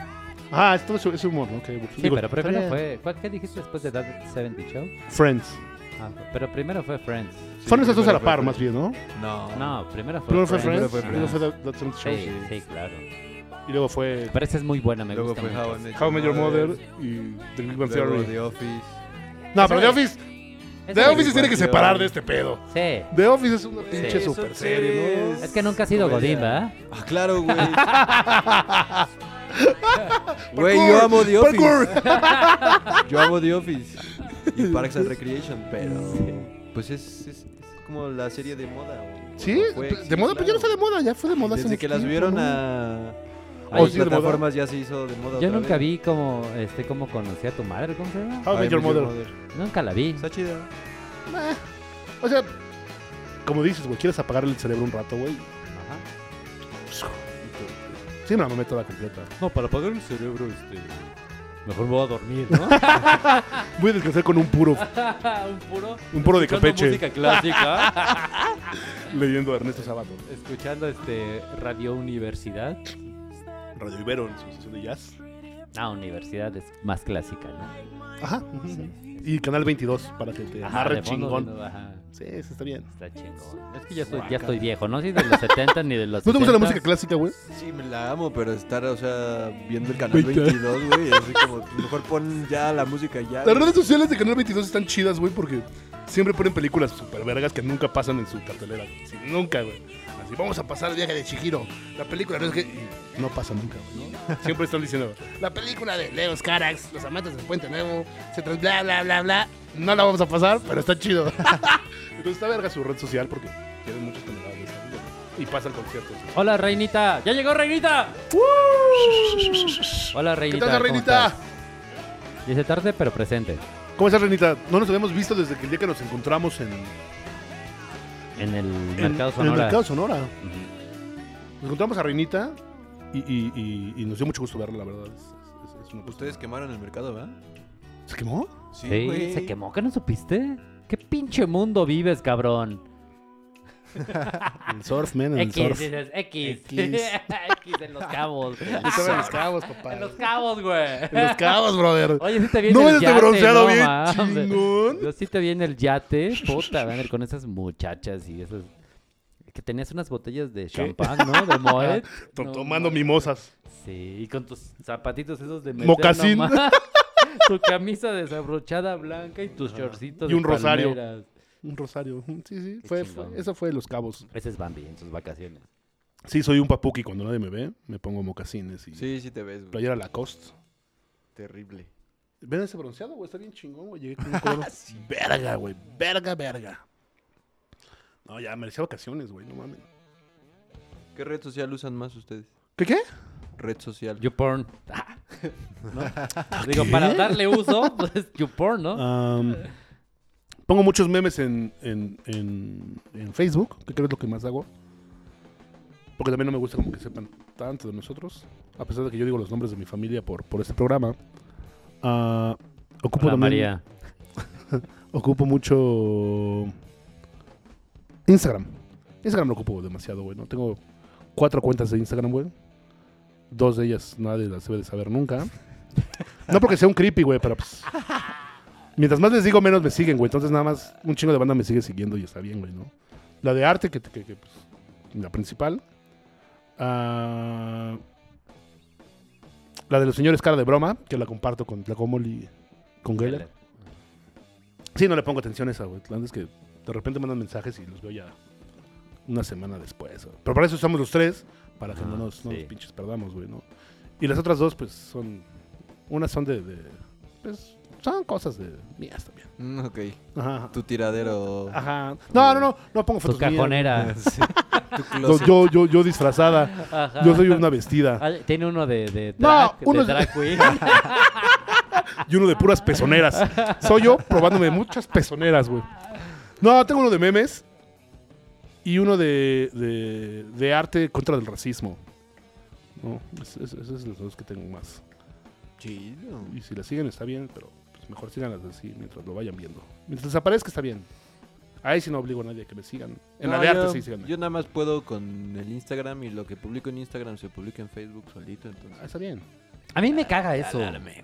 Speaker 1: Ah, es todo ese, ese humor, ¿no? Ok,
Speaker 4: Sí,
Speaker 1: digo,
Speaker 4: pero
Speaker 1: está
Speaker 4: primero
Speaker 1: bien.
Speaker 4: fue... ¿cuál- ¿Qué dijiste después de That 70 Show?
Speaker 1: Friends.
Speaker 4: Ah, pero primero fue Friends.
Speaker 1: Son esas dos a la
Speaker 3: primero
Speaker 1: par,
Speaker 3: fue
Speaker 1: más bien, ¿no?
Speaker 3: No.
Speaker 4: No, primero fue
Speaker 1: Ah. Primero fue
Speaker 4: Friends.
Speaker 1: Friends,
Speaker 3: Primero fue
Speaker 1: luego fue That, That 70 Shows.
Speaker 4: Sí, sí, claro.
Speaker 1: Y luego fue
Speaker 4: Pero esa es muy buena, me
Speaker 3: Luego
Speaker 4: gusta
Speaker 3: fue
Speaker 4: mucho.
Speaker 3: How I Met
Speaker 1: How I Met Your Mother y The Big Bang
Speaker 3: luego
Speaker 1: Theory.
Speaker 3: The Office.
Speaker 1: No, pero The
Speaker 4: Esa-
Speaker 1: Office,
Speaker 4: Esa
Speaker 1: The
Speaker 4: me
Speaker 1: Office se
Speaker 4: gusta.
Speaker 1: tiene que separar de este pedo.
Speaker 4: Sí.
Speaker 1: The Office es una pinche
Speaker 4: Sí.
Speaker 1: super serie, ¿no?
Speaker 4: Es que nunca ha sido
Speaker 3: Comedia.
Speaker 4: Godín, ¿verdad?
Speaker 3: Ah,
Speaker 1: (laughs)
Speaker 3: claro, güey. Güey, yo
Speaker 1: Parkour,
Speaker 3: amo The Office.
Speaker 1: parkour.
Speaker 3: Yo amo The Office.
Speaker 1: (laughs)
Speaker 3: Y Parks and Recreation, pero. Pues es, es- es como la serie de moda, güey.
Speaker 1: Sí,
Speaker 3: Fue-
Speaker 1: de
Speaker 3: sí,
Speaker 1: moda, pues ya no
Speaker 3: claro.
Speaker 1: fue de moda, ya fue de moda. hace
Speaker 3: Desde
Speaker 1: mucho
Speaker 3: que las
Speaker 1: tiempo,
Speaker 3: subieron
Speaker 1: ¿no?
Speaker 3: a, a
Speaker 1: Oh,
Speaker 3: las
Speaker 1: sí, de moda.
Speaker 3: plataformas ya se hizo de moda.
Speaker 4: Yo
Speaker 3: otra
Speaker 4: nunca
Speaker 3: vez.
Speaker 4: vi como, este, cómo conocí a tu madre, ¿cómo se llama?
Speaker 1: How I Met
Speaker 3: Ay,
Speaker 1: Your
Speaker 3: Met Your
Speaker 1: Mother.
Speaker 4: Nunca la vi.
Speaker 3: Está chida.
Speaker 1: Meh. O sea, como dices, güey, quieres apagarle el cerebro un rato, güey.
Speaker 4: Ajá.
Speaker 1: Sí, me la mamé toda completa.
Speaker 4: No, para apagar el cerebro, este... Mejor me voy a dormir, ¿no?
Speaker 1: Voy a descansar con un puro,
Speaker 4: (laughs) un puro...
Speaker 1: un puro de
Speaker 4: escuchando
Speaker 1: Campeche, (laughs)
Speaker 4: música clásica.
Speaker 1: leyendo a Ernesto Sabato.
Speaker 4: escuchando, este, Radio Universidad.
Speaker 1: Radio Ibero en su sesión de jazz.
Speaker 4: Ah, Universidad es más clásica, ¿no?
Speaker 1: Ajá. Y Canal 22, para que te amarre
Speaker 4: de fondo,
Speaker 1: chingón.
Speaker 4: viendo, ajá.
Speaker 1: Sí, eso está bien.
Speaker 4: Está chingón. Es que ya estoy, ya estoy viejo, no soy de los 70 ni de
Speaker 1: (laughs)
Speaker 4: los
Speaker 1: ¿No te gusta la
Speaker 4: 60s.
Speaker 1: música clásica, güey?
Speaker 3: Sí, me la amo, pero estar, o sea, viendo el canal 22, güey, así como, mejor pon ya la música ya.
Speaker 1: Las redes sociales de Canal 22 están chidas, güey, porque siempre ponen películas super vergas que nunca pasan en su cartelera. güey. Sí, nunca, güey. Así, vamos a pasar el viaje de Chihiro. La película no es que... y No pasa nunca, güey. ¿no? (laughs) Siempre están diciendo, la película de Leos Carax, Los amantes del Puente Nuevo, se tras... bla, bla, bla, bla. No la vamos a pasar, pero está (laughs) chido. Entonces está verga su red social porque tienen muchos canales. güey, Y pasan conciertos. (laughs) güey.
Speaker 4: Hola, reinita. ¡Ya llegó, reinita! Hola,
Speaker 1: ¿Qué
Speaker 4: reinita.
Speaker 1: tal,
Speaker 4: ¿cómo
Speaker 1: Reinita?
Speaker 4: estás? Dice tarde, pero presente.
Speaker 1: ¿Cómo estás, Renita? No nos habíamos visto desde que el día que nos encontramos en,
Speaker 4: En el
Speaker 1: en-
Speaker 4: mercado
Speaker 1: en el
Speaker 4: sonora.
Speaker 1: Mercado Sonora.
Speaker 4: Ujú.
Speaker 1: Nos encontramos a Reinita y, y- y- y nos dio mucho gusto verla, la verdad. Es- es- es una-
Speaker 3: Ustedes quemaron el mercado, ¿verdad?
Speaker 1: ¿Se quemó?
Speaker 4: Sí,
Speaker 3: güey.
Speaker 4: se quemó, ¿qué no supiste? ¿Qué pinche mundo vives, cabrón? Ah.
Speaker 1: El surf, men, el
Speaker 4: X,
Speaker 1: surf.
Speaker 4: dices, X.
Speaker 1: X.
Speaker 4: (laughs) X en
Speaker 1: (laughs)
Speaker 4: los cabos.
Speaker 1: Estaba en los cabos, papá.
Speaker 4: Ah. (laughs) En los cabos, güey.
Speaker 1: En los cabos, brother.
Speaker 4: Oye, sí te viene
Speaker 1: No vienes
Speaker 4: el
Speaker 1: de
Speaker 4: yate,
Speaker 1: bronceado
Speaker 4: no
Speaker 1: bien
Speaker 4: mames.
Speaker 1: chingón.
Speaker 4: Yo sí te vi en el yate, puta, Vander, con esas muchachas y esas... Que tenías unas botellas de champán,
Speaker 1: (laughs)
Speaker 4: ¿no? De Moet.
Speaker 1: To-
Speaker 4: No,
Speaker 1: Tomando
Speaker 4: mames.
Speaker 1: mimosas.
Speaker 4: Sí, y con tus zapatitos esos de meter
Speaker 1: Mocasín. (laughs)
Speaker 4: nomás. tu camisa desabrochada blanca y tus shortcitos
Speaker 1: Y un
Speaker 4: de
Speaker 1: rosario.
Speaker 4: palmeras.
Speaker 1: Un rosario. Mm, Sí, sí.
Speaker 4: Qué
Speaker 1: Fue,
Speaker 4: chingón.
Speaker 1: fue- eso fue los cabos.
Speaker 4: Ese es Bambi en sus vacaciones.
Speaker 1: Sí, soy un papuki. Cuando nadie me ve, me pongo mocasines y
Speaker 3: Sí, sí te ves, güey.
Speaker 1: playera Lacoste.
Speaker 3: Terrible.
Speaker 1: ¿Ven ese bronceado, güey? Está bien chingón, güey. Llegué con (laughs) un color. Verga, güey. Verga, verga. No, ya merecía vacaciones, güey. No mames.
Speaker 3: ¿Qué red social usan más ustedes?
Speaker 1: ¿Qué qué?
Speaker 3: Red social.
Speaker 4: YouPorn. (laughs) Ah, ¿no?
Speaker 1: (laughs)
Speaker 4: Digo, para darle uso, pues YouPorn, ¿no?
Speaker 1: Ah, Am, pongo muchos memes en, en, en, en Facebook, que creo es lo que más hago. Porque también no me gusta como que sepan tanto de nosotros. A pesar de que yo digo los nombres de mi familia por, por este programa. Ah, ocupo
Speaker 4: Hola,
Speaker 1: también-
Speaker 4: María.
Speaker 1: Ocupo mucho Instagram. Instagram lo ocupo demasiado, güey. ¿no? Tengo cuatro cuentas de Instagram, güey. Dos de ellas nadie las debe de saber nunca. No porque sea un creepy, güey, pero pues... Mientras más les digo, menos me siguen, güey. Entonces nada más un chingo de banda me sigue siguiendo y está bien, güey, ¿no? La de arte, que, que- que, pues, la principal. Ah, la de los señores cara de broma, que la comparto con Tlacomol y con Geller. Sí, no le pongo atención a esa, güey. La neta es que de repente mandan mensajes y los veo ya una semana después. o- Pero para eso estamos los tres, para que no
Speaker 4: Ajá,
Speaker 1: nos, no nos
Speaker 4: Ah, sí.
Speaker 1: pinches perdamos, güey, ¿no? Y las otras dos, pues, son... Unas son de... de- pues, son cosas de mías también.
Speaker 3: Mm, ok.
Speaker 1: Ajá. ajá.
Speaker 3: Tu tiradero.
Speaker 4: Ah.
Speaker 3: (laughs) Ah,
Speaker 1: Ajá. No, no, no. No pongo
Speaker 4: Tu
Speaker 1: fotos mías.
Speaker 4: cajonera.
Speaker 1: (laughs)
Speaker 3: Tu
Speaker 1: No,
Speaker 3: closet.
Speaker 1: yo, yo, yo disfrazada.
Speaker 4: Ajá.
Speaker 1: Yo soy una vestida.
Speaker 4: Ah, Tiene uno de, de
Speaker 1: No,
Speaker 4: drag,
Speaker 1: uno es-
Speaker 4: de
Speaker 1: (laughs)
Speaker 4: drag queen.
Speaker 1: Y uno de puras pezoneras. Soy yo probándome muchas pezoneras, güey. No, tengo uno de memes. Y uno de, de, de arte contra el racismo. No, es- es- esos son los dos que tengo más.
Speaker 3: Chido.
Speaker 1: Y si las siguen está bien, pero pues, mejor síganlas así mientras lo vayan viendo. Mientras aparezca está bien. Ahí sí no obligo a nadie a que me sigan. En la
Speaker 3: No,
Speaker 1: de
Speaker 3: yo-
Speaker 1: arte sí síganme.
Speaker 3: Yo nada más puedo con el Instagram y lo que publico en Instagram se publica en Facebook solito, entonces.
Speaker 1: Ah, está bien.
Speaker 4: A mí me caga eso.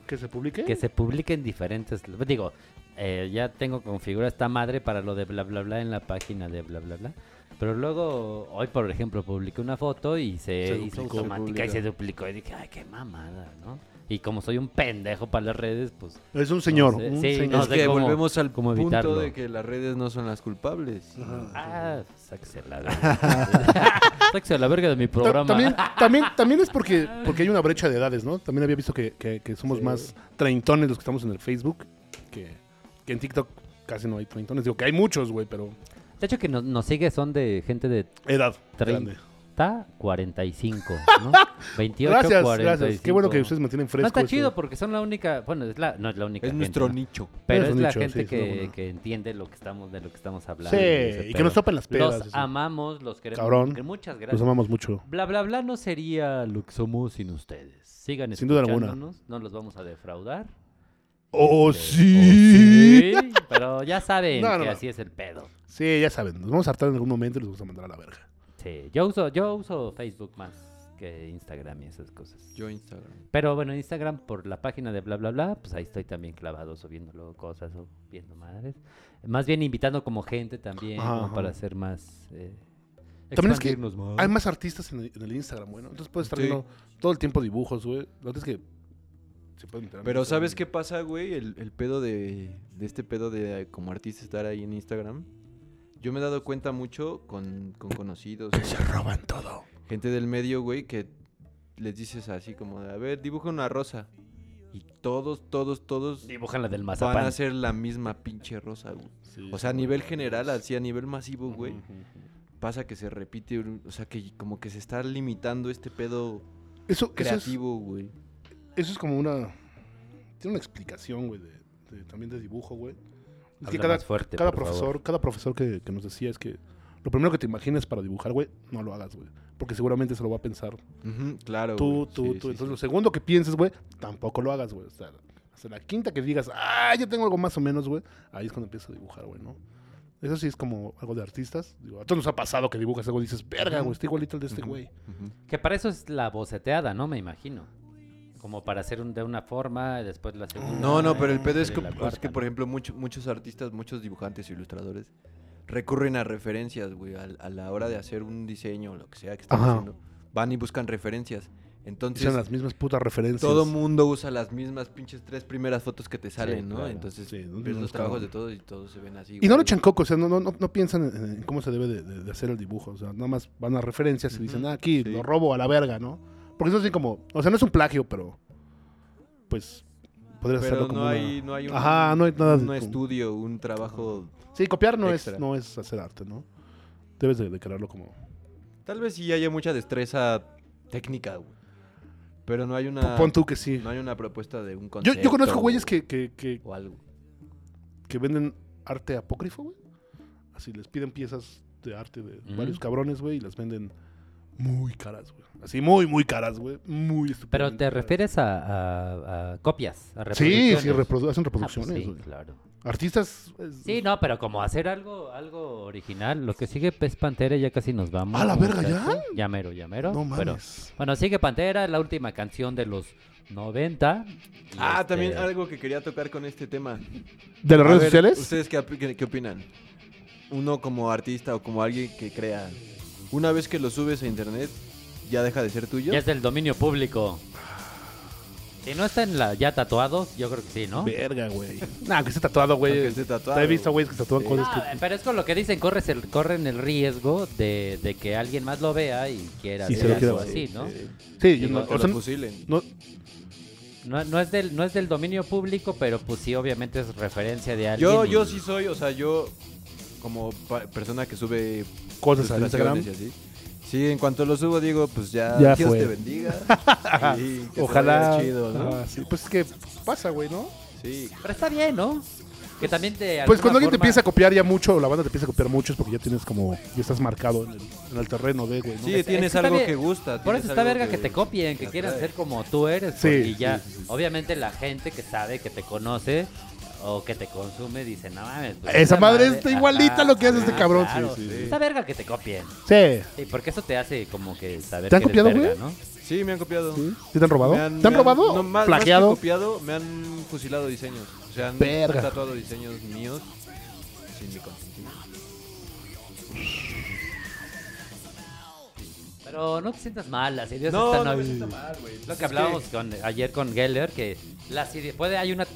Speaker 1: Que se publique.
Speaker 4: Que se publiquen diferentes. Digo, eh, ya tengo configurada esta madre para lo de bla bla bla en la página de bla bla bla. Pero luego, hoy por ejemplo, publiqué una foto y se,
Speaker 1: Se
Speaker 4: hizo
Speaker 1: duplicó.
Speaker 4: automática y se duplicó. Y dije, ay, qué mamada, ¿no? Y como soy un pendejo para las redes, pues.
Speaker 1: Es un señor.
Speaker 4: sé,
Speaker 1: un
Speaker 4: sí,
Speaker 1: señor.
Speaker 4: no
Speaker 3: es
Speaker 4: sé
Speaker 3: que
Speaker 4: cómo-
Speaker 3: volvemos al
Speaker 4: cómo
Speaker 3: punto
Speaker 4: evitarlo.
Speaker 3: de que las redes no son las culpables.
Speaker 4: Ah, sáquese
Speaker 3: (laughs)
Speaker 4: la verga. Sáquese la verga de mi
Speaker 1: Ta-
Speaker 4: programa. (laughs)
Speaker 1: También, también, también es porque, porque hay una brecha de edades, ¿no? También había visto que, que- que somos más treintones los que estamos en el Facebook que, que en TikTok casi no hay treintones. Digo que hay muchos, güey, pero
Speaker 4: De hecho, que nos, nos sigue son de gente de
Speaker 1: edad. grande.
Speaker 4: 30, 45,
Speaker 1: (laughs)
Speaker 4: ¿no? 28,
Speaker 1: Gracias,
Speaker 4: 45.
Speaker 1: gracias. Qué bueno que ustedes mantienen
Speaker 4: No
Speaker 1: fresco.
Speaker 4: está
Speaker 1: esto.
Speaker 4: chido porque son la única, bueno, es la, no es la única.
Speaker 3: Es
Speaker 4: gente,
Speaker 3: nuestro
Speaker 4: ¿no?
Speaker 3: nicho.
Speaker 4: Pero
Speaker 1: Es
Speaker 4: es,
Speaker 1: un
Speaker 4: la
Speaker 1: nicho,
Speaker 4: gente
Speaker 1: sí, es una
Speaker 4: que,
Speaker 1: buena.
Speaker 4: que entiende lo que estamos, de lo que estamos hablando.
Speaker 1: Sí,
Speaker 4: ese
Speaker 1: y que nos
Speaker 4: pedo.
Speaker 1: topen las pedas.
Speaker 4: Los
Speaker 1: eso.
Speaker 4: amamos, los queremos.
Speaker 1: Cabrón,
Speaker 4: que Muchas gracias.
Speaker 1: Los amamos mucho.
Speaker 4: Bla, bla, bla no sería lo que somos sin ustedes. Sigan
Speaker 1: Sin duda alguna.
Speaker 4: escuchándonos, no los vamos a defraudar.
Speaker 1: ¡Oh, sí!
Speaker 4: Oh, Sí, pero ya saben
Speaker 1: No, no,
Speaker 4: que
Speaker 1: no.
Speaker 4: así es el pedo.
Speaker 1: Sí, ya saben. Nos vamos a hartar en algún momento y los vamos a mandar a la verga.
Speaker 4: Sí, yo uso, yo uso Facebook más. que Instagram y esas cosas.
Speaker 3: Yo Instagram.
Speaker 4: Pero bueno, Instagram por la página de bla bla bla, pues ahí estoy también clavado subiendo luego cosas o viendo madres. Más bien invitando como gente también
Speaker 1: Ajá,
Speaker 4: como
Speaker 1: ajá.
Speaker 4: para hacer más eh,
Speaker 1: También es que
Speaker 4: expandirnos más.
Speaker 1: Hay más artistas en el, en el Instagram, bueno. Entonces puedes estar
Speaker 3: Sí.
Speaker 1: viendo todo el tiempo dibujos, güey. Lo que es que se pueden enterar.
Speaker 3: Pero ¿sabes qué pasa, güey? El, el pedo de, de este pedo de eh, como artista estar ahí en Instagram. Yo me he dado cuenta mucho con, con
Speaker 1: (laughs)
Speaker 3: conocidos,
Speaker 1: Se roban todo.
Speaker 3: gente del medio, güey, que les dices así como, de, a ver, dibuja una rosa. Y todos, todos, todos
Speaker 4: Dibujan la del
Speaker 3: van a
Speaker 4: mazapán.
Speaker 3: hacer la misma pinche rosa, güey. O sea, a nivel general, así a nivel masivo, güey, pasa que se repite, un- o sea, que como que se está limitando este pedo
Speaker 1: Eso, eso es,
Speaker 3: creativo, güey.
Speaker 1: eso es como una. Tiene una explicación, güey, de, de- también de dibujo, güey. Es que
Speaker 4: Habla
Speaker 1: cada,
Speaker 4: más fuerte,
Speaker 1: cada
Speaker 4: por
Speaker 1: profesor,
Speaker 4: favor.
Speaker 1: cada profesor que, que nos decía es que lo primero que te imagines para dibujar, güey, no lo hagas, güey. Porque seguramente se lo va a pensar
Speaker 3: Ujú, claro,
Speaker 1: tú, tú,
Speaker 3: güey, sí,
Speaker 1: tú.
Speaker 3: sí,
Speaker 1: Entonces,
Speaker 3: sí.
Speaker 1: lo segundo que pienses, güey, tampoco lo hagas, güey. O sea, hasta la quinta que digas, ah, yo tengo algo más o menos, güey, ahí es cuando empiezas a dibujar, güey, ¿no? Eso sí es como algo de artistas. Digo, a todos nos ha pasado que dibujas algo y dices, verga, güey, está igualito al de este
Speaker 3: Ujú.
Speaker 1: güey.
Speaker 3: Ujú.
Speaker 4: Que para eso es la boceteada, ¿no? Me imagino. Como para hacer un- de una forma, después la segunda.
Speaker 3: No, no, pero el
Speaker 4: y
Speaker 3: pedo es
Speaker 4: Eh, la
Speaker 3: que, pues, es
Speaker 4: cuarta,
Speaker 3: que
Speaker 4: ¿no?
Speaker 3: por ejemplo, mucho- muchos artistas, muchos dibujantes e ilustradores recurren a referencias, güey, al- a, la hora de hacer un diseño o lo que sea que están
Speaker 1: Ajá.
Speaker 3: haciendo. Van y buscan referencias.
Speaker 1: Usan
Speaker 3: Entonces,
Speaker 1: las mismas putas referencias.
Speaker 3: todo mundo usa las mismas pinches tres primeras fotos que te salen, ¿no?
Speaker 4: claro.
Speaker 3: Entonces,
Speaker 1: Sí, no-
Speaker 3: ves
Speaker 1: no
Speaker 3: los
Speaker 1: está
Speaker 3: trabajos
Speaker 1: bueno.
Speaker 3: de todos y todos se ven así.
Speaker 1: Y no
Speaker 3: güey.
Speaker 1: lo echan coco, o sea, no, no, no, no piensan en, en cómo se debe de, de- de hacer el dibujo. O sea, nada más van a referencias y dicen,
Speaker 3: Ujú,
Speaker 1: ah, aquí
Speaker 3: sí.
Speaker 1: lo robo a la verga, ¿no? Porque eso es así como, o sea, no es un plagio, pero pues podrías
Speaker 3: Pero
Speaker 1: hacerlo como
Speaker 3: no
Speaker 1: una-
Speaker 3: hay, no hay un,
Speaker 1: Ajá, no hay nada de-
Speaker 3: un
Speaker 1: como-
Speaker 3: estudio, un trabajo.
Speaker 1: Sí, copiar no es,
Speaker 3: extra.
Speaker 1: no es hacer arte, ¿no? Debes de, de crearlo como...
Speaker 3: Tal vez sí haya mucha destreza técnica, güey. Pero no hay una.
Speaker 1: Pon tú que sí.
Speaker 3: Ah, No hay una propuesta de un
Speaker 1: Yo,
Speaker 3: concepto.
Speaker 1: yo conozco güeyes
Speaker 3: o-
Speaker 1: que, que, que,
Speaker 3: O algo.
Speaker 1: que venden arte apócrifo, güey. Así les piden piezas de arte de
Speaker 4: Mm.
Speaker 1: varios cabrones, güey, y las venden muy caras, güey. Así muy, muy caras, güey. Muy
Speaker 4: Pero
Speaker 1: estúpidamente
Speaker 4: te
Speaker 1: caras.
Speaker 4: refieres a, a- a copias, a
Speaker 1: eh, Sí,
Speaker 4: reproducciones.
Speaker 1: sí, reprodu- hacen
Speaker 4: Ah, pues
Speaker 1: reproducciones,
Speaker 4: sí,
Speaker 1: güey.
Speaker 4: claro.
Speaker 1: Artistas... es-
Speaker 4: Sí, no, pero como hacer algo, algo original. Lo que sigue es Pantera, ya casi nos vamos.
Speaker 1: ¡Ah, la verga, ya!
Speaker 4: muchachos. Ya mero, ya mero.
Speaker 1: No
Speaker 4: Pero-
Speaker 1: mames.
Speaker 4: bueno, sigue Pantera, la última canción de los 90. y
Speaker 3: Ah,
Speaker 4: este,
Speaker 3: también algo que quería tocar con este tema.
Speaker 1: ¿De las
Speaker 3: A
Speaker 1: redes
Speaker 3: ver,
Speaker 1: sociales?
Speaker 3: ¿Ustedes qué, op- qué- qué opinan? Uno como artista o como alguien que crea. Una vez que lo subes a internet, ya deja de ser tuyo.
Speaker 4: Ya es del dominio público. Si no está en la ya tatuados, yo creo que sí, ¿no? Ah,
Speaker 1: Verga, güey. Nah, que esté tatuado, güey.
Speaker 3: Aunque esté tatuado,
Speaker 1: Te he visto, güey, que se tatúan
Speaker 3: Sí.
Speaker 1: cosas
Speaker 4: No,
Speaker 1: que...
Speaker 4: eh, pero es con lo que dicen, corres el, corren el riesgo de, de que alguien más lo vea y quiera
Speaker 1: Sí, se
Speaker 4: hacer
Speaker 1: lo
Speaker 4: algo
Speaker 1: quiera
Speaker 4: así,
Speaker 1: ver,
Speaker 4: ¿no?
Speaker 1: Sí,
Speaker 3: Y
Speaker 1: yo
Speaker 3: no
Speaker 1: no,
Speaker 3: te
Speaker 1: o sea,
Speaker 3: lo fusilen.
Speaker 1: no-
Speaker 4: No, no es del, no es del dominio público, pero pues sí, obviamente es referencia de alguien.
Speaker 3: Yo,
Speaker 4: y-
Speaker 3: yo sí soy, o sea, yo como pa- persona que sube
Speaker 1: cosas a Instagram.
Speaker 3: ilustraciones y así. Sí, en cuanto lo subo digo, pues ya,
Speaker 1: Ya
Speaker 3: Dios
Speaker 1: fue.
Speaker 3: te
Speaker 1: (laughs)
Speaker 3: bendiga. y que te
Speaker 1: Ojalá.
Speaker 3: vaya chido, ¿no?
Speaker 1: Ah, sí, Pues es que pasa, güey, ¿no?
Speaker 3: Sí,
Speaker 4: Pero está bien, ¿no? Que también te.
Speaker 1: Pues cuando alguien te empieza a copiar ya mucho, o la banda te empieza a copiar mucho, es porque ya tienes como. Ya estás marcado en el, en el terreno de, güey, ¿no?
Speaker 3: sí
Speaker 4: Es- es
Speaker 3: tienes
Speaker 4: que está
Speaker 3: algo
Speaker 4: bien.
Speaker 3: que gusta.
Speaker 4: Por
Speaker 3: tienes
Speaker 4: eso está
Speaker 3: algo
Speaker 4: verga que, te copien, que
Speaker 3: que
Speaker 4: quieran
Speaker 3: atrae.
Speaker 4: ser como tú eres.
Speaker 1: Sí,
Speaker 4: porque
Speaker 1: sí,
Speaker 4: ya,
Speaker 1: sí, sí, sí.
Speaker 4: obviamente la gente que sabe, que te conoce o que te consume, dice, no mames. pues,
Speaker 1: Esa madre
Speaker 4: madre-
Speaker 1: está igualita a lo que hace este cabrón". Sí,
Speaker 4: claro.
Speaker 1: sí, sí.
Speaker 4: Está verga que te copien.
Speaker 1: Sí.
Speaker 4: Sí, porque eso te hace como que saber
Speaker 1: ¿Te han
Speaker 4: que eres
Speaker 1: copiado, güey?
Speaker 4: verga, ¿no?
Speaker 3: Sí, me han copiado.
Speaker 1: ¿Sí? ¿Sí te han robado?
Speaker 3: Me han-
Speaker 1: ¿Te han
Speaker 3: me
Speaker 1: robado?
Speaker 3: no, más- más que
Speaker 1: ¿Plagiado?
Speaker 3: copiado, me han fusilado diseños. O sea, han
Speaker 1: Verga.
Speaker 3: tatuado diseños míos sin mi consentimiento.
Speaker 4: Pero no te sientas mal, las ideas
Speaker 3: No,
Speaker 4: están
Speaker 3: no me
Speaker 4: ahí.
Speaker 3: siento mal, güey.
Speaker 4: Lo
Speaker 3: Es
Speaker 4: que hablábamos con- ayer con Geller, que las ideas, puede, hay una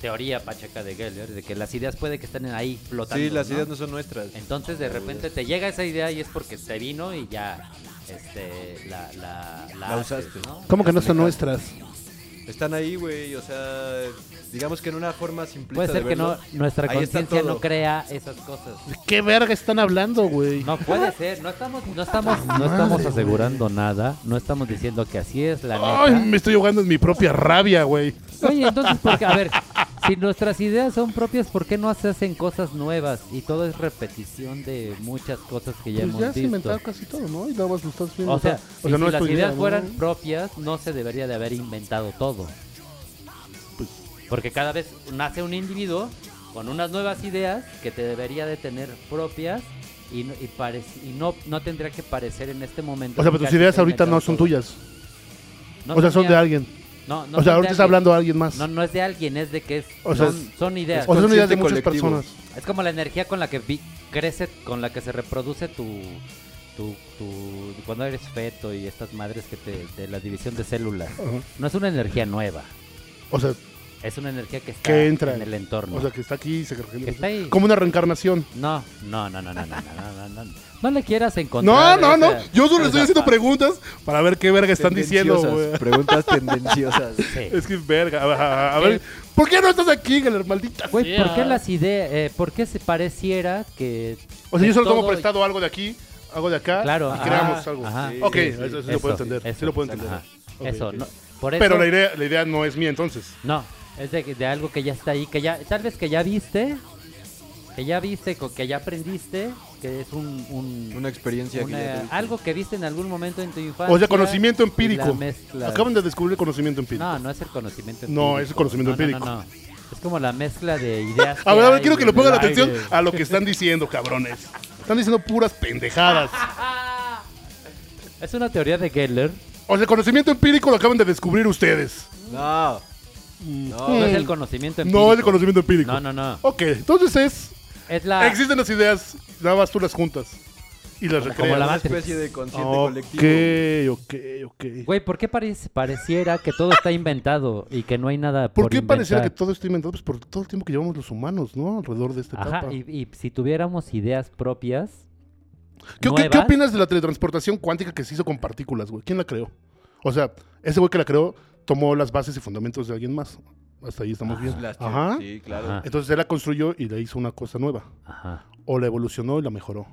Speaker 4: teoría pacheca de Geller, de que las ideas puede que estén ahí flotando.
Speaker 3: Sí, las ideas
Speaker 4: ¿no?
Speaker 3: no son nuestras.
Speaker 4: Entonces de repente te llega esa idea y es porque te vino y ya este, la, la, la,
Speaker 3: La
Speaker 4: haces,
Speaker 3: usaste.
Speaker 4: ¿no?
Speaker 1: ¿Cómo que no son nuestras?
Speaker 3: Están ahí, güey. O sea, digamos que en una forma simplista
Speaker 4: Puede ser
Speaker 3: de
Speaker 4: que no,
Speaker 3: verlo,
Speaker 4: nuestra
Speaker 3: ahí está
Speaker 4: conciencia
Speaker 3: todo.
Speaker 4: no crea esas cosas.
Speaker 1: ¿De qué verga están hablando, güey?
Speaker 4: No puede ser, no estamos, no estamos, no estamos asegurando nada, no estamos diciendo que así es la neta.
Speaker 1: Ay, me estoy ahogando en mi propia rabia, güey.
Speaker 4: Oye, entonces, porque, a ver, si nuestras ideas son propias, ¿por qué no se hacen cosas nuevas? Y todo es repetición de muchas cosas que ya
Speaker 1: Pues
Speaker 4: hemos
Speaker 1: ya se
Speaker 4: visto.
Speaker 1: inventado casi todo, ¿no? Y nada más lo estás viendo.
Speaker 4: O sea,
Speaker 1: o
Speaker 4: y
Speaker 1: sea, no
Speaker 4: si
Speaker 1: es
Speaker 4: las
Speaker 1: tu idea,
Speaker 4: ideas
Speaker 1: ¿no?
Speaker 4: fueran propias, no se debería de haber inventado todo.
Speaker 1: Pues
Speaker 4: Porque cada vez nace un individuo con unas nuevas ideas que te debería de tener propias y, no- y parec- y no, no tendría que parecer en este momento.
Speaker 1: O sea, pero
Speaker 4: que
Speaker 1: tus
Speaker 4: casi
Speaker 1: ideas
Speaker 4: se
Speaker 1: ahorita
Speaker 4: inventan
Speaker 1: no son
Speaker 4: todo.
Speaker 1: tuyas.
Speaker 4: No
Speaker 1: o sea, son
Speaker 4: son
Speaker 1: de
Speaker 4: mías.
Speaker 1: alguien. o
Speaker 4: No, no son de
Speaker 1: sea, ahorita está
Speaker 4: alguien.
Speaker 1: hablando alguien más.
Speaker 4: No, no es de alguien, es de que es-
Speaker 1: O sea,
Speaker 4: son, son ideas.
Speaker 1: o sea, son ideas de
Speaker 3: Consciente
Speaker 1: muchas
Speaker 3: colectivo.
Speaker 1: personas.
Speaker 4: Es como la energía con la que vi- crece, con la que se reproduce tu, tu, tu- Cuando eres feto y estas madres que te. de la división de células.
Speaker 1: Ajá.
Speaker 4: No es una energía nueva.
Speaker 1: O sea,
Speaker 4: Es una energía que está
Speaker 1: Que entra.
Speaker 4: en el entorno.
Speaker 1: o sea, que está aquí y se regenera.
Speaker 4: Que está ahí.
Speaker 1: Como una reencarnación.
Speaker 4: No, no, no, no, no, no, no, no, no, no. No le quieras
Speaker 1: No,
Speaker 4: encontrar.
Speaker 1: no, no.
Speaker 4: esa-
Speaker 1: Yo solo estoy
Speaker 4: esa
Speaker 1: haciendo
Speaker 4: parte.
Speaker 1: preguntas para ver qué verga están diciendo,
Speaker 3: Tendenciosas,
Speaker 1: güey.
Speaker 3: Preguntas tendenciosas.
Speaker 4: Sí.
Speaker 1: Es que es verga. A, a- a ver, ¿por qué no estás aquí, Galer? Maldita
Speaker 4: Güey,
Speaker 1: sea.
Speaker 4: ¿por qué las ideas, por qué se pareciera que...
Speaker 1: O sea, yo
Speaker 4: que
Speaker 1: solo tomo
Speaker 4: todo-
Speaker 1: prestado algo de aquí, algo de acá
Speaker 4: Claro,
Speaker 1: y
Speaker 4: ajá,
Speaker 1: creamos algo.
Speaker 4: ajá. Sí,
Speaker 1: ok,
Speaker 3: sí,
Speaker 1: eso, eso sí lo puedo entender. sí lo puedo
Speaker 4: exacto,
Speaker 1: entender.
Speaker 4: ajá.
Speaker 1: Ok,
Speaker 4: eso,
Speaker 1: ok.
Speaker 4: no, por eso...
Speaker 1: Pero la idea, la idea no es mía entonces.
Speaker 4: No, es de, de algo que ya está ahí, que ya, tal vez que ya viste, que ya viste, co- que ya aprendiste, que es un... un-
Speaker 3: Una experiencia
Speaker 4: una-
Speaker 3: que ya tuviste.
Speaker 4: algo que viste en algún momento en tu infancia.
Speaker 1: O sea, conocimiento
Speaker 4: y la
Speaker 1: empírico.
Speaker 4: mezcla-
Speaker 1: Acaban de descubrir conocimiento empírico.
Speaker 4: No, no es el conocimiento empírico.
Speaker 1: No, es el conocimiento
Speaker 4: No, no,
Speaker 1: empírico.
Speaker 4: no, no. Es como la mezcla de ideas.
Speaker 1: (laughs) A ver, a ver,
Speaker 4: hay
Speaker 1: quiero que le
Speaker 4: en
Speaker 1: pongan
Speaker 4: el
Speaker 1: atención
Speaker 4: aire.
Speaker 1: a lo que están diciendo, cabrones. Están diciendo puras pendejadas.
Speaker 4: Es una teoría de Geller.
Speaker 1: O sea, el conocimiento empírico lo acaban de descubrir ustedes.
Speaker 3: No. No.
Speaker 4: No es
Speaker 1: Mm.
Speaker 4: el conocimiento empírico.
Speaker 1: No es el conocimiento empírico.
Speaker 4: No, Ah. no, no.
Speaker 1: Ok, entonces es.
Speaker 4: Es la.
Speaker 1: Existen las ideas, nada más tú las juntas. Y las
Speaker 4: Como-
Speaker 1: recreas.
Speaker 4: como la
Speaker 3: Una
Speaker 4: Matrix.
Speaker 3: especie de consciente colectivo.
Speaker 1: Ok, ok, ok.
Speaker 4: Güey, ¿por qué pare- pareciera que todo está inventado y que no hay nada
Speaker 1: ¿Por,
Speaker 4: por
Speaker 1: qué
Speaker 4: inventar?
Speaker 1: pareciera que todo está inventado? Pues por todo el tiempo que llevamos los humanos, ¿no? Alrededor de este
Speaker 4: Ajá,
Speaker 1: etapa.
Speaker 4: y, y si tuviéramos ideas propias.
Speaker 1: ¿Qué, qué- qué
Speaker 4: nuevas,
Speaker 1: opinas de la teletransportación cuántica que se hizo con partículas, güey? ¿Quién la creó? O sea, ese güey que la creó tomó las bases y fundamentos de alguien más. Hasta ahí estamos bien.
Speaker 3: Las teorías,
Speaker 1: Ajá.
Speaker 3: Sí, claro.
Speaker 4: Ajá.
Speaker 1: Entonces él la construyó y le hizo una cosa nueva.
Speaker 4: Ajá.
Speaker 1: O la evolucionó y la mejoró.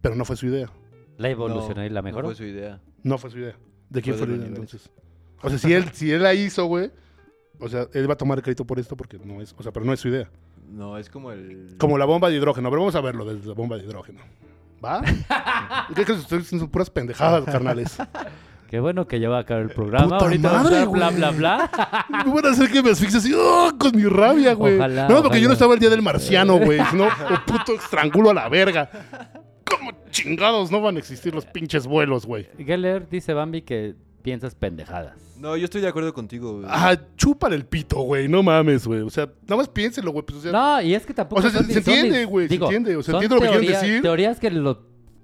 Speaker 1: Pero no fue su idea.
Speaker 4: La evolucionó y la
Speaker 3: No
Speaker 4: mejoró.
Speaker 3: fue su idea.
Speaker 1: No fue su idea. ¿De quién
Speaker 3: Fue
Speaker 1: fue
Speaker 3: del
Speaker 1: la idea
Speaker 3: universo.
Speaker 1: entonces? O sea, si él, si él la hizo, güey. O sea, él va a tomar el crédito por esto porque no es. O sea, pero no es su idea.
Speaker 3: No, es como el.
Speaker 1: Como la bomba de hidrógeno. A ver, vamos a verlo desde la bomba de hidrógeno. ¿Va? ¿Qué crees? Ustedes son puras pendejadas, carnales.
Speaker 4: Qué bueno que ya va a acabar el programa.
Speaker 1: ¡Puta
Speaker 4: Ahorita vamos a
Speaker 1: madre,
Speaker 4: dar bla, bla,
Speaker 1: güey!
Speaker 4: bla.
Speaker 1: No van a hacer que me asfixie así ¡oh! con mi rabia, güey.
Speaker 4: Ojalá,
Speaker 1: no, porque yo
Speaker 4: ojalá.
Speaker 1: no estaba el día del marciano, güey.
Speaker 4: (laughs)
Speaker 1: Si no, o puto estrangulo a la verga. ¿Cómo chingados no van a existir los pinches vuelos, güey?
Speaker 4: Geller dice Bambi que piensas pendejadas.
Speaker 3: No, yo estoy de acuerdo contigo. güey.
Speaker 1: Ah, chúpale el pito, güey. No mames, güey. O sea, nada más piénselo, güey. Pues, o sea,
Speaker 4: No, y es que tampoco.
Speaker 1: O sea, se-
Speaker 4: son ni-
Speaker 1: se
Speaker 4: son ni-
Speaker 1: entiende, güey, se
Speaker 4: digo,
Speaker 1: entiende, o sea,
Speaker 4: son
Speaker 1: entiendo lo que quieren
Speaker 4: teoría-
Speaker 1: decir.
Speaker 4: Teorías que los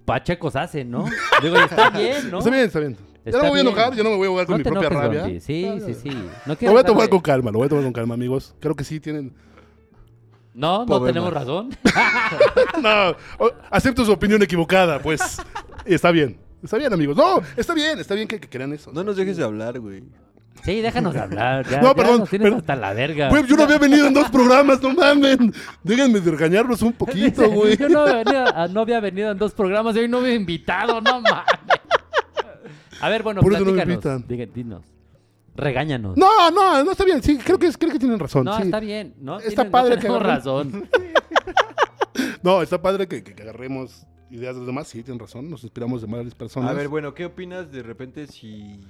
Speaker 4: pachecos hacen, ¿no? Digo, y está
Speaker 1: (laughs)
Speaker 4: bien, ¿no?
Speaker 1: Está bien, está bien. ya
Speaker 4: Está
Speaker 1: no me voy a
Speaker 4: bien.
Speaker 1: enojar, yo no me voy a ahogar
Speaker 4: No
Speaker 1: con mi
Speaker 4: te
Speaker 1: propia
Speaker 4: enojes,
Speaker 1: rabia.
Speaker 4: Bambi. Sí, sí, sí. No
Speaker 1: Lo
Speaker 4: quiero
Speaker 1: voy a
Speaker 4: hablar
Speaker 1: tomar
Speaker 4: de-
Speaker 1: con calma, lo voy a tomar con calma, amigos. Creo que sí tienen. (laughs)
Speaker 4: No, no
Speaker 3: Pobre
Speaker 4: tenemos
Speaker 3: Mar.
Speaker 4: razón.
Speaker 1: No, o- acepto su opinión equivocada,
Speaker 4: (laughs)
Speaker 1: pues. Está bien. Está bien, amigos. No, está bien, está bien que, que crean eso.
Speaker 3: No nos dejes de hablar, güey.
Speaker 4: Sí, déjanos hablar. Ya,
Speaker 1: (laughs) No,
Speaker 4: ya
Speaker 1: perdón,
Speaker 4: Nos tienes
Speaker 1: pero-
Speaker 4: hasta la verga.
Speaker 1: Güey, yo no había venido en dos programas, no mamen. Déjenme de regañarlos un
Speaker 4: (laughs)
Speaker 1: poquito, güey.
Speaker 4: Yo no había, venido, ah, no había venido en dos programas y hoy no me he invitado, no mames. A ver, bueno,
Speaker 1: Por eso no me
Speaker 4: platícanos.
Speaker 1: invitan.
Speaker 4: Diga- dinos. Regáñanos.
Speaker 1: No, no, no está bien. Sí, creo que, creo que tienen razón.
Speaker 4: No,
Speaker 1: sí.
Speaker 4: está bien. No,
Speaker 1: Está
Speaker 4: Tienen- no
Speaker 1: padre que
Speaker 4: tenemos
Speaker 1: agarren- (laughs)
Speaker 4: razón.
Speaker 1: No, está padre que, que- que agarremos ideas de los demás. Sí, tienen razón. Nos inspiramos de malas personas.
Speaker 3: A ver, bueno, ¿qué opinas de repente si.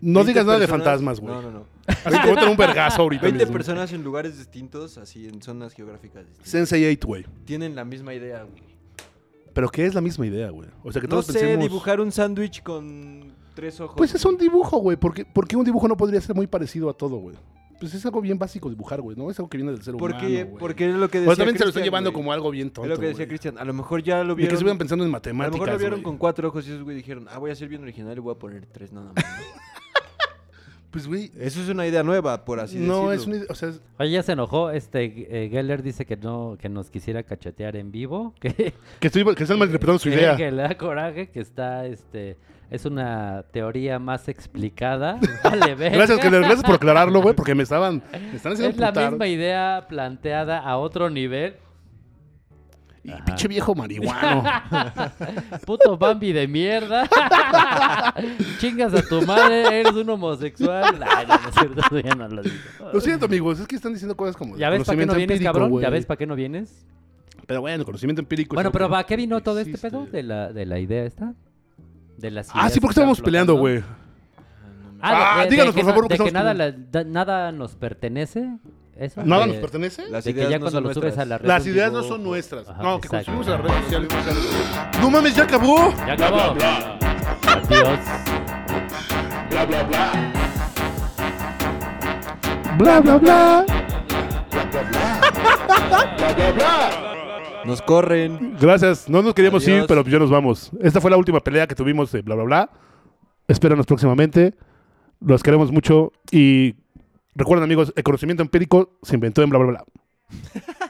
Speaker 1: no
Speaker 3: 20
Speaker 1: digas nada de
Speaker 3: personas-
Speaker 1: fantasmas, güey.
Speaker 3: No, no, no.
Speaker 1: Así te voy a tener un vergazo ahorita.
Speaker 3: 20
Speaker 1: mismo.
Speaker 3: personas en lugares distintos, así en zonas geográficas distintas.
Speaker 1: Sensei 8, güey.
Speaker 3: Tienen la misma idea, güey.
Speaker 1: Pero que es la misma idea, güey. O sea, que
Speaker 3: No
Speaker 1: todos
Speaker 3: sé,
Speaker 1: pensemos...
Speaker 3: dibujar un sándwich con tres ojos.
Speaker 1: Pues es
Speaker 3: güey.
Speaker 1: un dibujo, güey. ¿Por qué, por qué un dibujo no podría ser muy parecido a todo, güey? Pues es algo bien básico dibujar, güey, ¿no? Es algo que viene del ser humano,
Speaker 3: Porque,
Speaker 1: güey.
Speaker 3: porque es lo que
Speaker 1: O
Speaker 3: decía.
Speaker 1: también se lo estoy
Speaker 3: Cristian,
Speaker 1: llevando
Speaker 3: güey.
Speaker 1: como algo bien tonto,
Speaker 3: Es lo que decía
Speaker 1: güey.
Speaker 3: Cristian. A lo mejor ya lo
Speaker 1: Ni que
Speaker 3: vieron.
Speaker 1: estuvieran pensando en
Speaker 3: a lo
Speaker 1: matemáticas,
Speaker 3: mejor lo vieron
Speaker 1: güey.
Speaker 3: con cuatro ojos y esos güey dijeron, ah, voy a ser bien original y voy a poner tres nada más.
Speaker 1: Pues, güey,
Speaker 3: Eso es una idea nueva, por así decirlo.
Speaker 1: no, es una idea, o sea, es-
Speaker 4: Oye, ya se enojó. Este eh, Geller dice que no, que nos quisiera cachetear en vivo. (laughs) Que,
Speaker 1: que, estoy, que están malinterpretando su
Speaker 4: que-
Speaker 1: idea.
Speaker 4: (laughs) que le da coraje, que está, este, es una teoría más explicada. (laughs) Vale, verga.
Speaker 1: Gracias, que, gracias por aclararlo, güey, porque me estaban, me están haciendo
Speaker 4: Es la
Speaker 1: putar.
Speaker 4: misma idea planteada a otro nivel.
Speaker 1: Y pinche viejo marihuano.
Speaker 4: (laughs) Puto Bambi de mierda. (laughs) Chingas a tu madre, eres un homosexual. Ay, no, no es cierto, eso ya no lo digo.
Speaker 1: lo siento, amigos, es que están diciendo cosas como
Speaker 4: ¿Ya ves para qué no
Speaker 1: conocimiento
Speaker 4: vienes,
Speaker 1: empírico,
Speaker 4: cabrón?
Speaker 1: güey.
Speaker 4: ¿Ya ves para qué no vienes?
Speaker 1: Pero bueno, conocimiento empírico. es
Speaker 4: bueno,
Speaker 1: algo
Speaker 4: pero
Speaker 1: que
Speaker 4: ¿para qué vino todo este
Speaker 1: existe.
Speaker 4: pedo de la, de la idea esta? De las
Speaker 1: Ah,
Speaker 4: ideas
Speaker 1: sí, porque
Speaker 4: que están
Speaker 1: estábamos peleando,
Speaker 4: flotando.
Speaker 1: güey.
Speaker 4: Ah, de-
Speaker 1: Ah,
Speaker 4: de- de
Speaker 1: díganos,
Speaker 4: que
Speaker 1: por favor,
Speaker 4: no-
Speaker 1: por qué
Speaker 4: de que
Speaker 1: estamos
Speaker 4: nada, la- da- nada nos pertenece. Eso
Speaker 1: ¿Nada
Speaker 4: de-
Speaker 1: nos pertenece?
Speaker 3: Las
Speaker 4: de que
Speaker 3: ideas
Speaker 4: ya
Speaker 3: no
Speaker 4: cuando
Speaker 3: son
Speaker 4: lo subes
Speaker 3: nuestras.
Speaker 4: a la red
Speaker 1: Las
Speaker 4: en
Speaker 1: ideas
Speaker 4: vivo- pues,
Speaker 1: no son nuestras.
Speaker 4: Ajá,
Speaker 1: no, que
Speaker 4: exacto.
Speaker 1: construimos en las redes sociales. ¡No mames, ya acabó!
Speaker 4: Ya acabó. Adiós.
Speaker 2: bla bla bla.
Speaker 1: Bla, bla, bla.
Speaker 2: Bla bla bla.
Speaker 3: Nos corren.
Speaker 1: Gracias. No nos queríamos
Speaker 3: Adiós.
Speaker 1: ir, pero pues ya nos vamos. Esta fue la última pelea que tuvimos de bla, bla, bla. Espéranos próximamente. Los queremos mucho. Y recuerden, amigos, el conocimiento empírico se inventó en bla, bla, bla.